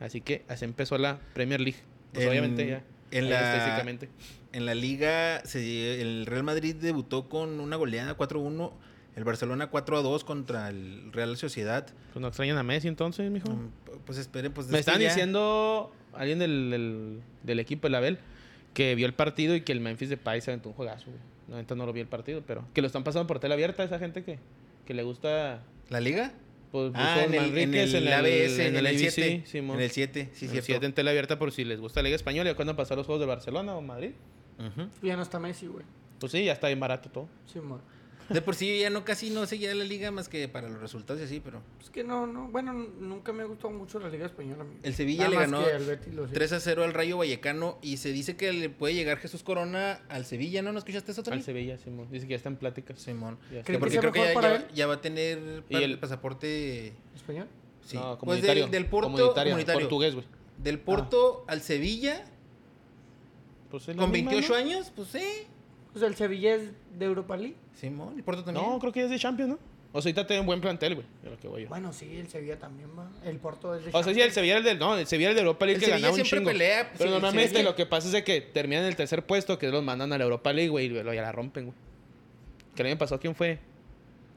Speaker 3: Así que así empezó la Premier League. Pues
Speaker 1: En-
Speaker 3: obviamente ya.
Speaker 1: en
Speaker 3: ahí
Speaker 1: la-
Speaker 3: Estadísticamente.
Speaker 1: En la liga, se- el Real Madrid debutó con una goleada 4-1. El Barcelona 4-2 contra el Real Sociedad.
Speaker 3: Pues no extrañan a Messi entonces, mijo.
Speaker 1: Mm, Pues esperen, pues...
Speaker 3: Me
Speaker 1: es que
Speaker 3: están
Speaker 1: ya-
Speaker 3: diciendo alguien del, del, del equipo, el Abel, que vio el partido y que el Memphis de País aventó un juegazo. güey. No, entonces no lo vi el partido, pero que lo están pasando por tele abierta esa gente que, que le gusta.
Speaker 1: ¿La liga?
Speaker 3: Pues,
Speaker 1: Ah,
Speaker 3: puso
Speaker 1: en el, en
Speaker 3: Manríquez,
Speaker 1: el
Speaker 3: en
Speaker 1: ABS, en, el
Speaker 3: ABC,
Speaker 1: 7.
Speaker 3: Simón.
Speaker 1: en el 7, sí,
Speaker 3: En el
Speaker 1: cierto.
Speaker 3: 7 en tele abierta por si les gusta la Liga Española. ¿Y cuándo pasar los juegos de Barcelona o Madrid?
Speaker 1: Ujú.
Speaker 2: Ya no está Messi, güey.
Speaker 3: Pues sí, ya está bien barato todo.
Speaker 2: Sí, mor.
Speaker 1: De por sí yo ya no casi no seguía la liga más que para los resultados y así, pero...
Speaker 2: Es Pues que no, no. Bueno, n- nunca me ha gustado mucho la Liga Española. amigo.
Speaker 1: El Sevilla
Speaker 2: Nada
Speaker 1: le
Speaker 2: más
Speaker 1: ganó
Speaker 2: que al Betis lo-
Speaker 1: 3 a 0 al Rayo Vallecano y se dice que le puede llegar Jesús Corona al Sevilla, ¿no? ¿No escuchaste eso
Speaker 3: Al
Speaker 1: también?
Speaker 3: Sevilla, Simón. Dice que ya está en pláticas.
Speaker 1: Simón.
Speaker 3: Ya
Speaker 1: Que
Speaker 2: está.
Speaker 1: porque
Speaker 2: ¿Creen que sea
Speaker 1: creo que ya,
Speaker 2: mejor para
Speaker 1: ya-
Speaker 2: él?
Speaker 1: ya va a tener
Speaker 3: Y
Speaker 1: pa-
Speaker 3: el-
Speaker 1: pasaporte...
Speaker 2: ¿Español?
Speaker 1: Sí.
Speaker 3: No,
Speaker 1: pues
Speaker 3: comunitario.
Speaker 1: del, del Porto
Speaker 3: comunitario,
Speaker 1: comunitario.
Speaker 3: Portugués, güey.
Speaker 1: Del Porto al Sevilla
Speaker 3: Pues es la
Speaker 1: con
Speaker 3: misma,
Speaker 1: 28
Speaker 3: ¿no?
Speaker 1: años, pues sí.
Speaker 2: O sea, el Sevilla es de Europa League.
Speaker 1: Simón, el Porto también.
Speaker 3: No, creo que es de Champions, ¿no? O sea, ahorita tiene un buen plantel, güey. de lo que voy yo.
Speaker 2: Bueno, sí, el Sevilla también va. El Porto es de
Speaker 3: O sea, sí, el Sevilla era el del, no, el Sevilla era el de Europa League
Speaker 1: El
Speaker 3: que
Speaker 1: Sevilla
Speaker 3: ganaba un
Speaker 1: siempre
Speaker 3: chingo.
Speaker 1: pelea,
Speaker 3: pero
Speaker 1: sí,
Speaker 3: normalmente
Speaker 1: sí.
Speaker 3: lo que pasa es de que terminan en el tercer puesto, que los mandan a la Europa League, güey, y luego ya la rompen, güey. Que el año pasado, ¿quién fue?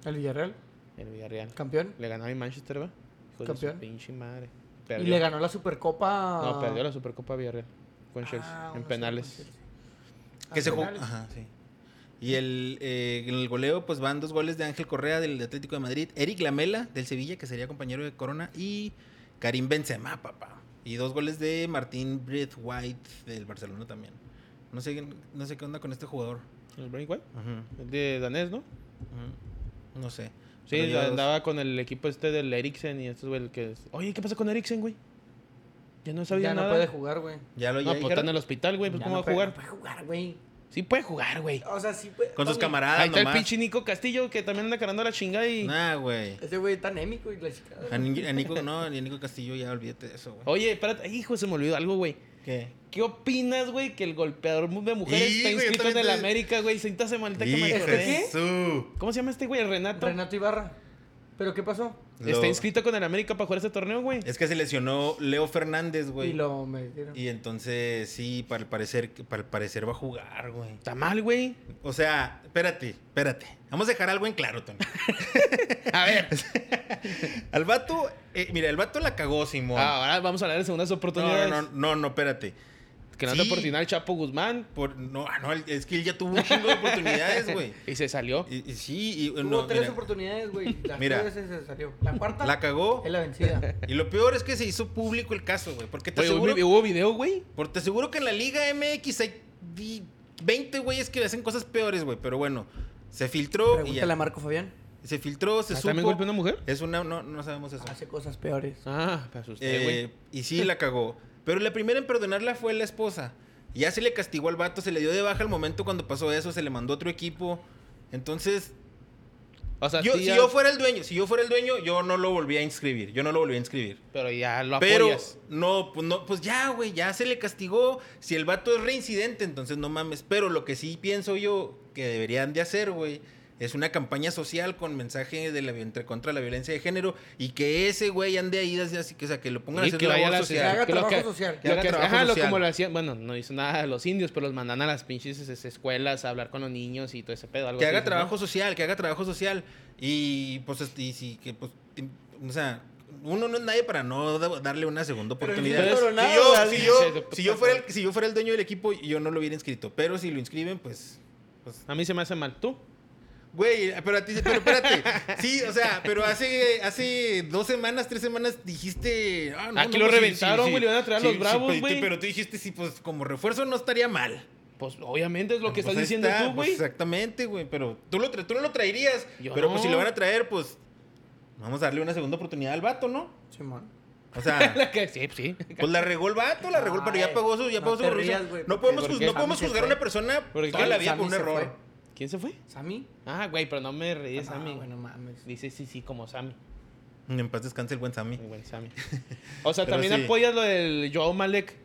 Speaker 2: El Villarreal,
Speaker 3: El Villarreal.
Speaker 2: campeón.
Speaker 3: Le ganó a mi Manchester, ¿verdad? Hijo de su
Speaker 2: Campeón.
Speaker 3: pinche madre.
Speaker 2: Y
Speaker 3: Perdió.
Speaker 2: le ganó la Supercopa.
Speaker 3: No, perdió la Supercopa Villarreal con
Speaker 2: Ah,
Speaker 3: Chelsea
Speaker 2: uno cero
Speaker 3: en
Speaker 2: con
Speaker 3: penales.
Speaker 2: Chelsea.
Speaker 1: Que
Speaker 2: Ah,
Speaker 1: se jugó.
Speaker 2: penales.
Speaker 1: Ajá, sí. Y el, eh, en el goleo, pues van dos goles de Ángel Correa del Atlético de Madrid, Eric Lamela del Sevilla, que sería compañero de Corona, y Karim Benzema, papá. Y dos goles de Martín Brett White del Barcelona también. No sé, no sé qué onda con este jugador.
Speaker 3: ¿El Brain White? El de danés, ¿no?
Speaker 1: Ujú. No sé.
Speaker 3: Sí,
Speaker 1: Pero ya dos-
Speaker 3: andaba con el equipo este del Eriksen y este güey el que... es- Oye, ¿qué pasa con Eriksen, güey? Ya no sabía
Speaker 2: Ya no
Speaker 3: nada.
Speaker 2: puede jugar, güey.
Speaker 1: Ya lo
Speaker 3: No,
Speaker 1: ya
Speaker 3: pues está
Speaker 1: dijeron.
Speaker 3: en el hospital, güey. Pues,
Speaker 2: Ya
Speaker 3: ¿cómo
Speaker 2: no
Speaker 3: va a jugar?
Speaker 2: Puede, no puede jugar, güey.
Speaker 3: Sí puede jugar, güey.
Speaker 2: O sea, sí puede.
Speaker 1: Con sus
Speaker 2: Oye,
Speaker 1: camaradas
Speaker 3: Ahí está el
Speaker 1: nomás.
Speaker 3: pinche Nico Castillo que también anda cargando la chingada y...
Speaker 1: Nah, güey.
Speaker 2: Ese güey está anémico y la chingada.
Speaker 1: A, Ni- a Nico, no, ni a Nico Castillo ya olvídate de eso, güey.
Speaker 3: Oye, espérate. Hijo, se me olvidó algo, güey.
Speaker 1: ¿Qué?
Speaker 3: ¿Qué opinas, güey, que el golpeador de mujeres
Speaker 1: Sí,
Speaker 3: está
Speaker 1: güey, yo
Speaker 3: inscrito en
Speaker 1: también
Speaker 3: el
Speaker 1: te-
Speaker 3: América, güey? Sentí hace malita que me
Speaker 1: Hijo
Speaker 3: acordé.
Speaker 2: ¿Este qué?
Speaker 1: Jesús.
Speaker 3: ¿Cómo se llama este güey? ¿El Renato.
Speaker 2: Renato Ibarra. ¿Pero qué pasó?
Speaker 1: Lo-
Speaker 3: Está inscrito con el América para jugar este torneo, güey.
Speaker 1: Es que se lesionó Leo Fernández, güey.
Speaker 2: Y lo metieron.
Speaker 1: Y entonces, sí, para el parecer, para el parecer va a jugar, güey.
Speaker 3: Está mal, güey.
Speaker 1: O sea, espérate, espérate. Vamos a dejar algo en claro,
Speaker 2: [laughs]
Speaker 1: Tony.
Speaker 3: A
Speaker 1: [laughs]
Speaker 3: ver.
Speaker 1: Al vato, eh, mira, el vato la cagó, Simón.
Speaker 3: ah, Ahora vamos a hablar de segundas
Speaker 1: Ah, no,
Speaker 3: oportunidades.
Speaker 1: no, no, no, no, espérate.
Speaker 3: Que no anda
Speaker 1: Sí.
Speaker 3: por final Chapo Guzmán.
Speaker 1: Por, no, ah, no, es que él ya tuvo un chingo de oportunidades, güey.
Speaker 3: Y se salió.
Speaker 1: Y, y sí, y,
Speaker 2: Tuvo
Speaker 1: no,
Speaker 2: tres
Speaker 1: mira,
Speaker 2: oportunidades, güey.
Speaker 1: [laughs]
Speaker 2: Las
Speaker 1: Mira.
Speaker 2: tres se salió. La cuarta
Speaker 1: la cagó.
Speaker 2: es
Speaker 1: [laughs]
Speaker 2: la vencida.
Speaker 1: Y lo peor es que se hizo público el caso, güey. Porque te
Speaker 3: Oye,
Speaker 1: aseguro...
Speaker 3: hubo, hubo video, güey.
Speaker 1: Porque te aseguro que en la Liga MX hay di- 20 güeyes que hacen cosas peores, güey. Pero bueno, se filtró y ya.
Speaker 2: Pregúntale a Marco Fabián.
Speaker 1: Se filtró, se
Speaker 3: Ah,
Speaker 1: supo.
Speaker 3: ¿También golpeó a una mujer?
Speaker 1: Es una... No, no sabemos eso.
Speaker 2: Hace cosas peores.
Speaker 3: Ah, me asusté, güey.
Speaker 1: Eh, y sí, la cagó. Pero la primera en perdonarla fue la esposa. Y Ya se le castigó al vato, se le dio de baja al momento cuando pasó eso, se le mandó a otro equipo. Entonces,
Speaker 3: o sea,
Speaker 1: yo,
Speaker 3: sí
Speaker 1: si
Speaker 3: ya-
Speaker 1: yo fuera el dueño, si yo fuera el dueño, yo no lo volví a inscribir. Yo no lo volví a inscribir.
Speaker 3: Pero ya lo
Speaker 1: Pero
Speaker 3: apoyas.
Speaker 1: no, pues no, pues ya, güey, ya se le castigó. Si el vato es reincidente, entonces no mames. Pero lo que sí pienso yo que deberían de hacer, güey, es una campaña social con mensaje de la, vi- entre- contra la violencia de género y que ese güey ande ahí desde así, que, o sea, que lo pongan a
Speaker 3: Y
Speaker 1: hacer
Speaker 3: que vaya
Speaker 1: labor
Speaker 3: a la
Speaker 1: social.
Speaker 2: haga
Speaker 3: que lo
Speaker 2: trabajo
Speaker 3: que-
Speaker 2: social.
Speaker 3: lo
Speaker 1: Que haga
Speaker 3: que-
Speaker 1: trabajo
Speaker 3: ajá, lo
Speaker 1: social.
Speaker 3: como lo hacían. Bueno, no hizo nada a los indios, pero los mandan a las pinches es- escuelas a hablar con los niños y todo ese pedo. Algo
Speaker 1: Que
Speaker 3: así,
Speaker 1: haga
Speaker 3: ¿no?
Speaker 1: trabajo social, que haga trabajo social. Y pues, este, y sí, que pues, tim- o sea, uno no es nadie para no da- darle una segunda
Speaker 2: Pero el
Speaker 1: oportunidad.
Speaker 2: Pero
Speaker 1: Si
Speaker 2: nada,
Speaker 1: yo,
Speaker 2: así
Speaker 1: si yo-
Speaker 3: se-
Speaker 1: si yo fuera el, si yo fuera el dueño del equipo, yo no lo hubiera inscrito. Pero si lo inscriben, pues. pues,
Speaker 3: A mí se me hace mal. ¿Tú?
Speaker 1: Güey, pero a ti, pero
Speaker 3: [laughs]
Speaker 1: espérate. Sí, o sea, pero hace, hace dos semanas, tres semanas dijiste. ah,
Speaker 3: Aquí lo
Speaker 1: pues,
Speaker 3: reventaron, güey, le van a traer a los Bravos,
Speaker 1: pero-
Speaker 3: güey.
Speaker 1: Pero tú dijiste, sí, pues como refuerzo no estaría mal.
Speaker 3: Pues obviamente es lo que
Speaker 1: Pues
Speaker 3: estás
Speaker 1: ahí
Speaker 3: diciendo
Speaker 1: está,
Speaker 3: tú,
Speaker 1: pues,
Speaker 3: güey.
Speaker 1: exactamente, güey. Pero tú, lo tra- tú no lo traerías.
Speaker 3: Yo
Speaker 1: pero pues
Speaker 3: no.
Speaker 1: si lo van a traer, pues vamos a darle una segunda oportunidad al vato, ¿no?
Speaker 2: Simón.
Speaker 1: O sea,
Speaker 3: [laughs] [laughs] La que- sí, sí.
Speaker 1: pues la regó el vato, la regó, pero ya
Speaker 2: Ay,
Speaker 1: pagó su, ya
Speaker 2: no
Speaker 1: pagó su
Speaker 2: te
Speaker 1: corrupción.
Speaker 2: rías, güey,
Speaker 1: No
Speaker 2: porque-
Speaker 1: podemos, juz-
Speaker 3: porque
Speaker 1: no podemos
Speaker 2: Sammy se
Speaker 1: juzgar a
Speaker 2: fue.
Speaker 1: una persona
Speaker 3: Porque
Speaker 1: toda la vida
Speaker 2: Sammy
Speaker 1: por un
Speaker 2: se
Speaker 1: error.
Speaker 2: fue.
Speaker 3: ¿Quién se fue?
Speaker 2: ¿Sami?
Speaker 3: Ah, güey, pero no me reí,
Speaker 2: Ah,
Speaker 3: Sammy.
Speaker 2: bueno, mames.
Speaker 3: Dice sí, sí, como Sammy.
Speaker 1: En paz descanse el buen Sammy.
Speaker 3: Muy buen Sammy. O
Speaker 1: [laughs]
Speaker 3: sea,
Speaker 1: Pero
Speaker 3: también
Speaker 1: sí.
Speaker 3: apoyas lo del Joao Malek.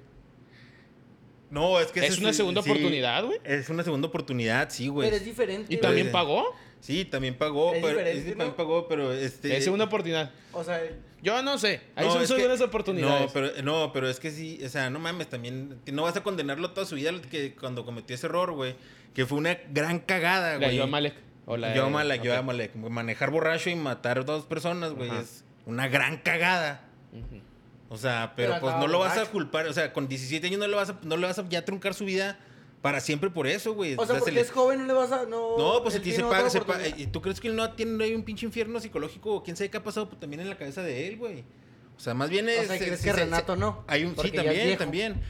Speaker 1: No, es que
Speaker 3: Es
Speaker 1: ese
Speaker 3: una segunda
Speaker 1: sí,
Speaker 3: oportunidad, güey.
Speaker 1: Es una segunda oportunidad, sí,
Speaker 2: Pero es
Speaker 1: güey.
Speaker 2: diferente.
Speaker 3: Y
Speaker 2: güey.
Speaker 3: también
Speaker 1: eh,
Speaker 3: pagó.
Speaker 1: Sí, también pagó,
Speaker 2: Es
Speaker 1: pero
Speaker 2: diferente,
Speaker 1: ese también
Speaker 2: ¿no?
Speaker 1: pagó, pero este
Speaker 3: Es segunda oportunidad.
Speaker 2: O sea,
Speaker 3: Yo no sé. Ahí
Speaker 1: No,
Speaker 3: son
Speaker 1: es
Speaker 3: son
Speaker 1: que-
Speaker 3: buenas oportunidades.
Speaker 1: No pero, no, pero es que sí, o sea, no mames, también no vas a condenarlo toda su vida que cuando cometió ese error, güey, que fue una gran cagada,
Speaker 3: La de
Speaker 1: güey.
Speaker 3: Joao Malek. O la de-
Speaker 1: Yo Malek, yo
Speaker 3: ok.
Speaker 1: Malek. Manejar borracho y matar dos personas, güey,
Speaker 3: Ajá.
Speaker 1: es una gran cagada.
Speaker 3: Ujú.
Speaker 1: O sea, pero,
Speaker 2: Pero
Speaker 1: pues
Speaker 2: andaba
Speaker 1: no lo vas a
Speaker 2: borracho.
Speaker 1: culpar, o sea, con 17 años no le vas a no le vas a ya truncar su vida para siempre por eso, güey.
Speaker 2: o sea,
Speaker 1: se
Speaker 2: porque
Speaker 1: le-
Speaker 2: es joven, no le vas a. No,
Speaker 1: no, pues
Speaker 2: él
Speaker 1: se
Speaker 2: tiene
Speaker 1: se
Speaker 2: otra
Speaker 1: paga, se paga.
Speaker 2: oportunidad.
Speaker 1: ¿Y ¿Tú crees que él no tiene no hay un pinche infierno psicológico? ¿Quién sabe qué ha pasado pues, también en la cabeza de él, güey? O sea, más bien es.
Speaker 2: O sea, ¿crees
Speaker 1: sí,
Speaker 2: que
Speaker 1: se-
Speaker 2: Renato
Speaker 1: se-
Speaker 2: no?
Speaker 1: Hay un, sí,
Speaker 2: Porque ya es
Speaker 1: también,
Speaker 2: viejo.
Speaker 1: también.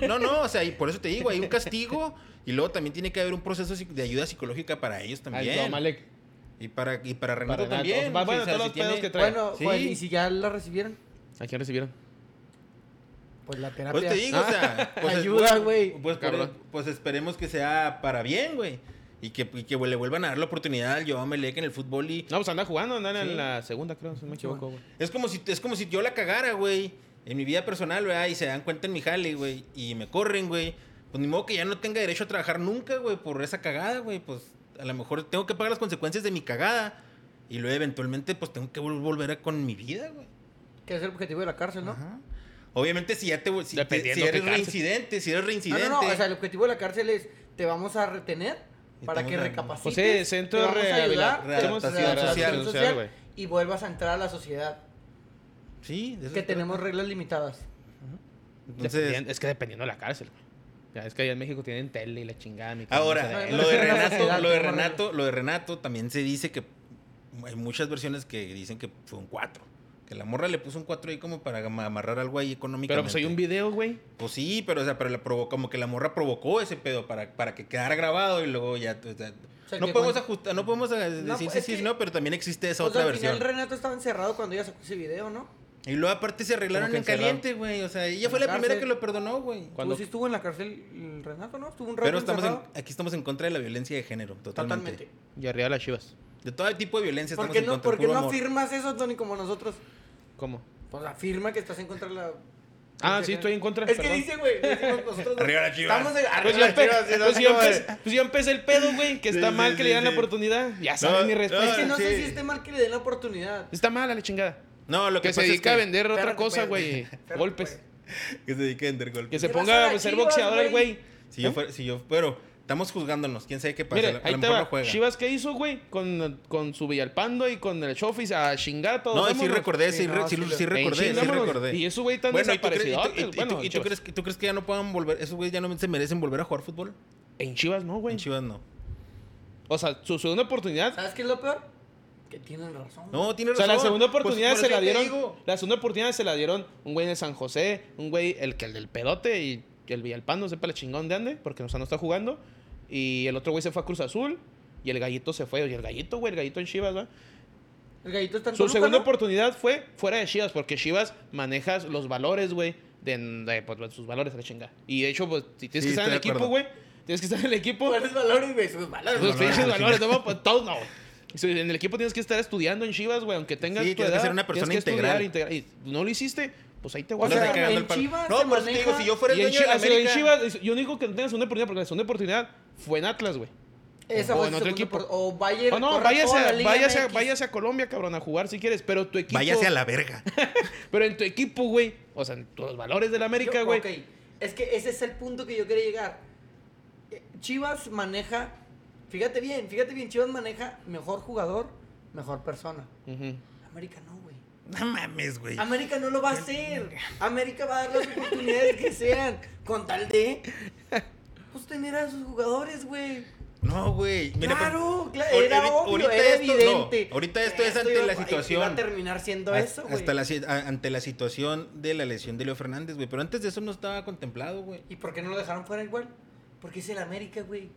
Speaker 1: Hay- no, no, o sea, y por eso te digo, hay un castigo y luego también tiene que haber un proceso psic- de ayuda psicológica para ellos
Speaker 3: Al Ah, Joao
Speaker 1: también.
Speaker 3: Malek.
Speaker 1: y para, y para Renato
Speaker 3: Para Renato.
Speaker 1: también.
Speaker 3: Bueno,
Speaker 1: güey, o sea,
Speaker 3: todos los
Speaker 1: si
Speaker 3: pedos
Speaker 1: tiene-
Speaker 3: que trae.
Speaker 2: Bueno,
Speaker 1: Sí.
Speaker 2: pues, y si ya la recibieron,
Speaker 3: ¿A quién recibieron?
Speaker 2: pues la terapia.
Speaker 1: Pues te digo, o
Speaker 2: [laughs]
Speaker 1: sea, pues,
Speaker 2: Ayuda,
Speaker 1: es-
Speaker 2: güey.
Speaker 1: Pues, por-
Speaker 3: Cabrón.
Speaker 1: pues esperemos que sea para bien, güey. Y que, y que le vuelvan a dar la oportunidad al Joao Melec en el fútbol y,
Speaker 3: No, pues anda jugando, andan
Speaker 1: Sí.
Speaker 3: en la segunda, creo, si no me equivoco, güey.
Speaker 1: Es como si, es como si yo la cagara, güey. En mi vida personal, ¿verdad? Y se dan cuenta en mi jale, güey. Y me corren, güey. Pues ni modo que ya no tenga derecho a trabajar nunca, güey, por esa cagada, güey. Pues a lo mejor tengo que pagar las consecuencias de mi cagada. Y luego eventualmente, pues tengo que vol- volver a con mi vida, güey.
Speaker 2: Que es el objetivo de la cárcel, ¿no?
Speaker 1: Ajá. Obviamente, si ya te. Si, te-
Speaker 3: Dependiendo
Speaker 1: si eres
Speaker 3: qué cárcel.
Speaker 1: reincidente, si eres
Speaker 2: Ah, No,
Speaker 1: reincidente.
Speaker 2: no, no. O sea, el objetivo de la cárcel es: te vamos a retener
Speaker 1: Y
Speaker 2: para
Speaker 1: te
Speaker 2: que
Speaker 1: vamos a-
Speaker 2: recapacites.
Speaker 3: Pues sí, centro
Speaker 2: te vamos
Speaker 3: de
Speaker 2: a ayudar,
Speaker 3: rehabilita-
Speaker 2: te vamos a
Speaker 1: rehabilitación
Speaker 2: dar
Speaker 1: social,
Speaker 2: rehabilitación social,
Speaker 3: güey.
Speaker 2: y vuelvas a entrar a la sociedad.
Speaker 1: sí, de eso
Speaker 2: Que
Speaker 1: se trata.
Speaker 2: tenemos reglas limitadas.
Speaker 1: Entonces,
Speaker 3: Dependiendo- es que dependiendo de la cárcel. güey. Ya es que allá en México tienen tele y la chingada. mi
Speaker 1: Ahora,
Speaker 3: cabrón,
Speaker 2: No, no,
Speaker 1: lo, de
Speaker 2: [laughs] no, no, no, no,
Speaker 1: Renato,
Speaker 2: no,
Speaker 1: lo de
Speaker 2: no, no, no.
Speaker 1: Renato, lo de Renato también se dice que hay muchas versiones que dicen que fue un 4. Que la morra le puso un 4 ahí como para am- amarrar algo ahí económicamente.
Speaker 3: Pero pues hay un video, güey.
Speaker 1: Pues sí, pero o sea, pero la provo- como que la morra provocó ese pedo para, para que quedara grabado y luego ya. o sea,
Speaker 2: sea,
Speaker 1: no
Speaker 2: que
Speaker 1: podemos
Speaker 2: cuando-
Speaker 1: ajustar, no podemos eh,
Speaker 2: No,
Speaker 1: decir
Speaker 2: pues,
Speaker 1: sí,
Speaker 2: es
Speaker 1: sí,
Speaker 2: que-
Speaker 1: no, pero también existe esa
Speaker 2: O sea,
Speaker 1: otra
Speaker 2: al
Speaker 1: versión.
Speaker 2: final Renato estaba encerrado cuando ella sacó ese video, ¿no?
Speaker 1: Y luego aparte se arreglaron
Speaker 3: Como que
Speaker 1: en caliente, güey. O sea, ella fue la
Speaker 2: En
Speaker 1: primera que
Speaker 2: cárcel.
Speaker 1: lo perdonó, güey.
Speaker 3: Cuando-
Speaker 2: Cuando sí estuvo en la cárcel el Renato, ¿no? Estuvo un rato
Speaker 1: Pero estamos en-
Speaker 2: encerrado.
Speaker 1: aquí estamos en contra de la violencia de género, totalmente.
Speaker 2: Totalmente.
Speaker 3: Y arriba las chivas.
Speaker 1: De todo tipo de violencia
Speaker 2: ¿Por
Speaker 1: estamos
Speaker 2: qué
Speaker 1: en
Speaker 2: no,
Speaker 1: contra.
Speaker 2: por qué
Speaker 1: puro
Speaker 2: no
Speaker 1: amor.
Speaker 2: afirmas eso, Tony, como nosotros?
Speaker 3: ¿Cómo?
Speaker 2: Pues afirma que estás en contra de la...
Speaker 3: Ah, sí, estoy en contra.
Speaker 2: Es que
Speaker 3: perdón.
Speaker 2: dice, güey. decimos Nosotros, güey,
Speaker 1: Arriba las chivas.
Speaker 2: Estamos en...
Speaker 1: [laughs]
Speaker 3: Pues
Speaker 2: Arriba
Speaker 3: ya,
Speaker 2: las
Speaker 3: empe-
Speaker 2: chivas, y
Speaker 3: pues
Speaker 2: así
Speaker 3: ya
Speaker 2: como de-
Speaker 3: empe- pues ya empecé el pedo, güey. Que
Speaker 1: Sí,
Speaker 3: está
Speaker 1: sí,
Speaker 3: mal que
Speaker 1: sí,
Speaker 3: le dieran
Speaker 1: sí.
Speaker 3: la oportunidad. Ya saben mi respuesta.
Speaker 2: Es que no sé
Speaker 1: Pues, Sí.
Speaker 2: si esté mal que le den la oportunidad.
Speaker 3: Está mal a la chingada.
Speaker 1: No, lo que,
Speaker 3: Que se
Speaker 1: pasa es
Speaker 3: dedica a
Speaker 1: que-
Speaker 3: vender otra
Speaker 2: Espérate,
Speaker 3: cosa,
Speaker 2: pues.
Speaker 3: güey.
Speaker 2: Espérate,
Speaker 3: Golpes.
Speaker 1: Que se dedique a vender golpes.
Speaker 3: Que se
Speaker 2: ¿Qué
Speaker 3: ponga
Speaker 2: pasa
Speaker 3: a
Speaker 2: de
Speaker 3: ser
Speaker 2: Chivas,
Speaker 3: boxeador el
Speaker 2: güey?
Speaker 3: güey.
Speaker 1: Si yo fuera, si yo, pero estamos juzgándonos, quién sabe qué pasa.
Speaker 3: Mire,
Speaker 1: a
Speaker 3: ahí
Speaker 1: lo
Speaker 3: te
Speaker 1: mejor no
Speaker 3: va.
Speaker 1: juega.
Speaker 3: Chivas, ¿qué hizo, güey? Con, con su Villalpando y con el Chofis a chingar a todos.
Speaker 1: No, sí
Speaker 3: vámonos.
Speaker 1: recordé,
Speaker 2: Sí,
Speaker 1: sí, re-
Speaker 2: no,
Speaker 1: sí,
Speaker 2: sí
Speaker 1: sí,
Speaker 2: lo-
Speaker 1: sí recordé, sí
Speaker 3: vámonos.
Speaker 1: recordé.
Speaker 3: Y esos güey tan
Speaker 1: ¿y tú, crees, y, tú, y-
Speaker 3: desaparecidos.
Speaker 1: y- y- y tú crees, que- tú crees que ya no puedan volver, esos güeyes ya no se merecen volver a jugar fútbol?
Speaker 3: En Chivas no, güey.
Speaker 1: En Chivas no.
Speaker 3: O sea, su segunda oportunidad.
Speaker 2: ¿Sabes qué es lo peor? Que tienen razón.
Speaker 1: No, tiene
Speaker 3: O sea,
Speaker 1: razón.
Speaker 3: la segunda
Speaker 1: Pues,
Speaker 3: oportunidad
Speaker 1: por
Speaker 3: se
Speaker 1: eso
Speaker 3: la
Speaker 1: te
Speaker 3: dieron.
Speaker 1: digo.
Speaker 3: La segunda oportunidad se la dieron un güey de San José, un güey, el que el del pedote y el Villalpando, sepa la chingón de ande, porque o sea, no está jugando. Y el otro güey se fue a Cruz Azul y el gallito se fue. Y el gallito, güey, el gallito en Chivas, ¿verdad?
Speaker 2: El gallito está en
Speaker 3: Su
Speaker 2: Toluca,
Speaker 3: segunda
Speaker 2: ¿no?
Speaker 3: oportunidad fue fuera de Chivas, porque Chivas maneja los valores, güey, de, de, pues, sus valores a la chingada. Y de hecho, pues, si tienes
Speaker 1: Sí,
Speaker 3: que estar en el
Speaker 1: estoy de
Speaker 3: equipo,
Speaker 1: acuerdo.
Speaker 3: güey, tienes que estar en el equipo.
Speaker 1: Pues,
Speaker 2: ¿Cuáles valores, güey? Sus valores.
Speaker 3: Los
Speaker 1: valores
Speaker 3: pinches
Speaker 1: a la
Speaker 3: Pues, valores, no, pues, todos no. Si En el equipo tienes que estar estudiando en Chivas, güey, aunque tengas
Speaker 1: Sí,
Speaker 3: tu
Speaker 1: tienes que
Speaker 3: edad,
Speaker 1: ser una persona
Speaker 3: tienes que estudiar,
Speaker 1: integral.
Speaker 3: integrar. Y no lo hiciste, pues ahí te
Speaker 1: No
Speaker 3: voy
Speaker 2: O
Speaker 3: a
Speaker 1: se
Speaker 2: sea,
Speaker 1: está
Speaker 3: cagar.
Speaker 1: cagando
Speaker 2: en
Speaker 1: el palo.
Speaker 2: Chivas se
Speaker 1: No, por eso te
Speaker 2: maneja-
Speaker 1: digo, si yo fuera el
Speaker 3: Y en
Speaker 1: dueño de la
Speaker 3: Chivas, en
Speaker 1: América...
Speaker 3: Chivas, yo único que no tenga segunda oportunidad, porque la segunda oportunidad fue en Atlas, güey.
Speaker 2: Esa
Speaker 3: O
Speaker 2: fue
Speaker 3: en
Speaker 2: su
Speaker 3: otro
Speaker 2: segunda
Speaker 3: equipo.
Speaker 2: por- O Bayern.
Speaker 3: Oh, no,
Speaker 2: corra
Speaker 3: váyase,
Speaker 2: toda la
Speaker 3: a-
Speaker 2: Liga
Speaker 3: váyase, a-
Speaker 2: MX.
Speaker 3: váyase a Colombia, cabrón, a jugar si quieres, pero tu equipo...
Speaker 1: Váyase a la verga.
Speaker 3: Pero en tu equipo, güey. O sea, en tus valores del América,
Speaker 2: Yo-
Speaker 3: güey.
Speaker 2: ok, es que ese es el punto que yo quería llegar. Eh, Chivas maneja, fíjate bien, fíjate bien, Chivas maneja mejor jugador, mejor persona.
Speaker 3: Ujú.
Speaker 2: América no, güey.
Speaker 1: No mames, güey.
Speaker 2: América no lo va a hacer. América va a dar las oportunidades que sean, con tal de pues tener a sus jugadores, güey.
Speaker 1: No, güey. Mira,
Speaker 2: claro,
Speaker 1: pero-
Speaker 2: claro,
Speaker 1: ahori-
Speaker 2: era
Speaker 1: ahori-
Speaker 2: obvio, era
Speaker 1: esto- no,
Speaker 2: evidente. Eh,
Speaker 1: ahorita esto es ante
Speaker 2: iba-
Speaker 1: la
Speaker 2: iba a
Speaker 1: situación.
Speaker 2: terminar siendo
Speaker 1: Hasta-
Speaker 2: eso, güey.
Speaker 1: Hasta la, si- a- ante la situación de la lesión de Leo Fernández, güey. Pero antes de eso no estaba contemplado, güey.
Speaker 2: ¿Y por qué no lo dejaron fuera igual? Porque es el América, güey.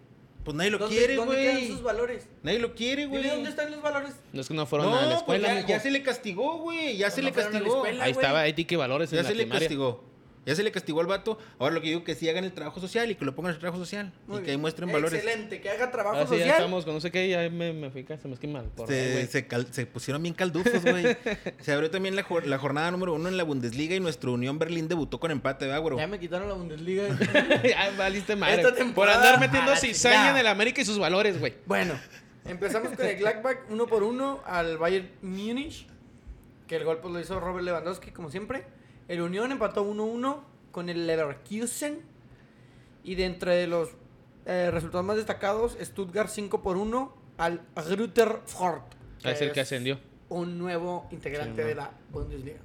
Speaker 1: Pues nadie lo
Speaker 2: ¿Dónde-
Speaker 1: quiere,
Speaker 2: ¿Dónde quedan
Speaker 1: güey.
Speaker 2: sus valores?
Speaker 1: Nadie lo quiere,
Speaker 2: Dime
Speaker 1: güey.
Speaker 2: dónde están los valores.
Speaker 3: No es que no fueron
Speaker 1: No,
Speaker 3: a la
Speaker 1: pues
Speaker 3: escuela,
Speaker 1: ya,
Speaker 3: mijo.
Speaker 1: ya se le castigó, güey. Ya
Speaker 2: Pues
Speaker 1: se
Speaker 2: no
Speaker 1: le
Speaker 2: fueron a la
Speaker 1: castigó.
Speaker 2: escuela,
Speaker 3: Ahí
Speaker 2: güey.
Speaker 3: estaba, ahí di que valores
Speaker 1: Ya
Speaker 3: en la
Speaker 1: se le
Speaker 3: primaria.
Speaker 1: castigó. Ya se le castigó al vato. Ahora lo que digo que sí hagan el trabajo social y que lo pongan en el trabajo social.
Speaker 2: Muy
Speaker 1: y que ahí
Speaker 2: bien.
Speaker 1: muestren valores.
Speaker 2: Excelente, que haga trabajo
Speaker 3: Ah, sí, ya
Speaker 2: social.
Speaker 3: estamos con no sé qué, ya me, me fui, se me esquema el porro,
Speaker 1: Se,
Speaker 3: güey.
Speaker 1: se cal- se pusieron bien caldufos, güey.
Speaker 3: [laughs]
Speaker 1: se abrió también la, jor- la jornada número uno en la Bundesliga y nuestro Unión Berlín debutó con empate, ¿verdad, güero?
Speaker 2: Ya me quitaron la Bundesliga. [laughs]
Speaker 3: [laughs] Ya valiste madre.
Speaker 2: Esta
Speaker 3: Por
Speaker 2: temporada,
Speaker 3: andar
Speaker 2: a
Speaker 3: metiendo
Speaker 2: la
Speaker 3: cizaña en
Speaker 2: Ah, chingada.
Speaker 3: el América y sus valores, güey.
Speaker 2: bueno, empezamos con el Gladbach uno por uno al Bayern Múnich. Que el gol pues, lo hizo Robert Lewandowski, como siempre. El Unión empató 1-1 con el Leverkusen. Y de entre los eh, resultados más destacados, Stuttgart 5 por 1 al Rutherford.
Speaker 3: Ah, es el que ascendió.
Speaker 2: un nuevo integrante
Speaker 3: Sí,
Speaker 2: de la Bundesliga.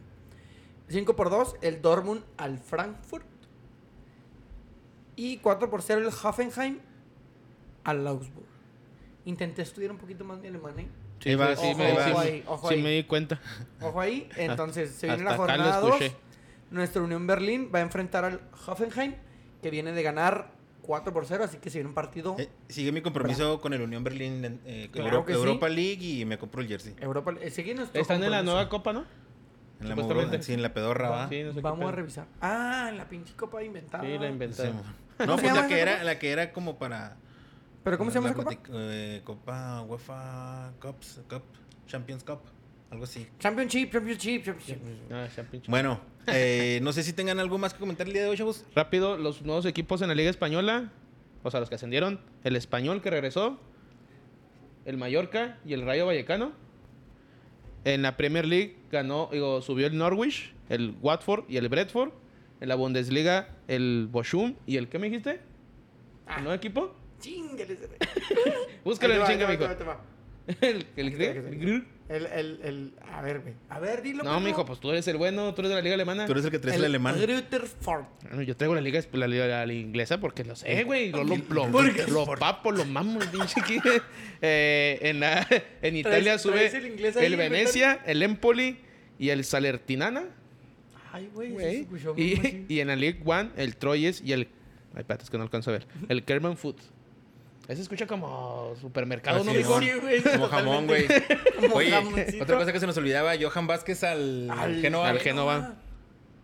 Speaker 2: 5 por 2, el Dortmund al Frankfurt. Y 4 por 0, el Hoffenheim al Augsburg. Intenté estudiar un poquito más mi alemán, ¿eh?
Speaker 1: Ahí va,
Speaker 3: sí,
Speaker 1: ojo,
Speaker 3: me,
Speaker 1: ojo
Speaker 3: sí me-
Speaker 2: ahí, ojo
Speaker 3: sí
Speaker 2: ahí.
Speaker 3: me di cuenta.
Speaker 2: Ojo
Speaker 3: [laughs]
Speaker 2: ahí. Entonces, se viene la
Speaker 3: hasta acá lo
Speaker 2: jornada 2.
Speaker 3: escuché.
Speaker 2: Nuestra Unión Berlín va a enfrentar al Hoffenheim, que viene de ganar 4 por 0, así que se viene un partido
Speaker 1: Eh, sigue mi compromiso con el Unión Berlín, eh,
Speaker 2: Claro
Speaker 1: Euro-
Speaker 2: que sí.
Speaker 1: Europa League y me compro el jersey.
Speaker 2: Europa. eh, sigue nuestro
Speaker 3: Están en la
Speaker 2: compromiso.
Speaker 3: nueva copa, ¿no?
Speaker 1: En la
Speaker 3: Supuestamente.
Speaker 1: Mugro- sí, en la pedorra, ¿va?
Speaker 3: Sí, no sé qué
Speaker 2: Vamos a
Speaker 3: pedo.
Speaker 2: revisar. Ah, la pinche copa inventada.
Speaker 3: Sí, la
Speaker 1: Sí,
Speaker 3: inventaron.
Speaker 1: mo- No,
Speaker 2: se
Speaker 1: pues
Speaker 2: llama
Speaker 1: la que,
Speaker 2: esa
Speaker 1: era,
Speaker 2: copa?
Speaker 1: la que era como para...
Speaker 2: ¿Pero cómo se llama
Speaker 1: la
Speaker 2: esa copa?
Speaker 1: platic- eh, copa UEFA Cups, Cup, Champions Cup, algo así.
Speaker 2: Championship, championship, championship.
Speaker 3: Ah, ya,
Speaker 2: [laughs]
Speaker 3: pinche.
Speaker 1: Bueno, eh, no sé si tengan algo más que comentar el día de hoy, chavos.
Speaker 3: Rápido, los nuevos equipos en la Liga Española, o sea, los que ascendieron, el Español que regresó, el Mallorca y el Rayo Vallecano. En la Premier League ganó, digo, subió el Norwich, el Watford y el Bradford. En la Bundesliga, el Bochum y el ¿qué me
Speaker 2: Ah.
Speaker 3: dijiste? ¿El nuevo equipo?
Speaker 2: Chingale.
Speaker 3: Búscale el chinga, mijo. [laughs] el, el,
Speaker 2: Aquí está, aquí
Speaker 3: el,
Speaker 2: está, aquí El, el, el, a ver, güey. A ver, dilo.
Speaker 3: No, mijo, pues tú eres el bueno, tú eres de la liga alemana.
Speaker 1: Tú eres el que traes el, alemán.
Speaker 2: Grutterford.
Speaker 3: Bueno, Yo traigo la liga, la, liga- la liga inglesa porque lo sé, güey. Lo, lo, lo,
Speaker 1: ¿Por qué?
Speaker 3: lo papo, lo mamo, el pinche aquí. Eh, en, la- [laughs] en Italia
Speaker 2: ¿Traes- traes
Speaker 3: sube
Speaker 2: el
Speaker 3: el,
Speaker 2: inglés ahí, güey,
Speaker 3: Venecia, el Empoli y el Salertinana.
Speaker 2: Ay, güey. eso se
Speaker 3: güey.
Speaker 2: escuchó muy
Speaker 3: Y,
Speaker 2: machín.
Speaker 3: y en la League One, el Troyes y el. Ay, patas que no alcanzo a ver. El Kerman Food. Ese escucha como supermercado,
Speaker 1: Así
Speaker 3: ¿no,
Speaker 1: es.
Speaker 3: mijo?
Speaker 2: Sí, güey,
Speaker 1: Como jamón, güey.
Speaker 2: [laughs] Como
Speaker 1: Oye,
Speaker 2: jamoncito.
Speaker 1: otra cosa que se nos olvidaba, Johan Vázquez al,
Speaker 2: Al-
Speaker 1: Genoa.
Speaker 3: al Génova.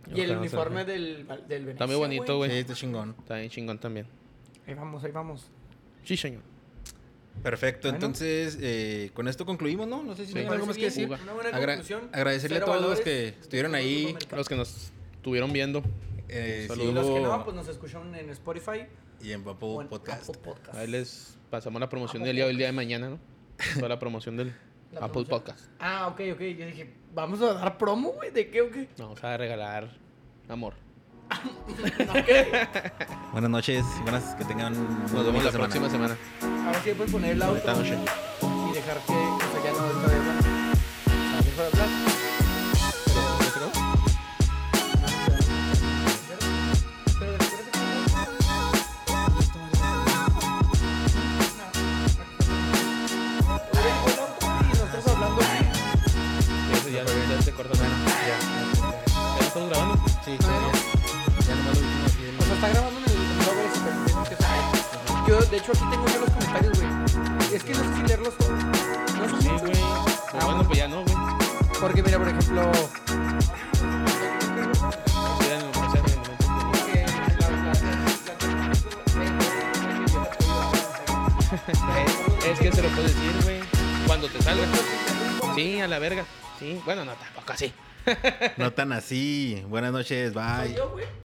Speaker 2: Y el
Speaker 3: Ojalá,
Speaker 2: uniforme
Speaker 3: ojalá.
Speaker 2: del, del
Speaker 3: Está muy bonito,
Speaker 1: Sí,
Speaker 3: güey.
Speaker 1: está chingón.
Speaker 3: Está bien chingón también.
Speaker 2: Ahí vamos, ahí vamos.
Speaker 3: Sí, señor.
Speaker 1: Perfecto,
Speaker 2: Bueno.
Speaker 1: entonces eh, con esto concluimos, ¿no? No sé si
Speaker 3: Sí.
Speaker 1: tienen
Speaker 3: Me
Speaker 1: algo más que
Speaker 2: Parece
Speaker 1: decir.
Speaker 2: bien, Una buena
Speaker 1: Agra-
Speaker 2: conclusión.
Speaker 1: agradecerle
Speaker 2: Cero
Speaker 1: a todos los
Speaker 2: valores,
Speaker 1: que estuvieron ahí.
Speaker 3: Los que nos estuvieron viendo.
Speaker 1: Eh, si
Speaker 3: Saludos.
Speaker 2: Y los que
Speaker 1: hubo-
Speaker 2: no, pues nos escucharon en Spotify
Speaker 1: Y en Papo
Speaker 2: o en
Speaker 1: Podcast.
Speaker 2: [laughs] Apple Podcast.
Speaker 3: Ahí les pasamos la promoción del día del día de mañana, ¿no? Toda la promoción del
Speaker 2: [laughs] La
Speaker 3: Apple
Speaker 2: promoción.
Speaker 3: Podcast.
Speaker 2: Ah, ok, ok. Yo dije, ¿vamos a dar promo, güey? ¿De qué o qué?
Speaker 3: Vamos a regalar amor.
Speaker 2: ¿A qué?
Speaker 1: Buenas noches, buenas que tengan
Speaker 3: Nos vemos la próxima semana.
Speaker 2: Ahora sí puedes poner el auto
Speaker 1: Esta noche.
Speaker 2: y dejar que o sea, ya no está de hablar. O sea, dejo de hablar. Ah, Pero, pero, pero, pues, pero, y nosotros hablando aquí.
Speaker 3: Eso ya, ya se corta. ¿no? ¿Ya lo estamos grabando?
Speaker 1: Sí, ya, ya. Ya nomás lo último aquí del-
Speaker 2: O sea, está grabando en el blog el experimento que está. Yo, de hecho, aquí tengo yo los comentarios, güey. Es que no sé si leerlos todos. No sé si
Speaker 3: Sí, güey. Pero bueno, pues ya no, güey.
Speaker 2: Porque, mira, por ejemplo.
Speaker 3: Sí, ya no, o sea, Pues en el momento
Speaker 2: que la- la-
Speaker 3: que- Es que se lo puedo decir, güey. Cuando te salga. pues, Sí, a la verga. Sí, bueno, no, tampoco así.
Speaker 1: No tan así. Buenas noches,
Speaker 2: la-
Speaker 1: bye.
Speaker 2: Soy yo, güey.